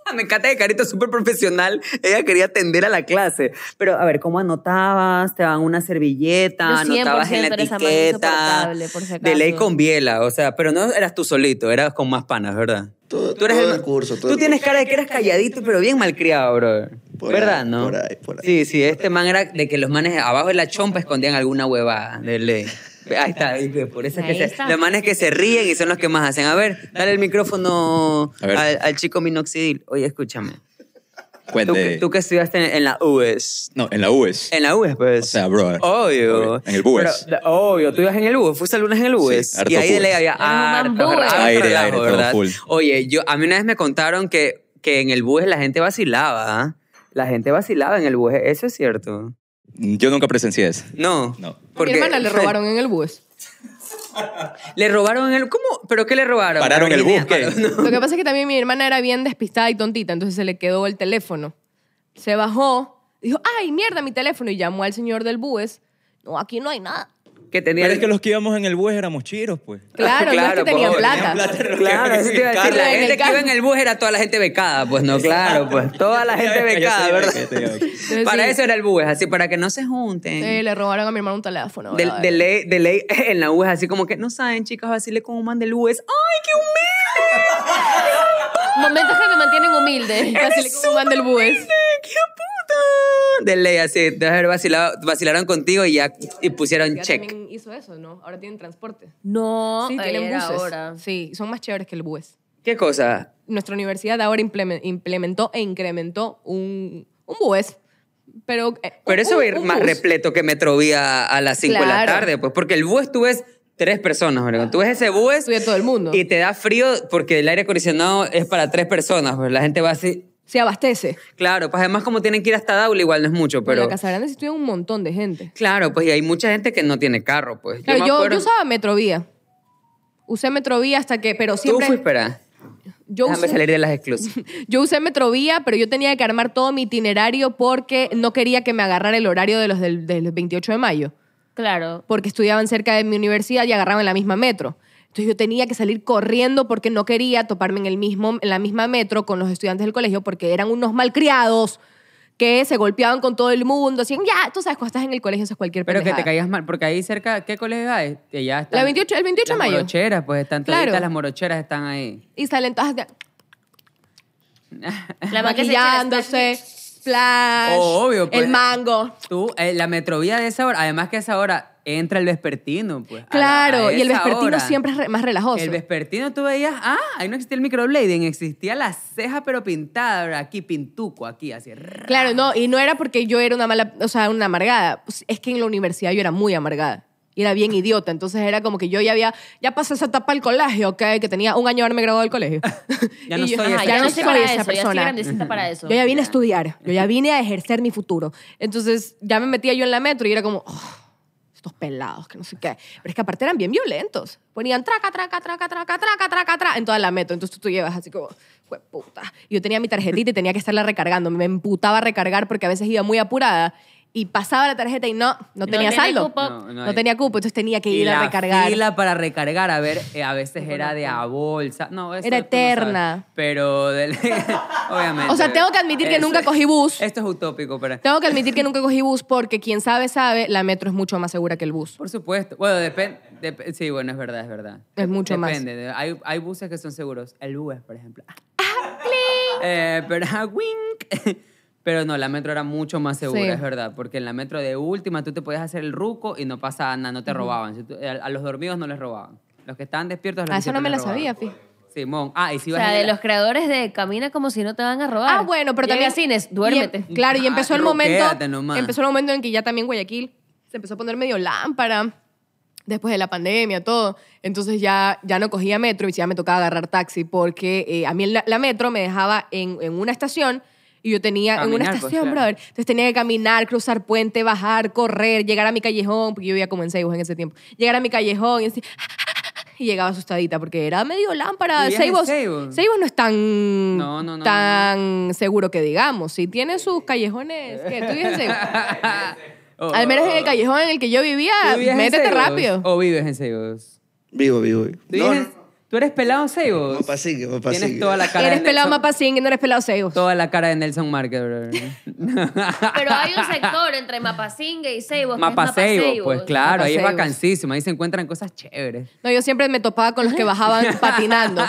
Speaker 2: Me encanta que Carito es súper profesional. Ella quería atender a la clase. Pero, a ver, ¿cómo anotabas? Te daban una servilleta,
Speaker 4: Yo
Speaker 2: anotabas en la
Speaker 4: 100% era esa man
Speaker 2: etiqueta.
Speaker 4: insoportable, por si
Speaker 2: De ley
Speaker 4: acaso.
Speaker 2: con biela, o sea, pero no eras tú solito, eras con más panas, ¿verdad?
Speaker 7: Todo-
Speaker 2: tú eres
Speaker 7: todo
Speaker 2: el,
Speaker 7: el curso, todo
Speaker 2: Tú
Speaker 7: el
Speaker 2: tienes cara de que eras calladito, pero bien malcriado, bro.
Speaker 7: Por
Speaker 2: ¿Verdad,
Speaker 7: ahí,
Speaker 2: no?
Speaker 7: por ahí, por ahí.
Speaker 2: Sí, sí, este man era de que los manes abajo de la chompa escondían alguna huevada, de ley. Ahí está, ahí, pues, por eso es que
Speaker 4: Ahí
Speaker 2: se-
Speaker 4: está.
Speaker 2: los manes que se ríen y son los que más hacen. A ver, dale el micrófono
Speaker 6: A ver.
Speaker 2: al, al chico minoxidil. Oye, escúchame. Tú,
Speaker 6: Cuente.
Speaker 2: tú que estudiaste en, en la UES.
Speaker 6: No, en la UES.
Speaker 2: En la UES, pues.
Speaker 6: O sea, brother.
Speaker 2: Obvio.
Speaker 6: En el BUES.
Speaker 2: Pero, obvio, tú ibas en el UES, fuiste alumna en el UES.
Speaker 6: Sí, harto
Speaker 2: y ahí de ley
Speaker 6: BUES.
Speaker 2: había
Speaker 4: Era un
Speaker 2: harto,
Speaker 4: buen
Speaker 2: harto
Speaker 6: Aire,
Speaker 2: relajo,
Speaker 6: aire, todo
Speaker 2: ¿verdad?
Speaker 6: full.
Speaker 2: Oye, yo, a mí una vez me contaron que, que en el BUES la gente vacilaba. ¿ah? La gente vacilaba en el BUES, eso es cierto.
Speaker 6: Yo nunca presencié eso.
Speaker 2: No.
Speaker 6: No. A mi
Speaker 1: A mi hermana le robaron en el bus.
Speaker 2: ¿Le robaron en el ¿Cómo? ¿Pero qué le robaron?
Speaker 6: Pararon el
Speaker 2: Aerolíneas,
Speaker 6: bus, ¿qué?
Speaker 2: pararon- no.
Speaker 1: Lo que pasa es que también mi hermana era bien despistada y tontita, entonces se le quedó el teléfono. Se bajó, dijo, ay, mierda, mi teléfono, y llamó al señor del bus. No, aquí no hay nada.
Speaker 2: Que tenía.
Speaker 6: Pero es que los que íbamos en el BUES éramos chiros, pues.
Speaker 1: Claro, no es que
Speaker 2: pues,
Speaker 1: tenía
Speaker 2: obvio.
Speaker 1: plata.
Speaker 2: Claro, eso te iba a decir. La
Speaker 1: En el
Speaker 2: gente que
Speaker 1: carro.
Speaker 2: iba en el bus era toda la gente becada. Pues no, claro, pues toda la gente
Speaker 6: Ya sé, ya
Speaker 2: becada,
Speaker 6: sé,
Speaker 2: ¿verdad?
Speaker 6: ya sé, ya
Speaker 1: sé.
Speaker 2: Para
Speaker 1: Sí.
Speaker 2: eso era el bus, así, para que no se junten.
Speaker 1: Sí, Eh, le robaron a mi hermana un teléfono.
Speaker 2: De,
Speaker 1: brother.
Speaker 2: de ley, de ley en la UES, así como que, no saben, chicas, vacile con un man del UES. ¡Ay, qué humilde!
Speaker 4: Momentos que me mantienen humilde.
Speaker 1: Vacilé como un man del bus.
Speaker 2: ¡Qué puta! De ley, así, de haber vacilado, vacilaron contigo y ya y pusieron
Speaker 1: Ya
Speaker 2: check.
Speaker 1: también hizo eso, ¿no? Ahora tienen transporte.
Speaker 4: No, eh,
Speaker 1: sí, tienen
Speaker 4: era
Speaker 1: buses.
Speaker 4: ahora.
Speaker 1: Sí, son más chéveres que el bus.
Speaker 2: ¿Qué cosa?
Speaker 1: Nuestra universidad ahora implemen- implementó e incrementó un, un bus. Pero, eh,
Speaker 2: Pero eso
Speaker 1: un-
Speaker 2: va a ir
Speaker 1: un
Speaker 2: más
Speaker 1: bus.
Speaker 2: repleto que Metrovía a las 5 de la
Speaker 1: Claro.
Speaker 2: tarde, pues, porque el bus tú ves tres personas, ¿verdad? Tú ves ese bus
Speaker 1: Sube todo el mundo.
Speaker 2: y te da frío porque el aire acondicionado es para tres personas, pues, la gente va así.
Speaker 1: Se abastece.
Speaker 2: Claro, pues además como tienen que ir hasta Daule, igual no es mucho,
Speaker 1: Pero
Speaker 2: pero...
Speaker 1: en la Casa Grande sí estudian un montón de gente.
Speaker 2: Claro, pues y hay mucha gente que no tiene carro, pues.
Speaker 1: Claro, yo,
Speaker 2: me
Speaker 1: yo,
Speaker 2: acuerdo-
Speaker 1: usaba Metrovía. Usé Metrovía hasta que, pero
Speaker 2: Tú fui,
Speaker 1: siempre...
Speaker 2: espera.
Speaker 1: yo
Speaker 2: Déjame
Speaker 1: usé-
Speaker 2: salir de las exclusas.
Speaker 1: Yo usé Metrovía, pero yo tenía que armar todo mi itinerario porque no quería que me agarrara el horario de los del, del 28 de mayo,
Speaker 4: Claro.
Speaker 1: porque estudiaban cerca de mi universidad y agarraban la misma metro. Entonces yo tenía que salir corriendo porque no quería toparme en, el mismo, en la misma metro con los estudiantes del colegio porque eran unos malcriados que se golpeaban con todo el mundo, decían, ya, tú sabes, cuando estás en el colegio haces cualquier
Speaker 2: Pero que te
Speaker 1: pendejada".
Speaker 2: caías mal, porque ahí cerca, ¿qué colegio hay? Que ya están-
Speaker 1: La 28 el 28 de
Speaker 2: las
Speaker 1: mayo.
Speaker 2: morocheras, pues están
Speaker 1: Claro.
Speaker 2: toditas las morocheras están ahí.
Speaker 1: Y salen todas de-
Speaker 4: La man que se echa el
Speaker 1: maquillándose, flash,
Speaker 2: Oh, obvio, pues.
Speaker 1: el mango.
Speaker 2: Tú, eh, la metrovía de esa hora, además que a esa hora entra el vespertino, pues. a la-
Speaker 1: Claro,
Speaker 2: a
Speaker 1: y el
Speaker 2: esa
Speaker 1: vespertino
Speaker 2: hora.
Speaker 1: siempre es re- más relajoso.
Speaker 2: El vespertino tú veías, ah, ahí no existía el microblading, existía la ceja pero pintada, ahora aquí, pintuco, aquí, así. rrr.
Speaker 1: Claro, no, y no era porque yo era una mala, o sea, una amargada. Pues, Es que en la universidad yo era muy amargada. Y era bien idiota. Entonces era como que yo ya había, ya pasé esa etapa del colegio, ¿ok? Que tenía un año de haberme graduado del colegio.
Speaker 2: Ya
Speaker 1: Y
Speaker 2: no
Speaker 1: yo-
Speaker 2: soy
Speaker 4: Ajá,
Speaker 2: esa
Speaker 4: ya
Speaker 2: chica.
Speaker 4: no soy
Speaker 1: soy
Speaker 4: para
Speaker 1: esa
Speaker 4: eso, ya estoy
Speaker 1: persona.
Speaker 4: grandecita para eso.
Speaker 1: Yo ya vine a estudiar, yo ya vine a ejercer mi futuro. Entonces ya me metía yo en la metro y era como, "Oh, estos pelados, que no sé qué. Pero es que aparte eran bien violentos. Ponían traca, traca, traca, traca, traca, traca, traca, en toda la metro. Entonces tú, tú llevas así como, "Jue puta. Y Yo tenía mi tarjetita y tenía que estarla recargando. Me emputaba a recargar porque a veces iba muy apurada y pasaba la tarjeta y no, no tenía
Speaker 4: tiene
Speaker 1: saldo.
Speaker 4: cupo.
Speaker 1: No,
Speaker 2: No, no hay.
Speaker 1: tenía cupo, entonces tenía que
Speaker 2: Y
Speaker 1: ir a
Speaker 2: la
Speaker 1: recargar.
Speaker 2: fila para recargar, a ver, eh, a veces era de a bolsa. No, eso
Speaker 1: Era
Speaker 2: tú no sabes.
Speaker 1: eterna.
Speaker 2: pero, del- obviamente.
Speaker 1: O sea, tengo que admitir que nunca cogí bus.
Speaker 2: Esto es utópico, pero...
Speaker 1: Tengo que admitir que nunca cogí bus porque quien sabe, sabe, la metro es mucho más segura que el bus.
Speaker 2: Por supuesto. Bueno, depende. sí, bueno, es verdad, es verdad.
Speaker 1: Es mucho más.
Speaker 2: Depende. de- Hay, hay buses que son seguros. El Uber, por ejemplo. ¡Ah, Eh, pero, ah, wink. Pero no, la metro era mucho más segura,
Speaker 1: Sí.
Speaker 2: es verdad. Porque en la metro de última tú te podías hacer el ruco y no pasaba nada, no te robaban. Si tú- a, a los dormidos no les robaban. Los que estaban despiertos, los
Speaker 1: Ah, eso no me la sabía, fi.
Speaker 2: Simón. Ah, y si
Speaker 4: O
Speaker 2: ibas
Speaker 4: sea,
Speaker 2: en
Speaker 4: de
Speaker 2: la-
Speaker 4: los creadores de Camina como si no te van a robar.
Speaker 1: Ah, bueno, pero
Speaker 4: Llega
Speaker 1: también.
Speaker 4: a cines, duérmete.
Speaker 1: y- em, claro, y empezó
Speaker 2: Ah,
Speaker 1: el momento.
Speaker 2: roquéate nomás.
Speaker 1: Empezó el momento en que ya también Guayaquil se empezó a poner medio lámpara después de la pandemia, todo. Entonces ya, ya no cogía metro y ya me tocaba agarrar taxi porque eh, a mí la, la metro me dejaba en, en una estación y yo tenía en una
Speaker 2: Caminar, pues,
Speaker 1: estación,
Speaker 2: claro.
Speaker 1: brother. Entonces tenía que caminar, cruzar puente, bajar, correr, llegar a mi callejón, porque yo vivía como en Seibos en ese tiempo. Llegar a mi callejón y así, y llegaba asustadita porque era medio lámpara.
Speaker 2: ¿Vivías en
Speaker 1: Seibos,
Speaker 2: Seibos?
Speaker 1: Seibos no es tan,
Speaker 2: No, no, no, no.
Speaker 1: tan seguro que digamos. Si tiene sus callejones, que tú vives en Seibos.
Speaker 2: O-
Speaker 1: Al menos en el callejón en el que yo vivía,
Speaker 2: ¿Tú vivías en
Speaker 1: métete
Speaker 2: Seibos?
Speaker 1: rápido.
Speaker 2: ¿O vives en Seibos?
Speaker 7: Vivo, vivo. vivo.
Speaker 2: ¿Tú,
Speaker 7: No,
Speaker 2: vives- ¿Tú eres pelado en Seibos?
Speaker 7: Mapasingue, mapasingue.
Speaker 2: Tienes toda la cara
Speaker 1: Eres
Speaker 2: de
Speaker 1: pelado
Speaker 2: Nelson-
Speaker 1: Mapasing y no eres pelado Seibos.
Speaker 2: Toda la cara de Nelson Márquez,
Speaker 1: Pues
Speaker 2: bro.
Speaker 4: Pero hay un sector entre Mapasingue y Seibos. que es
Speaker 2: Mapaseibo, pues claro, ahí es
Speaker 1: Mapaseibos.
Speaker 2: vacancísimo, ahí se encuentran cosas chéveres.
Speaker 1: No, yo siempre me topaba con los que bajaban patinando.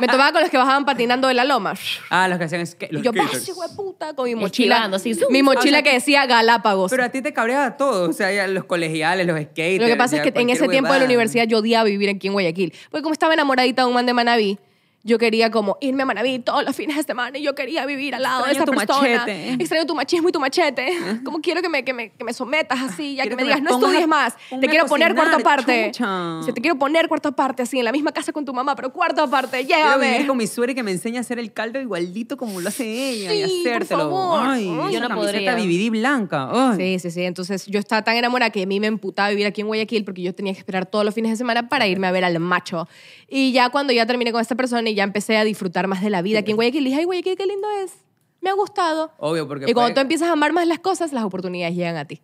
Speaker 1: Me topaba con los que bajaban patinando de la loma.
Speaker 2: Ah, los que hacían skate,
Speaker 1: Y
Speaker 2: los
Speaker 1: yo,
Speaker 2: skaters.
Speaker 1: "Pase, hueputa", con mi mochila.
Speaker 4: Esquivando, así, zoom.
Speaker 1: mi mochila
Speaker 2: O sea,
Speaker 1: que decía Galápagos.
Speaker 2: Pero a ti te cabreaba todo, o sea, ya los colegiales, los skaters.
Speaker 1: Lo que pasa
Speaker 2: ya
Speaker 1: es que en
Speaker 2: cualquier
Speaker 1: ese tiempo de la
Speaker 2: huevada.
Speaker 1: universidad yo odiaba vivir aquí en Guayaquil. Porque como estaba enamoradita de un man de Manaví, yo quería como irme a Manaví todos los fines de semana y yo quería vivir al lado
Speaker 2: Extraño
Speaker 1: de esa
Speaker 2: tu
Speaker 1: persona.
Speaker 2: machete.
Speaker 1: Extraño tu machismo y tu machete. Como quiero que me, que me, que me sometas así, ya que
Speaker 2: Quiero
Speaker 1: me
Speaker 2: que me
Speaker 1: digas, no
Speaker 2: pongas a-
Speaker 1: estudies más.
Speaker 2: ponme
Speaker 1: Te
Speaker 2: a
Speaker 1: quiero poner
Speaker 2: cocinar,
Speaker 1: cuarta parte.
Speaker 2: chucha.
Speaker 1: Dice, te quiero poner cuarta parte así, en la misma casa con tu mamá, pero cuarta parte,
Speaker 2: Quiero vivir
Speaker 1: llévame.
Speaker 2: con mi suegra que me enseña a hacer el caldo igualito como lo hace ella y
Speaker 1: Sí, por
Speaker 2: hacértelo.
Speaker 1: favor.
Speaker 2: Ay,
Speaker 1: Ay,
Speaker 2: yo
Speaker 4: yo no
Speaker 2: camiseta
Speaker 4: podría.
Speaker 2: dividí blanca. Ay.
Speaker 1: Sí, sí, sí. Entonces yo estaba tan enamorada que a mí me emputaba vivir aquí en Guayaquil porque yo tenía que esperar todos los fines de semana para irme a ver al macho. Y ya cuando ya terminé con esta persona y ya empecé a disfrutar más de la vida aquí en Guayaquil, dije, ay, Guayaquil, qué lindo es. Me ha gustado.
Speaker 2: Obvio, Oh, porque
Speaker 1: Y cuando
Speaker 2: fue-
Speaker 1: tú empiezas a amar más las cosas, las oportunidades llegan a ti.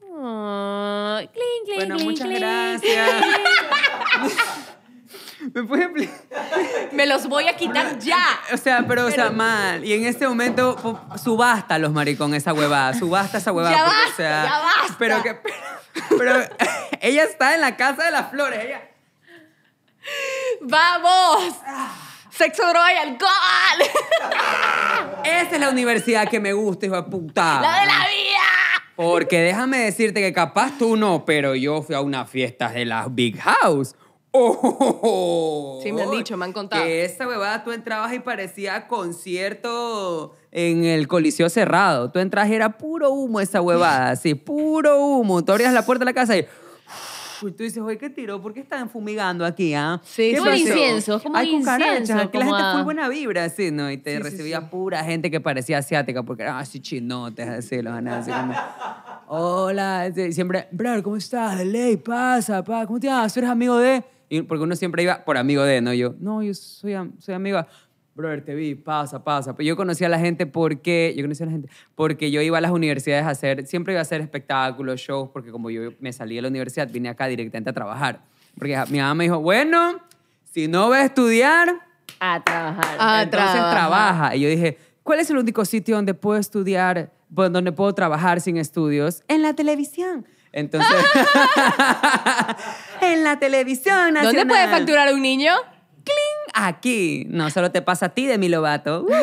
Speaker 4: Ay, cling, cling,
Speaker 2: Bueno,
Speaker 4: cling,
Speaker 2: muchas
Speaker 4: cling.
Speaker 2: gracias. ¿Me puedes explicar?
Speaker 1: Me los voy a quitar ya.
Speaker 2: O sea, pero, o sea, mal. Y en este momento, pu- subasta los maricón esa huevada. Subasta esa huevada.
Speaker 1: Ya
Speaker 2: porque,
Speaker 1: basta,
Speaker 2: o sea,
Speaker 1: ya basta.
Speaker 2: Pero que. Pero, ella está en la casa de las flores. Ella.
Speaker 1: ¡Vamos!
Speaker 2: Ah.
Speaker 1: Sexo, droga y alcohol.
Speaker 2: Esa es la universidad que me gusta, hijo de puta.
Speaker 1: ¡La de la vida!
Speaker 2: Porque déjame decirte que capaz tú no, pero yo fui a unas fiestas de las Big House. ¡Oh!
Speaker 1: Sí, me han dicho, me han contado.
Speaker 2: Que esa huevada tú entrabas y parecía concierto en el Coliseo cerrado. Tú entras y era puro humo esa huevada, así, puro humo. Tú abrías la puerta de la casa y... Y tú dices, oye, ¿qué tiró? ¿Por qué están fumigando aquí, ah?
Speaker 1: Sí, sí,
Speaker 2: ¿Qué
Speaker 1: sí.
Speaker 2: pasó?
Speaker 4: Incienso, es como
Speaker 2: Hay
Speaker 4: un
Speaker 2: cucarachas,
Speaker 4: incienso,
Speaker 2: aquí la
Speaker 4: como
Speaker 2: gente
Speaker 4: a-
Speaker 2: fue buena vibra, así, ¿no? Y te recibía pura gente que parecía asiática porque eran así chinotes, así, los van así como... Hola, así, siempre, brother, ¿cómo estás? De ley, pasa, pa, ¿cómo te llamas? ¿Tú eres amigo de...? Y porque uno siempre iba por amigo de, ¿no? Yo, no, yo soy, am- soy amigo de- Brother, te vi, pasa, pasa. Pero Yo conocí a la gente porque, yo conocí a la gente porque yo iba a las universidades a hacer, siempre iba a hacer espectáculos, shows, porque como yo me salí de la universidad, vine acá directamente a trabajar. Porque mi mamá me dijo, bueno, si no va a estudiar,
Speaker 4: A trabajar.
Speaker 1: Ah,
Speaker 2: entonces
Speaker 1: trabaja.
Speaker 2: trabaja. Y yo dije, ¿cuál es el único sitio donde puedo estudiar, bueno, donde puedo trabajar sin estudios? En la televisión. Entonces, en la televisión nacional.
Speaker 1: ¿Dónde puede facturar un niño?
Speaker 2: Aquí. No, solo te pasa a ti de mi lobato.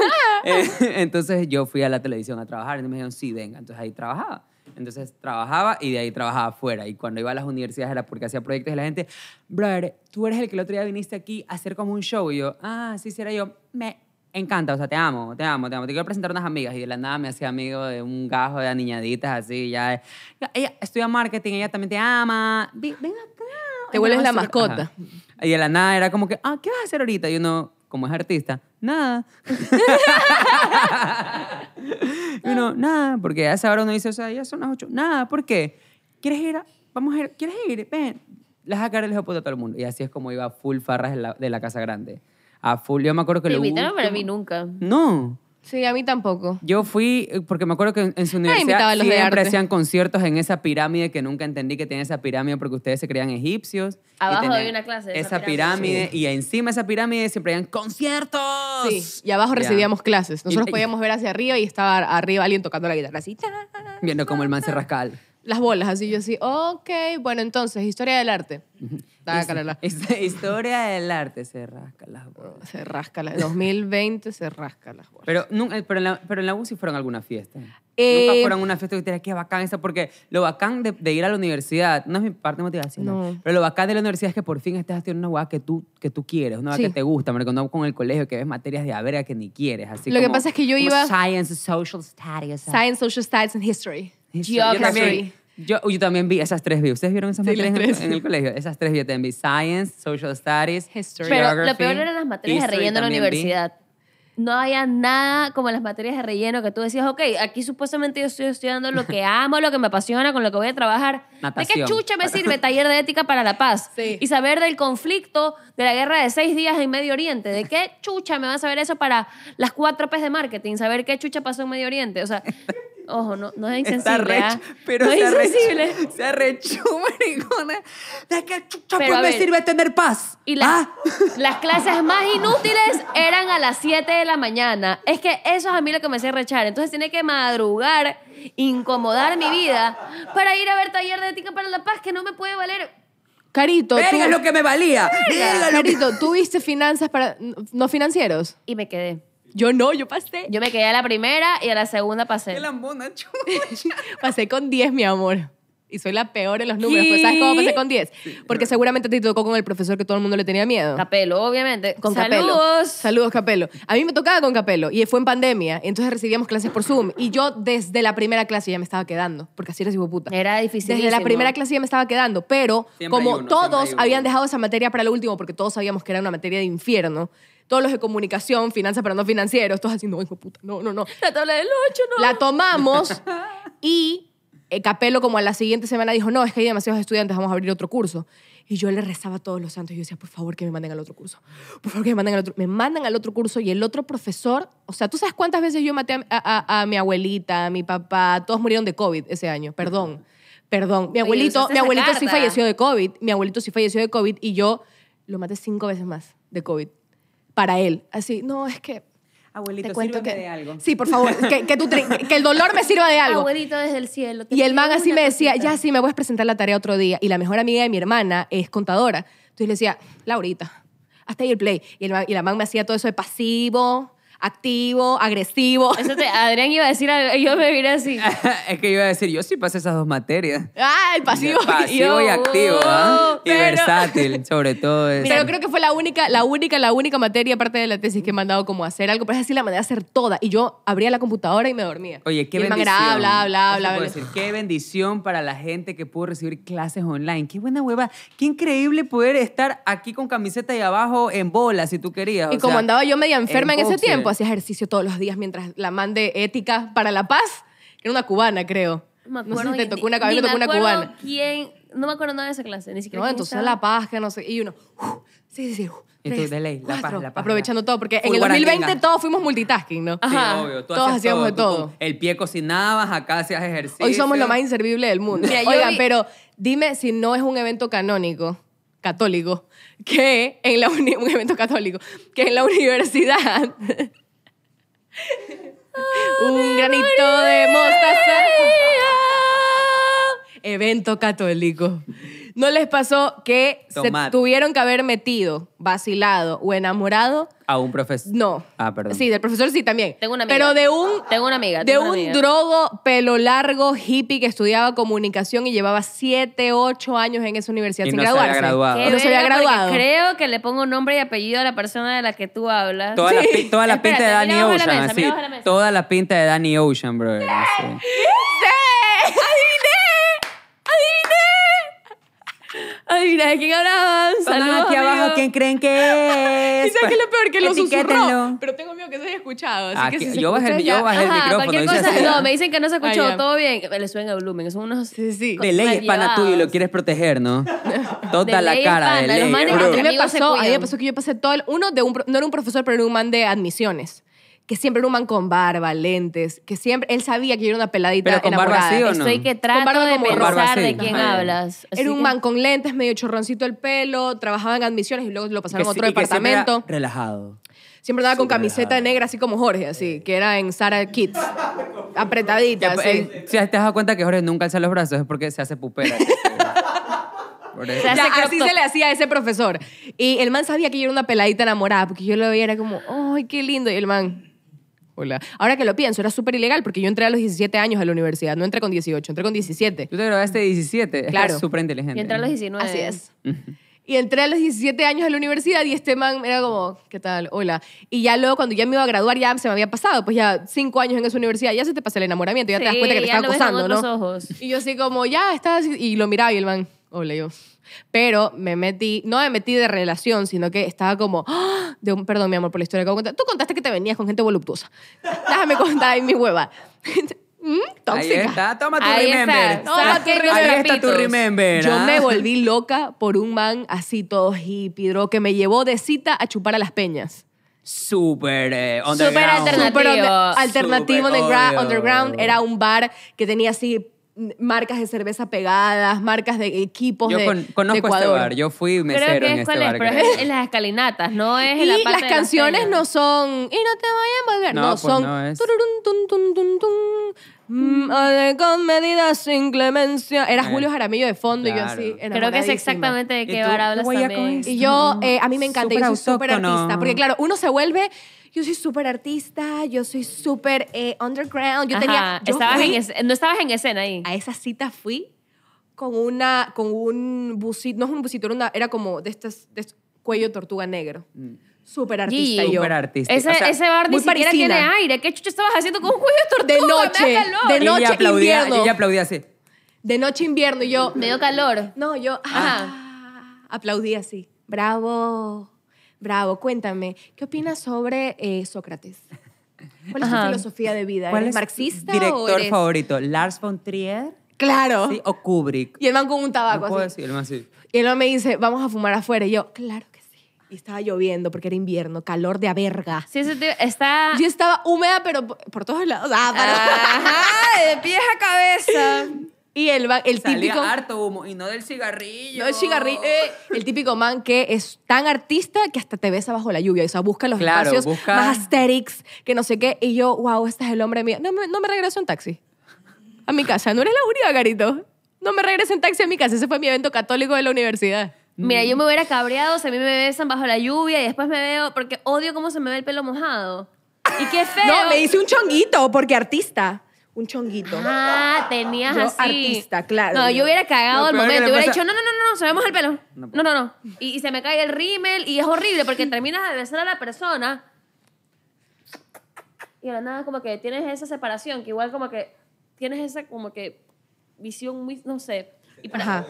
Speaker 2: Eh, Entonces yo fui a la televisión a trabajar y me dijeron, sí, venga. Entonces ahí trabajaba. Entonces trabajaba y de ahí trabajaba afuera. Y cuando iba a las universidades era porque hacía proyectos y la gente, brother, tú eres el que el otro día viniste aquí a hacer como un show. Y yo, ah, sí, sí, era yo. Me encanta, o sea, te amo, te amo, te amo. Te quiero presentar unas amigas. Y de la nada me hacía amigo de un gajo de niñaditas así. Ya, ya, ella estudia marketing, ella también te ama. Vi- Ven acá.
Speaker 1: Te vuelves
Speaker 2: Ella
Speaker 1: la
Speaker 2: va súper-
Speaker 1: mascota.
Speaker 2: Ajá. Y de la nada era como que, ah, ¿qué vas a hacer ahorita? Y uno, como es artista, nada. y uno, nada, porque a esa hora uno dice, o sea, ya son las ocho. Nada, ¿por qué? ¿Quieres ir a, vamos a ir, ¿quieres ir? Ven. Las sacar el hijo de puta a todo el mundo. Y así es como iba full farras de la, de la Casa Grande. A full. Yo me acuerdo que
Speaker 4: Te
Speaker 2: lo
Speaker 4: invitaron, pero a
Speaker 2: último-
Speaker 4: mí nunca.
Speaker 2: No.
Speaker 1: Sí, a mí tampoco.
Speaker 2: Yo fui, eh, porque me acuerdo que en, en su
Speaker 1: invitaba a
Speaker 2: universidad
Speaker 1: los de
Speaker 2: siempre
Speaker 1: arte.
Speaker 2: hacían conciertos en esa pirámide que nunca entendí que tenía esa pirámide porque ustedes se creían egipcios. y
Speaker 4: Abajo
Speaker 2: tenían
Speaker 4: había una clase de
Speaker 2: Esa
Speaker 4: esa
Speaker 2: pirámide. Y encima de esa pirámide siempre habían conciertos.
Speaker 1: Sí, y abajo
Speaker 2: Ya.
Speaker 1: recibíamos clases. Nosotros
Speaker 2: Y- y-
Speaker 1: podíamos ver hacia arriba y estaba arriba alguien tocando la guitarra así. ta, ta,
Speaker 2: Viendo como el man se rascaba.
Speaker 1: Las bolas, así yo así, ok, bueno, entonces, historia del arte. Ta, ca, la, la.
Speaker 2: His- Historia del arte se rasca las bolas.
Speaker 1: Se rasca la 2020 se rasca las bolas.
Speaker 2: Pero, nunca, eh, pero, en la, pero en la U sí fueron a alguna fiesta.
Speaker 1: Eh,
Speaker 2: nunca fueron a una fiesta que ustedes, qué bacán esa, porque lo bacán de, de ir a la universidad, no es mi parte motivacional,
Speaker 1: No.
Speaker 2: pero lo bacán de la universidad es que por fin estás haciendo una guada que tú, que tú quieres, una guada
Speaker 1: Sí.
Speaker 2: que te gusta, marico, no con el colegio que ves materias de a verga que ni quieres. Así
Speaker 1: Lo que
Speaker 2: como-
Speaker 1: pasa es que yo
Speaker 2: como
Speaker 1: iba-
Speaker 2: Science, Social Studies.
Speaker 1: Science, Social Studies and History.
Speaker 2: History. Yo también,
Speaker 1: Geography.
Speaker 2: yo, yo también vi esas tres vi. ¿Ustedes vieron esas
Speaker 1: Sí,
Speaker 2: materias
Speaker 1: las
Speaker 2: en el,
Speaker 1: tres.
Speaker 2: en el colegio? Esas tres vi, yo también vi. Science, Social Studies,
Speaker 1: History.
Speaker 4: Pero lo
Speaker 2: Geography,
Speaker 4: peor eran las materias de
Speaker 2: History
Speaker 4: relleno en la
Speaker 2: también vi.
Speaker 4: universidad. No había nada como las materias de relleno que tú decías, ok, aquí supuestamente yo estoy estudiando lo que amo, lo que me apasiona, con lo que voy a trabajar. ¿De
Speaker 2: Natación.
Speaker 4: qué chucha me sirve taller de ética para la paz?
Speaker 1: Sí.
Speaker 4: Y saber del conflicto de la guerra de seis días en Medio Oriente. ¿De qué chucha me va a saber eso para las cuatro P's de marketing? Saber qué chucha pasó en Medio Oriente. O sea, ojo, no, no es
Speaker 2: Está
Speaker 4: insensible.
Speaker 2: recho,
Speaker 4: ¿ah?
Speaker 2: pero
Speaker 4: no es
Speaker 2: se arrechó,
Speaker 4: insensible.
Speaker 2: se arrechó, maricona. ¿De qué chucha
Speaker 4: Pero,
Speaker 2: pues
Speaker 4: a
Speaker 2: me
Speaker 4: ver.
Speaker 2: sirve tener paz?
Speaker 4: Y las,
Speaker 2: Ah,
Speaker 4: las clases más inútiles eran a las 7 de la mañana. Es que eso es a mí lo que me hacía rechar. Entonces tenía que madrugar, incomodar mi vida para ir a ver taller de ética para la paz que no me puede valer.
Speaker 1: Carito, tú,
Speaker 2: verga es lo que me valía. Verga lo que-
Speaker 1: Carito, ¿tú viste finanzas para no financieros?
Speaker 4: Y me quedé.
Speaker 1: Yo no, yo pasé.
Speaker 4: Yo me quedé a la primera y a la segunda pasé.
Speaker 2: Qué lambona, chu.
Speaker 1: Pasé con 10, mi amor. Y soy la peor en los números. Pues, ¿Sabes cómo pasé con 10? Porque seguramente te tocó con el profesor que todo el mundo le tenía miedo.
Speaker 4: Capelo, obviamente.
Speaker 1: Con Capelo.
Speaker 4: Saludos.
Speaker 1: Saludos, Capelo. A mí me tocaba con Capelo y fue en pandemia. Entonces recibíamos clases por Zoom. Y yo desde la primera clase ya me estaba quedando, porque así era hijo de puta.
Speaker 4: Era dificilísimo.
Speaker 1: Desde la primera clase ya me estaba quedando, pero
Speaker 2: Siempre hay
Speaker 1: como
Speaker 2: uno, siempre
Speaker 1: todos
Speaker 2: hay uno.
Speaker 1: habían dejado esa materia para lo último, porque todos sabíamos que era una materia de infierno, todos los de comunicación, finanzas para no financieros, todos así, no, hijo de puta, no, no, no.
Speaker 4: La tabla del 8, ¿no?
Speaker 1: La tomamos y eh, Capelo como a la siguiente semana dijo, no, es que hay demasiados estudiantes, vamos a abrir otro curso. Y yo le rezaba a todos los santos, yo decía, por favor que me manden al otro curso, por favor que me manden al otro, me mandan al otro curso y el otro profesor, o sea, tú sabes cuántas veces yo maté a, a- a mi abuelita, a mi papá, todos murieron de COVID ese año, perdón, perdón. Mi
Speaker 4: Oye,
Speaker 1: abuelito,
Speaker 4: usaste
Speaker 1: mi
Speaker 4: esa
Speaker 1: abuelito sí
Speaker 4: carta.
Speaker 1: falleció de COVID, mi abuelito sí falleció de COVID y yo lo maté cinco veces más de COVID para él. Así, no, es que...
Speaker 2: Abuelito,
Speaker 1: Te cuento
Speaker 2: sírveme
Speaker 1: que,
Speaker 2: de algo.
Speaker 1: Sí, por favor, que, que, tu tri- que el dolor me sirva de
Speaker 4: Ah,
Speaker 1: algo.
Speaker 4: Abuelito desde el cielo. te
Speaker 1: Y el man
Speaker 4: pido
Speaker 1: así
Speaker 4: una
Speaker 1: me decía,
Speaker 4: cosita.
Speaker 1: ya sí, me voy a presentar la tarea otro día. Y la mejor amiga de mi hermana es contadora. Entonces le decía, Laurita, hasta ahí el play. Y, el man- y la man me hacía todo eso de pasivo, activo, agresivo.
Speaker 4: Eso te- Adrián iba a decir algo, y yo me miré así.
Speaker 2: es que yo iba a decir, yo sí pasé esas dos materias.
Speaker 1: ah, el pasivo.
Speaker 2: Pasivo y
Speaker 1: Yo, Oh,
Speaker 2: activo, ¿ah? Y
Speaker 1: pero-
Speaker 2: versátil, sobre todo. eso.
Speaker 1: Pero creo que fue la única, la única, la única materia aparte de la tesis que me han dado como a hacer algo, pero es así la manera de hacer toda. Y yo abría la computadora y me dormía.
Speaker 2: Oye, qué
Speaker 1: y el man
Speaker 2: bendición.
Speaker 1: era, habla, habla,
Speaker 2: Eso
Speaker 1: habla,
Speaker 2: puedo
Speaker 1: habla.
Speaker 2: decir, Qué bendición para la gente que pudo recibir clases online. Qué buena hueva. Qué increíble poder estar aquí con camiseta y abajo en bola, si tú querías.
Speaker 1: Y
Speaker 2: o
Speaker 1: como
Speaker 2: sea,
Speaker 1: andaba yo media enferma en, ese
Speaker 2: boxer.
Speaker 1: tiempo, hacía ejercicio todos los días mientras la man de ética para la paz, que era una cubana, creo.
Speaker 4: No me
Speaker 1: no sé
Speaker 4: acuerdo
Speaker 1: si te
Speaker 4: ni-
Speaker 1: tocó una
Speaker 4: ni
Speaker 1: cabeza,
Speaker 4: me
Speaker 1: tocó una
Speaker 4: acuerdo
Speaker 1: cubana.
Speaker 4: quién- no me acuerdo nada de esa clase, ni siquiera.
Speaker 1: No,
Speaker 4: quién
Speaker 1: entonces
Speaker 4: estaba.
Speaker 1: la paz, que no sé. Y uno, uh, sí, sí, sí. uh,
Speaker 2: Y tú,
Speaker 1: tres,
Speaker 2: de ley, la paz,
Speaker 1: cuatro,
Speaker 2: la paz,
Speaker 1: Aprovechando
Speaker 2: la-
Speaker 1: todo, porque en
Speaker 2: Full
Speaker 1: el 2020
Speaker 2: guaranguenga.
Speaker 1: todos fuimos multitasking, ¿no?
Speaker 2: Sí,
Speaker 4: Ajá.
Speaker 2: obvio. Tú
Speaker 1: Todos
Speaker 2: hacías
Speaker 1: hacíamos de
Speaker 2: tú con
Speaker 1: todo.
Speaker 2: El pie cocinabas, acá hacías ejercicio.
Speaker 1: Hoy somos lo más inservible del mundo.
Speaker 4: Mira, yo
Speaker 1: Oigan,
Speaker 4: vi-
Speaker 1: pero dime si no es un evento canónico, católico, que en la uni- un evento católico, que en la universidad
Speaker 4: Ah,
Speaker 1: un granito de mostaza. Evento católico. ¿No les pasó que
Speaker 2: Tomate.
Speaker 1: se tuvieron que haber metido, vacilado o enamorado?
Speaker 2: A un profesor.
Speaker 1: No.
Speaker 2: Ah, perdón.
Speaker 1: Sí, del profesor sí también.
Speaker 4: Tengo una amiga.
Speaker 1: Pero de un
Speaker 4: Tengo una amiga.
Speaker 1: de
Speaker 4: tengo una
Speaker 1: un
Speaker 4: amiga.
Speaker 1: drogo, pelo largo, hippie que estudiaba comunicación y llevaba 7, 8 años en esa universidad
Speaker 2: Y
Speaker 1: sin
Speaker 2: no se había
Speaker 1: graduarse.
Speaker 2: graduado.
Speaker 4: Qué
Speaker 1: Y no se
Speaker 4: verga,
Speaker 1: había
Speaker 4: porque
Speaker 1: graduado.
Speaker 4: Creo que le pongo nombre y apellido a la persona de la que tú hablas.
Speaker 2: Toda, la, pi- toda la pinta de
Speaker 4: Espérate,
Speaker 2: Danny
Speaker 4: mira abajo de la
Speaker 2: Ocean,
Speaker 4: mesa,
Speaker 2: así.
Speaker 4: mira abajo de la mesa.
Speaker 2: Toda la pinta de Danny Ocean, brother. así.
Speaker 1: ¡Sí! ¡Adiviné! ¡Adiviné! adivina de quién hablaban.
Speaker 2: Pongan
Speaker 1: Saludos,
Speaker 2: aquí abajo
Speaker 1: amigos.
Speaker 2: quién creen que
Speaker 1: ¿Y
Speaker 2: es. Pues,
Speaker 1: sabes qué es lo peor? Que lo susurró.
Speaker 2: Etiquétenlo.
Speaker 1: Pero tengo miedo que se haya escuchado. Así
Speaker 2: Ah,
Speaker 1: que
Speaker 2: que-
Speaker 1: si se
Speaker 2: yo bajé el-
Speaker 1: escucha
Speaker 2: yo
Speaker 1: ya-
Speaker 2: bajé el
Speaker 1: Ajá,
Speaker 2: micrófono,
Speaker 1: cualquier
Speaker 4: Cualquier
Speaker 2: dice
Speaker 1: cosa-
Speaker 2: así.
Speaker 4: cosa, no, me dicen que no se escuchó,
Speaker 1: Ah, ya.
Speaker 4: todo bien. Le suben el volumen, son unos...
Speaker 1: Sí, sí.
Speaker 2: De ley es pana tuyo y lo
Speaker 4: Llevadas.
Speaker 2: quieres proteger, ¿no? Toda
Speaker 4: De
Speaker 2: la
Speaker 4: ley es
Speaker 2: cara, de
Speaker 4: pana, los
Speaker 2: ley.
Speaker 4: manes-
Speaker 1: A
Speaker 6: Bro.
Speaker 1: mí me
Speaker 4: amigos se
Speaker 1: pasó, a mí me
Speaker 4: cuidan.
Speaker 1: pasó que yo pasé todo el, uno de un, pro- no era un profesor, pero era un man de admisiones, que siempre era un man con barba, lentes, que siempre, él sabía que yo era una peladita
Speaker 2: Pero con barba
Speaker 1: enamorada.
Speaker 2: así, ¿o no?
Speaker 4: Estoy que
Speaker 1: Con
Speaker 4: trato
Speaker 1: barba
Speaker 4: de
Speaker 1: como rosa.
Speaker 4: pensar de
Speaker 2: Barba, sí.
Speaker 4: quién
Speaker 2: Ajá.
Speaker 4: hablas. Así
Speaker 1: Era un
Speaker 4: que-
Speaker 1: man con lentes, medio chorroncito el pelo, trabajaba en admisiones y luego lo
Speaker 2: Que
Speaker 1: pasaron a
Speaker 2: sí-
Speaker 1: otro
Speaker 2: y que siempre era
Speaker 1: departamento.
Speaker 2: Relajado.
Speaker 1: Siempre andaba con camiseta negra, así como Jorge, así, que era en Sara Kids. Apretadita,
Speaker 2: Ya, pues,
Speaker 1: así.
Speaker 2: él- Si te has dado cuenta que Jorge nunca alza los brazos es porque se hace pupera. Por eso.
Speaker 4: Se hace
Speaker 1: Ya,
Speaker 4: crop
Speaker 1: así
Speaker 4: top.
Speaker 1: se le hacía a ese profesor. Y el man sabía que yo era una peladita enamorada, porque yo lo veía, era como, ¡ay, qué lindo! Y el man, hola. Ahora que lo pienso, era súper ilegal, porque yo entré a los 17 años a la universidad, no entré con 18, entré con 17.
Speaker 2: Tú te grabaste de 17.
Speaker 1: Claro.
Speaker 2: Es súper inteligente.
Speaker 4: Yo entré a los 19.
Speaker 1: Así es. Y entré a los 17 años a la universidad y este man era como, ¿qué tal? Hola. Y ya luego, cuando ya me iba a graduar, ya se me había pasado, pues ya cinco años en esa universidad, ya se te pasa el enamoramiento, ya te das
Speaker 4: Sí,
Speaker 1: cuenta que te
Speaker 4: ya
Speaker 1: estaba
Speaker 4: lo ves con
Speaker 1: acosando,
Speaker 4: otros
Speaker 1: ¿no?
Speaker 4: ojos.
Speaker 1: Y yo así como, ya, estás... Y lo miraba y el man, hola, yo. Pero me metí, no me metí de relación, sino que estaba como, ¡ah! de un, perdón, mi amor, por la historia que acabo de contar. Tú contaste que te venías con gente voluptuosa. Déjame contar ahí mi hueva. Mm, Tóxica.
Speaker 2: Ahí está, toma tu
Speaker 4: Ahí está.
Speaker 2: remember.
Speaker 4: Toma
Speaker 2: Sa-
Speaker 4: tu remember,
Speaker 2: Ahí está tu
Speaker 4: trapitos.
Speaker 2: remember.
Speaker 1: Yo
Speaker 2: ¿ah?
Speaker 1: me volví loca por un man así todo hippie, bro, que me llevó de cita a chupar a las peñas.
Speaker 2: Súper eh,
Speaker 4: Súper
Speaker 2: underground.
Speaker 4: alternativo.
Speaker 1: Súper under- alternativo
Speaker 2: Súper,
Speaker 1: undergra-
Speaker 2: obvio.
Speaker 1: underground. Era un bar que tenía así mm, marcas de cerveza pegadas, marcas de equipos
Speaker 2: Yo
Speaker 1: de,
Speaker 2: con-
Speaker 1: de
Speaker 2: conozco este
Speaker 1: Ecuador.
Speaker 2: bar. Yo fui mesero
Speaker 4: Creo que
Speaker 2: en
Speaker 4: es
Speaker 2: este
Speaker 4: cuál es,
Speaker 2: bar.
Speaker 4: pero
Speaker 2: creo.
Speaker 4: es en las escalinatas, no es en la
Speaker 1: Y
Speaker 4: parte
Speaker 1: las
Speaker 4: de
Speaker 1: canciones
Speaker 4: peñas.
Speaker 1: no son y no te voy a envolver, no,
Speaker 2: No, pues
Speaker 1: son
Speaker 2: no es.
Speaker 1: tururún, tun, tun, tun, tun, mm, ale con medidas sin clemencia. Era
Speaker 2: Eh,
Speaker 1: Julio Jaramillo de fondo y yo
Speaker 2: claro.
Speaker 1: así
Speaker 4: Creo que es
Speaker 1: enamoradísima.
Speaker 4: exactamente de
Speaker 2: ¿Y
Speaker 4: qué
Speaker 2: tú?
Speaker 4: bar
Speaker 2: ¿Qué
Speaker 4: hablas
Speaker 2: guayaco
Speaker 4: también.
Speaker 2: es?
Speaker 1: Y yo, eh, a mí me encanta, yo soy
Speaker 2: Súper
Speaker 1: súper
Speaker 2: autóctono.
Speaker 1: artista. Porque claro, uno se vuelve, yo soy súper artista, yo soy súper eh, underground. Yo tenía,
Speaker 4: Ajá,
Speaker 1: yo
Speaker 4: estabas
Speaker 1: fui-
Speaker 4: en es- no estabas en escena ahí.
Speaker 1: a esa cita fui con una, con un busito, no es un busito, era, una- era como de estas, de este cuello tortuga negro. Súper artista
Speaker 4: Mm. Gigi.
Speaker 1: yo.
Speaker 2: Súper artista.
Speaker 4: Ese,
Speaker 2: O sea,
Speaker 4: ese bar ni
Speaker 1: muy
Speaker 4: siquiera
Speaker 1: parisina.
Speaker 4: tiene aire. ¿Qué chucha estabas haciendo con un cuello de tortuga?
Speaker 1: De
Speaker 4: Me
Speaker 1: noche,
Speaker 4: da calor.
Speaker 1: de
Speaker 2: Y ella
Speaker 1: noche,
Speaker 2: aplaudía,
Speaker 1: invierno.
Speaker 2: y ella aplaudía así.
Speaker 1: De noche invierno y yo,
Speaker 4: Me dio calor.
Speaker 1: no, yo, ah, aplaudí así. Bravo, bravo. Cuéntame, ¿qué opinas sobre eh, Sócrates? ¿Cuál es tu
Speaker 4: Ajá.
Speaker 1: filosofía de vida?
Speaker 2: ¿Cuál
Speaker 1: ¿Eres
Speaker 2: es tu
Speaker 1: marxista o
Speaker 2: director
Speaker 1: eres...?
Speaker 2: favorito? ¿Lars von Trier?
Speaker 1: Claro.
Speaker 2: ¿Sí? ¿O Kubrick?
Speaker 1: Y el man con un
Speaker 2: No
Speaker 1: tabaco
Speaker 2: puedo
Speaker 1: así.
Speaker 2: decir, el man así.
Speaker 1: Y él me dice, vamos a fumar afuera. Y yo, claro que sí. Y estaba lloviendo porque era invierno, calor de a verga.
Speaker 4: Sí, ese tío está...
Speaker 1: Yo estaba húmeda, pero por, por todos lados. Ah, para-
Speaker 4: Ajá, de pies a cabeza.
Speaker 1: Y el, va- el
Speaker 2: Salía
Speaker 1: típico...
Speaker 2: harto humo y no del cigarrillo.
Speaker 1: No es cigarrillo. eh, el típico man que es tan artista que hasta te besa bajo la lluvia. O sea, busca los
Speaker 2: Claro,
Speaker 1: espacios
Speaker 2: busca-
Speaker 1: más aesthetics, que no sé qué. Y yo, wow, este es el hombre mío. No me, no me regreso en taxi. A mi casa. No eres la única, Garito. No me regreso en taxi a mi casa. Ese fue mi evento católico de la universidad.
Speaker 4: Mira, yo me hubiera cabreado si a mí me besan bajo la lluvia y después me veo... Porque odio cómo se me ve el pelo mojado. Y qué feo.
Speaker 1: No, me hice un chonguito, porque artista. Un chonguito.
Speaker 4: Ah, tenías
Speaker 1: Yo,
Speaker 4: así.
Speaker 1: artista, claro.
Speaker 4: No, yo hubiera
Speaker 2: Lo
Speaker 4: cagado
Speaker 2: peor
Speaker 4: al
Speaker 2: que
Speaker 4: momento.
Speaker 2: le
Speaker 4: Hubiera
Speaker 2: pasa-
Speaker 4: dicho, no, no, no, no, no, se me moja el pelo. No, no, no. Y, y se me cae el rímel y es horrible porque terminas de besar a la persona y de la nada como que tienes esa separación, que igual como que tienes esa como que visión muy, no sé. Y para,
Speaker 1: Ajá.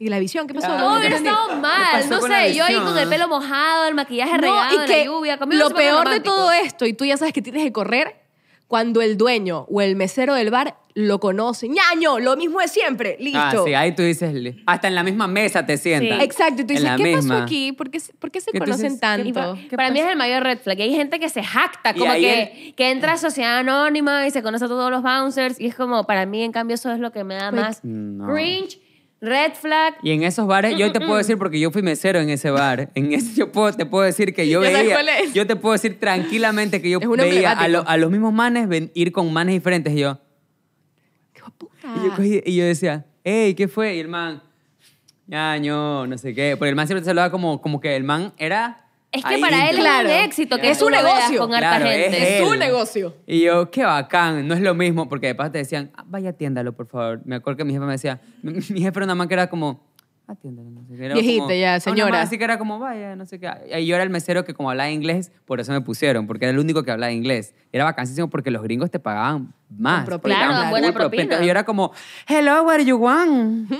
Speaker 1: ¿Y la visión? ¿Qué pasó?
Speaker 2: Claro.
Speaker 4: todo
Speaker 1: No,
Speaker 4: hubiera
Speaker 1: no entendí.
Speaker 4: estado mal.
Speaker 2: pasó
Speaker 4: No
Speaker 2: con la
Speaker 4: sé, yo ahí
Speaker 2: visión?
Speaker 4: con el pelo mojado, el maquillaje
Speaker 1: No,
Speaker 4: regado,
Speaker 1: y
Speaker 4: en
Speaker 1: que
Speaker 4: la lluvia. conmigo
Speaker 1: lo
Speaker 4: se pone
Speaker 1: peor de
Speaker 4: romántico.
Speaker 1: todo esto, y tú ya sabes que tienes que correr cuando el dueño o el mesero del bar lo conoce. ¡Ñaño! Lo mismo de siempre. Listo.
Speaker 2: Ah, sí, ahí tú dices, li- hasta en la misma mesa te sientas.
Speaker 4: Sí.
Speaker 1: Exacto. Y tú
Speaker 2: En
Speaker 1: dices,
Speaker 2: la
Speaker 1: ¿qué pasó
Speaker 2: misma.
Speaker 1: aquí? ¿Por qué, se- por qué se
Speaker 2: Que tú
Speaker 1: conocen
Speaker 2: dices,
Speaker 1: tanto?
Speaker 2: ¿qué
Speaker 4: Y pa-
Speaker 2: ¿Qué
Speaker 4: para mí es
Speaker 2: pasa?
Speaker 4: el mayor red flag. Y hay gente que se jacta,
Speaker 2: Y
Speaker 4: como
Speaker 2: ahí
Speaker 4: que, que entra a sociedad anónima y se conoce a todos los bouncers. Y es como, para mí, en cambio, eso es lo que me da más
Speaker 2: no.
Speaker 4: cringe, red flag.
Speaker 2: Y en esos bares, yo te
Speaker 1: Mm,
Speaker 2: puedo decir, porque yo fui mesero en ese bar, en ese, yo puedo, te puedo decir que yo
Speaker 1: Ya sabes
Speaker 2: veía,
Speaker 1: cuál es.
Speaker 2: yo te puedo decir tranquilamente que yo
Speaker 1: Es un
Speaker 2: veía a,
Speaker 1: emblemático.
Speaker 2: lo- a los mismos manes ven- ir con manes diferentes. Y yo,
Speaker 1: ¡Qué puta!
Speaker 2: y yo,
Speaker 4: Ah.
Speaker 2: cogí- y yo decía, hey, ¿qué fue? Y el man, ñaño, no sé qué. Porque el man siempre te saludaba como, como que el man era...
Speaker 4: Es que
Speaker 2: ahí
Speaker 4: para él
Speaker 2: íntimo.
Speaker 1: claro.
Speaker 4: es un éxito que
Speaker 1: Es
Speaker 4: tú
Speaker 1: un
Speaker 4: lo veas
Speaker 1: negocio.
Speaker 4: con harta
Speaker 2: Claro, es
Speaker 4: gente.
Speaker 2: él.
Speaker 1: su negocio.
Speaker 2: Y yo, qué bacán, no es lo mismo, porque de paso te decían, "Ah, vaya, atiéndalo, por favor. Me acuerdo que mi jefa me decía, mi, mi jefa era una man que era como, atiéndela, no sé qué. Era
Speaker 1: Viejita
Speaker 2: como-
Speaker 1: ya,
Speaker 2: a una
Speaker 1: señora.
Speaker 2: mamá así que era como, vaya, no sé qué. Y yo era el mesero que como hablaba inglés, por eso me pusieron, porque era el único que hablaba inglés. Era vacancísimo porque los gringos te pagaban más.
Speaker 1: Con
Speaker 2: porque
Speaker 1: propina.
Speaker 2: daban
Speaker 1: Claro,
Speaker 2: full
Speaker 4: buena propina.
Speaker 2: Yo era como, hello, where you want?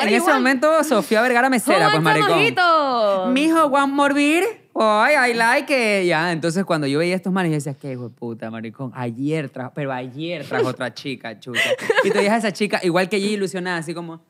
Speaker 2: en ese momento, Sofía Vergara mesera, pues maricón. Mijo, one more beer. Ay, I like it. Ya, entonces cuando yo veía estos manes, yo decía, qué hijo de puta, maricón. Ayer trajo, pero ayer trajo otra chica, chuta. Y tú veías a esa chica, igual que ella ilusionada, así como,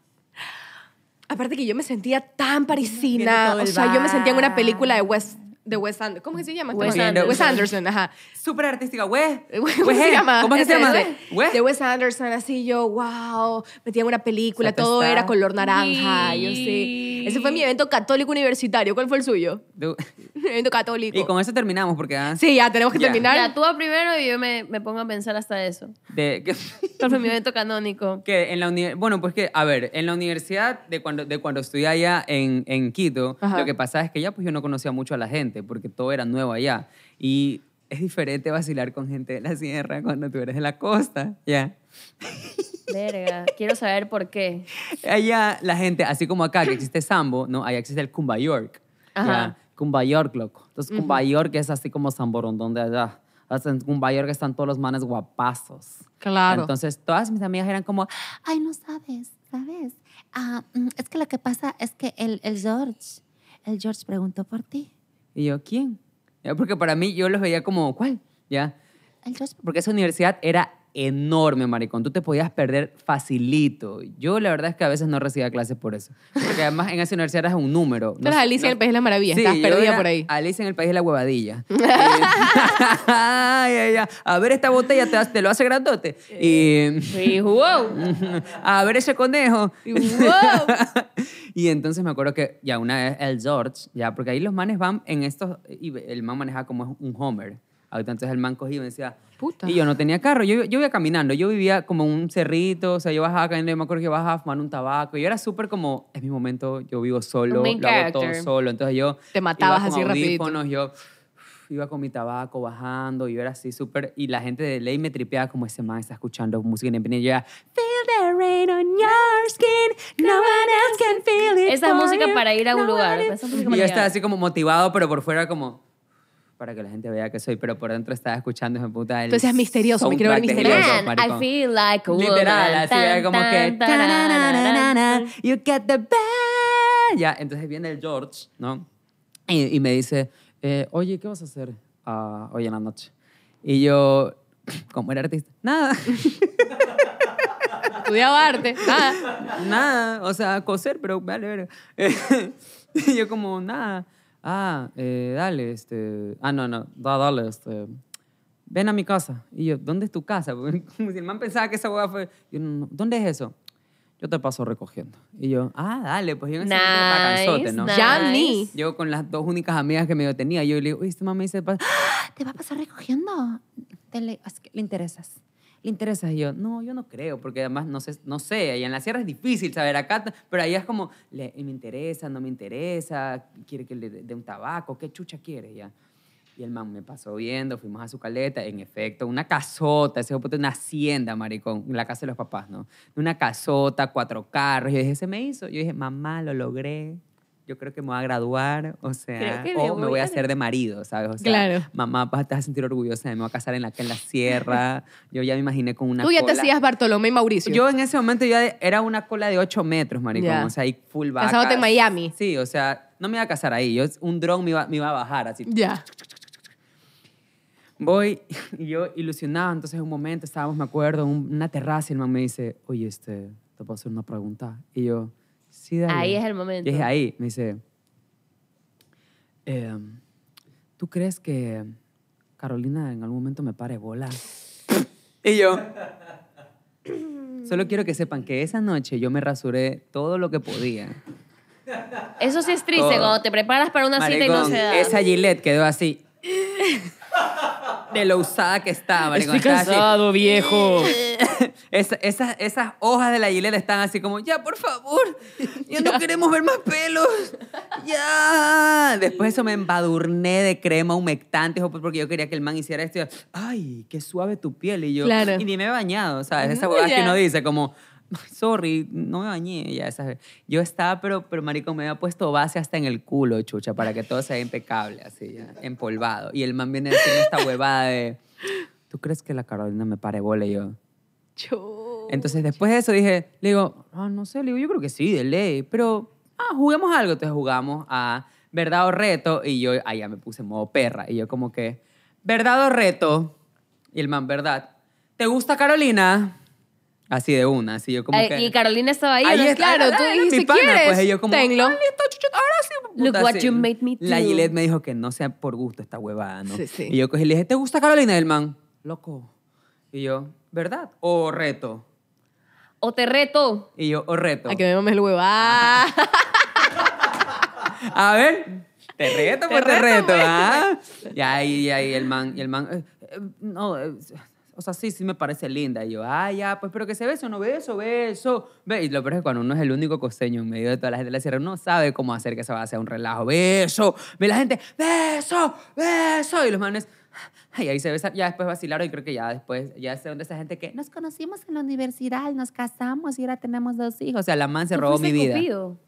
Speaker 1: Aparte que yo me sentía tan
Speaker 2: Viendo
Speaker 1: parisina.
Speaker 2: todo
Speaker 1: O
Speaker 2: el
Speaker 1: sea, yo me sentía en una
Speaker 2: bar.
Speaker 1: película de Wes, de Wes Anderson. ¿Cómo que se llama?
Speaker 4: Wes
Speaker 1: Wes Anderson. Wes Anderson, ajá.
Speaker 2: súper artística, güey.
Speaker 1: ¿Cómo
Speaker 2: güey,
Speaker 1: se llama?
Speaker 2: ¿Cómo es que se
Speaker 1: Ese,
Speaker 2: llama?
Speaker 1: De,
Speaker 2: Güey.
Speaker 1: de Wes Anderson, así yo, wow, metía en una película,
Speaker 2: O sea, tú
Speaker 1: todo era
Speaker 2: estabas-
Speaker 1: color naranja, yo sí. Ese fue mi evento católico universitario. ¿Cuál fue el suyo?
Speaker 2: Du-
Speaker 1: evento católico.
Speaker 2: Y con eso terminamos, porque... ah,
Speaker 1: Sí, ya tenemos que
Speaker 2: Ya.
Speaker 1: terminar.
Speaker 4: Ya, tú vas primero y yo me, me pongo a pensar hasta eso.
Speaker 2: de- que,
Speaker 4: ¿Cuál fue mi evento canónico?
Speaker 2: que en la uni- Bueno, pues que, a ver, en la universidad, de cuando, de cuando estudié allá en, en Quito,
Speaker 1: Ajá.
Speaker 2: lo que pasaba es que ya pues yo no conocía mucho a la gente, porque todo era nuevo allá. Y es diferente vacilar con gente de la sierra cuando tú eres de la costa, ya.
Speaker 4: Verga, quiero saber por qué.
Speaker 2: Allá la gente, así como acá que existe Sambo, ¿no? Allá existe el Cumba York.
Speaker 4: Ajá.
Speaker 2: ¿ya? Cumba York, loco. Entonces Cumba York es así como Samborondón de allá. Hasta en Cumba York están todos los manes guapazos.
Speaker 1: Claro.
Speaker 2: Entonces todas mis amigas eran como,
Speaker 8: Ay, no sabes, ¿sabes? Ah, mm, es que lo que pasa es que el, el George, el George preguntó por ti.
Speaker 2: y yo, ¿quién? Ya, Porque para mí yo los veía como, ¿cuál? ¿Ya?
Speaker 8: El George
Speaker 2: Porque esa universidad era enorme, maricón. Tú te podías perder facilito. Yo la verdad es que a veces no recibía clases por eso. Porque además en esa universidad eras un número.
Speaker 1: Tú eras Alicia en el País de las Maravillas, estabas
Speaker 2: yo
Speaker 1: perdida
Speaker 2: era
Speaker 1: por ahí.
Speaker 2: Alicia en el país de la huevadilla. Y- Ay, ay, ay. A ver, esta botella te, hace- te lo hace grandote. Y.
Speaker 4: Sí, wow.
Speaker 2: A ver ese conejo.
Speaker 1: Y, wow.
Speaker 2: y entonces me acuerdo que ya una vez el George, ya, porque ahí los manes van en estos, y el man manejaba como un Homer. Ahorita Entonces el man cogía y me decía,
Speaker 1: Puta.
Speaker 2: y yo no tenía carro, yo, yo iba caminando, yo vivía como en un cerrito, o sea, yo bajaba caminando, yo me acuerdo que bajaba a fumar un tabaco, y yo era súper como, es mi momento, yo vivo solo,
Speaker 4: Main
Speaker 2: lo hago todo
Speaker 4: character.
Speaker 2: solo, entonces yo...
Speaker 1: Te matabas
Speaker 2: iba con
Speaker 1: así rapidito.
Speaker 2: audífonos, Yo uf, iba con mi tabaco bajando, yo era así súper, y la gente de ley me tripeaba como ese man está escuchando música independiente, y yo era, Feel the rain on your skin, no one else can feel it
Speaker 4: Esa es
Speaker 2: for
Speaker 4: música
Speaker 2: you,
Speaker 4: para ir a un
Speaker 2: no
Speaker 4: lugar,
Speaker 2: one
Speaker 4: esa
Speaker 2: else".
Speaker 4: es música
Speaker 2: Y
Speaker 4: para
Speaker 2: yo
Speaker 4: llegar.
Speaker 2: estaba así como motivado, pero por fuera como para que la gente vea que soy, pero por dentro estaba escuchando esa puta el
Speaker 1: Tú seas misterioso, me quiero ver
Speaker 2: soundtrack de
Speaker 1: misterioso,
Speaker 2: Halo,
Speaker 4: Man, I
Speaker 2: maricón.
Speaker 4: feel like a woman.
Speaker 2: Literal, así
Speaker 4: Tan,
Speaker 2: era como
Speaker 4: tan,
Speaker 2: que
Speaker 4: tararararara.
Speaker 2: "Ta-na-na-na-na-na, you get the best. Ya, entonces viene el George, ¿no? Y, y me dice, eh, oye, ¿qué vas a hacer ah, hoy en la noche? Y yo, como era artista, nada.
Speaker 1: Estudiaba arte. Nada.
Speaker 2: nada, o sea, coser, pero vale, verga. Y yo como, nada, ah, eh, dale, este, ah, no, no, da, dale, este, ven a mi casa. Y yo, ¿dónde es tu casa? Como si el man pensaba que esa hueá fue, yo, no, no, ¿dónde es eso? Yo te paso recogiendo. Y yo, ah, dale, pues yo en ese momento era
Speaker 4: Nice,
Speaker 2: bacanzote, ¿no?
Speaker 4: nice.
Speaker 1: Ya ni.
Speaker 2: Yo con las dos únicas amigas que medio tenía, yo le digo, uy, este man me dice, "Pa-
Speaker 8: "Ah, te va a pasar recogiendo.
Speaker 2: te le, es que le interesas. Le interesas. Y yo, no, yo no creo, porque además no sé, no sé, allá en la sierra es difícil saber acá, t- pero allá es como, le, me interesa, no me interesa, quiere que le dé un tabaco, qué chucha quiere ya. Y el man me pasó viendo, fuimos a su caleta, en efecto, una casota, ese hijo de puta, una hacienda, maricón, la casa de los papás, ¿no? Una casota, cuatro carros. Yo dije, se me hizo. Yo dije, mamá, lo logré. Yo creo que me voy a graduar, o sea, o
Speaker 4: que me
Speaker 2: me voy,
Speaker 4: voy
Speaker 2: a
Speaker 4: a-
Speaker 2: hacer de marido, ¿sabes? O sea,
Speaker 1: Claro.
Speaker 2: mamá, vas a- te vas a sentir orgullosa de mí, me voy a casar en la, en la sierra. Yo ya me imaginé con una
Speaker 1: Tú ya te
Speaker 2: cola.
Speaker 1: hacías Bartolomé y Mauricio.
Speaker 2: Yo en ese momento ya de- era una cola de 8 metros, maricón.
Speaker 1: Ya.
Speaker 2: O sea, y full vacas.
Speaker 1: Casándote en Miami.
Speaker 2: Sí, o sea, no me iba a casar ahí. Yo, un dron me iba, me iba a bajar así.
Speaker 1: Ya.
Speaker 2: Voy y yo ilusionado. Entonces, un momento estábamos, me acuerdo, en un- una terraza y el man me dice, oye, este, te puedo hacer una pregunta. Y yo, sí, dale.
Speaker 4: Ahí es el
Speaker 2: Y
Speaker 4: momento.
Speaker 2: dije, ahí. Me dice, "Em, ¿tú crees que Carolina en algún momento me pare bola? y yo, solo quiero que sepan que esa noche yo me rasuré todo lo que podía.
Speaker 4: Eso sí es triste,
Speaker 2: Todo.
Speaker 4: cuando te preparas para una cita y no
Speaker 2: Maricón,
Speaker 4: se da.
Speaker 2: Esa gilet quedó así. De lo usada que está, maricón. Estaba así.
Speaker 4: viejo.
Speaker 2: Esa- esas, esas hojas de la gilet están así como, ya, por favor, ya no queremos ver más pelos, ya. Después eso me embadurné de crema humectante, hijo, pues, porque yo quería que el man hiciera esto. y yo, Ay, qué suave tu piel. Y yo,
Speaker 1: Claro.
Speaker 2: y ni me he bañado, ¿sabes? Esa
Speaker 1: Mm,
Speaker 2: hueá
Speaker 1: ya.
Speaker 2: que uno dice, como, sorry, no me bañé. Ya, esas- Yo estaba, pero, pero marico, me había puesto base hasta en el culo, chucha, para que todo sea impecable, así, ya, empolvado. Y el man viene a decirme esta huevada de, ¿tú crees que la Carolina me pare bola? Y yo,
Speaker 1: Chu.
Speaker 2: entonces, después de eso dije, le digo, "Ah, no sé, le digo, yo creo que sí, de ley, pero ah, juguemos algo. Entonces jugamos a verdad o reto y yo, ahí ya me puse en modo perra. Y yo como que, verdad o reto. Y el man, verdad. ¿Te gusta Carolina? Así de una, así yo como
Speaker 4: Eh,
Speaker 2: que...
Speaker 4: y Carolina estaba ahí. ¿no?
Speaker 2: está,
Speaker 1: claro,
Speaker 2: era-
Speaker 1: tú
Speaker 2: era
Speaker 1: dijiste,
Speaker 2: mi pana,
Speaker 1: "¿Quieres?
Speaker 2: Pues y yo como,
Speaker 1: Tenlo".
Speaker 2: "Ah, listo, chuchut, ahora sí. puta,
Speaker 4: Look what
Speaker 2: sí".
Speaker 4: you made me
Speaker 2: La
Speaker 4: do.
Speaker 2: Gillette me dijo que no sea por gusto esta huevada, ¿no?
Speaker 1: Sí, sí.
Speaker 2: Y yo cogí y le dije, ¿te gusta Carolina? Y el man, loco. Y yo, ¿verdad? O reto.
Speaker 4: O te reto.
Speaker 2: Y yo, o reto.
Speaker 1: A que me mames el huevo. Ah.
Speaker 2: A ver, te reto, pues te reto, ¿ah? Y ahí, y ahí el man, y el man, eh, eh, no, eh, o sea, sí, sí me parece linda. Y yo, ah, ya, pues, pero que se beso, no beso, beso. Ve, y lo peor es que cuando uno es el único costeño en medio de toda la gente de la sierra, uno sabe cómo hacer que se va a hacer un relajo. Beso, ve la gente, beso, beso. Y los manes, y ahí se besan, ya después vacilaron y creo que ya después, ya sé dónde esa gente que, no,
Speaker 8: Nos conocimos en la universidad, nos casamos y ahora tenemos dos hijos.
Speaker 2: o sea, la man se
Speaker 4: Tú
Speaker 2: robó mi
Speaker 4: fuiste
Speaker 2: vida.
Speaker 4: Cupido.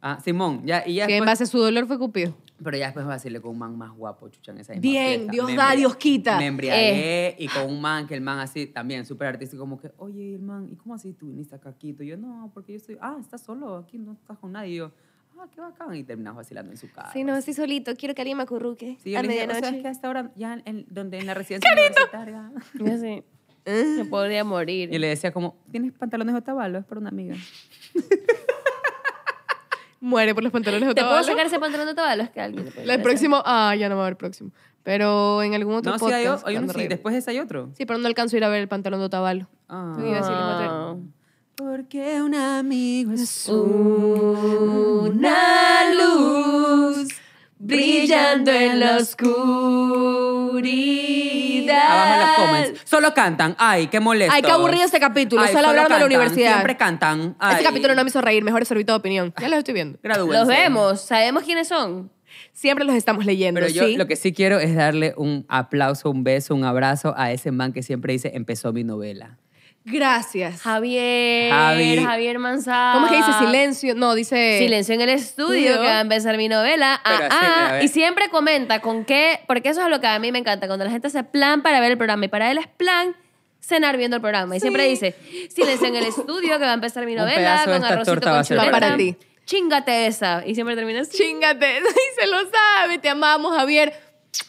Speaker 2: Ah, Simón, ya, y ya pues.
Speaker 1: Que en
Speaker 2: después-
Speaker 1: base a su dolor fue cupido.
Speaker 2: Pero ya después vacilé con un man más guapo, chucha, en esa misma
Speaker 1: Bien,
Speaker 2: fiesta.
Speaker 1: Dios
Speaker 2: Me
Speaker 1: da,
Speaker 2: embria-
Speaker 1: Dios quita. Eh.
Speaker 2: Me embriagué y con un man que el man así también, súper artístico, como que, oye, y el man, ¿y cómo así tú viniste acá, Quito? Y yo, no, porque yo estoy, ah, estás solo aquí, no estás con nadie. Y yo, ah, qué bacán. Y terminamos vacilando en su casa.
Speaker 5: Sí, no, estoy solito. Quiero que alguien me acurruque
Speaker 2: Sí, yo
Speaker 5: a
Speaker 2: le dije, o sea, es
Speaker 5: medianoche.
Speaker 2: que hasta ahora, ya en, en- donde, en la residencia universitaria.
Speaker 4: Yo sí.
Speaker 1: Eh.
Speaker 4: Me podría morir.
Speaker 2: Y le decía como, ¿tienes pantalones de tabalo? Es para una amiga.
Speaker 1: Muere por los pantalones de
Speaker 4: ¿Te puedo
Speaker 1: Otavalo.
Speaker 4: sacar ese pantalón de tabalos que alguien? le puede
Speaker 1: El
Speaker 4: hacer.
Speaker 1: próximo, ah, ya no va a haber próximo. Pero en algún otro
Speaker 2: No, sí,
Speaker 1: podcast.
Speaker 2: hay, o- hay uno,
Speaker 1: cuando
Speaker 2: sí,
Speaker 1: regrese.
Speaker 2: después de ese hay otro.
Speaker 1: Sí, pero no alcanzo a ir a ver el pantalón de Otavalo.
Speaker 2: Ah.
Speaker 1: Tú ibas a decir, lo voy a traer.
Speaker 4: Ah.
Speaker 2: Porque un amigo es
Speaker 4: Una luz brillando en la oscuridad.
Speaker 2: Abajo en Ah, los comments. Solo cantan. Ay, qué molesto.
Speaker 1: Ay, qué aburrido este capítulo.
Speaker 2: Ay,
Speaker 1: Solo hablaron de la universidad.
Speaker 2: Siempre cantan. Ay,
Speaker 1: Ese capítulo no me hizo reír, mejor servito de opinión. Ya los estoy viendo.
Speaker 2: Gradúense.
Speaker 4: Los vemos, sabemos quiénes son.
Speaker 1: Siempre los estamos leyendo,
Speaker 2: Pero yo
Speaker 1: ¿sí?
Speaker 2: lo que sí quiero es darle un aplauso, un beso, un abrazo a ese man que siempre dice empezó mi novela.
Speaker 1: Gracias.
Speaker 4: Ah. Javier,
Speaker 2: Javi.
Speaker 4: Javier Manzano.
Speaker 1: ¿Cómo es que dice silencio? No, dice...
Speaker 4: Silencio en el
Speaker 1: No.
Speaker 4: estudio, que va a empezar mi novela. Ah,
Speaker 2: Pero así,
Speaker 4: ah.
Speaker 2: mira, a ver.
Speaker 4: y siempre comenta con qué, porque eso es lo que a mí me encanta, cuando la gente hace plan para ver el programa. Y para él es plan cenar viendo el programa. Y siempre dice, silencio en el estudio, que va a empezar mi
Speaker 2: Un
Speaker 4: novela,
Speaker 2: pedazo de
Speaker 4: con
Speaker 2: esta
Speaker 4: arrocito
Speaker 2: torta va
Speaker 4: con
Speaker 2: a ser para
Speaker 4: chuleta.
Speaker 1: ti.
Speaker 4: Chingate esa. Y siempre termina así.
Speaker 1: Chingate. Y se lo sabe. Te amamos, Javier.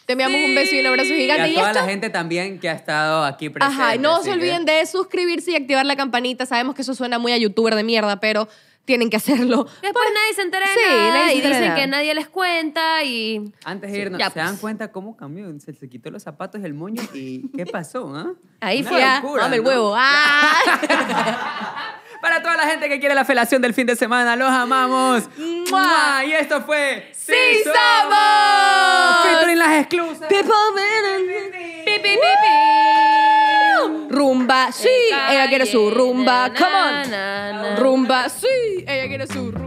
Speaker 1: Te enviamos un beso y un abrazo
Speaker 2: Y a
Speaker 1: gigante. Y,
Speaker 2: toda
Speaker 1: esto...
Speaker 2: la gente también que ha estado aquí presente.
Speaker 1: Ajá, y no
Speaker 2: así
Speaker 1: se
Speaker 2: que-
Speaker 1: olviden de suscribirse y activar la campanita. Sabemos que eso suena muy a youtuber de mierda, pero tienen que hacerlo.
Speaker 4: Después nadie se entera de
Speaker 1: Sí,
Speaker 4: nada
Speaker 1: nadie se
Speaker 4: y
Speaker 1: entera de
Speaker 4: dicen
Speaker 1: nada.
Speaker 4: que nadie les cuenta y...
Speaker 2: Antes de irnos,
Speaker 4: ya,
Speaker 2: ¿se dan
Speaker 4: pues.
Speaker 2: cuenta cómo cambió? Se, se quitó los zapatos y el moño y ¿qué pasó? ah?
Speaker 4: Ahí
Speaker 2: Una
Speaker 4: fue.
Speaker 2: locura,
Speaker 1: Dame el
Speaker 2: ¿no?
Speaker 1: huevo. ¡Ah!
Speaker 2: Para toda la gente que quiere la felación del fin de semana, los amamos. ¡Mua! Y esto fue
Speaker 1: ¡Sí somos!
Speaker 2: Featuring las exclusas.
Speaker 4: ¡Pi, pi, pi, pi!
Speaker 1: Rumba, sí, ella quiere su rumba, come
Speaker 4: Na, na, na,
Speaker 1: on. Rumba, sí, ella quiere su rumba.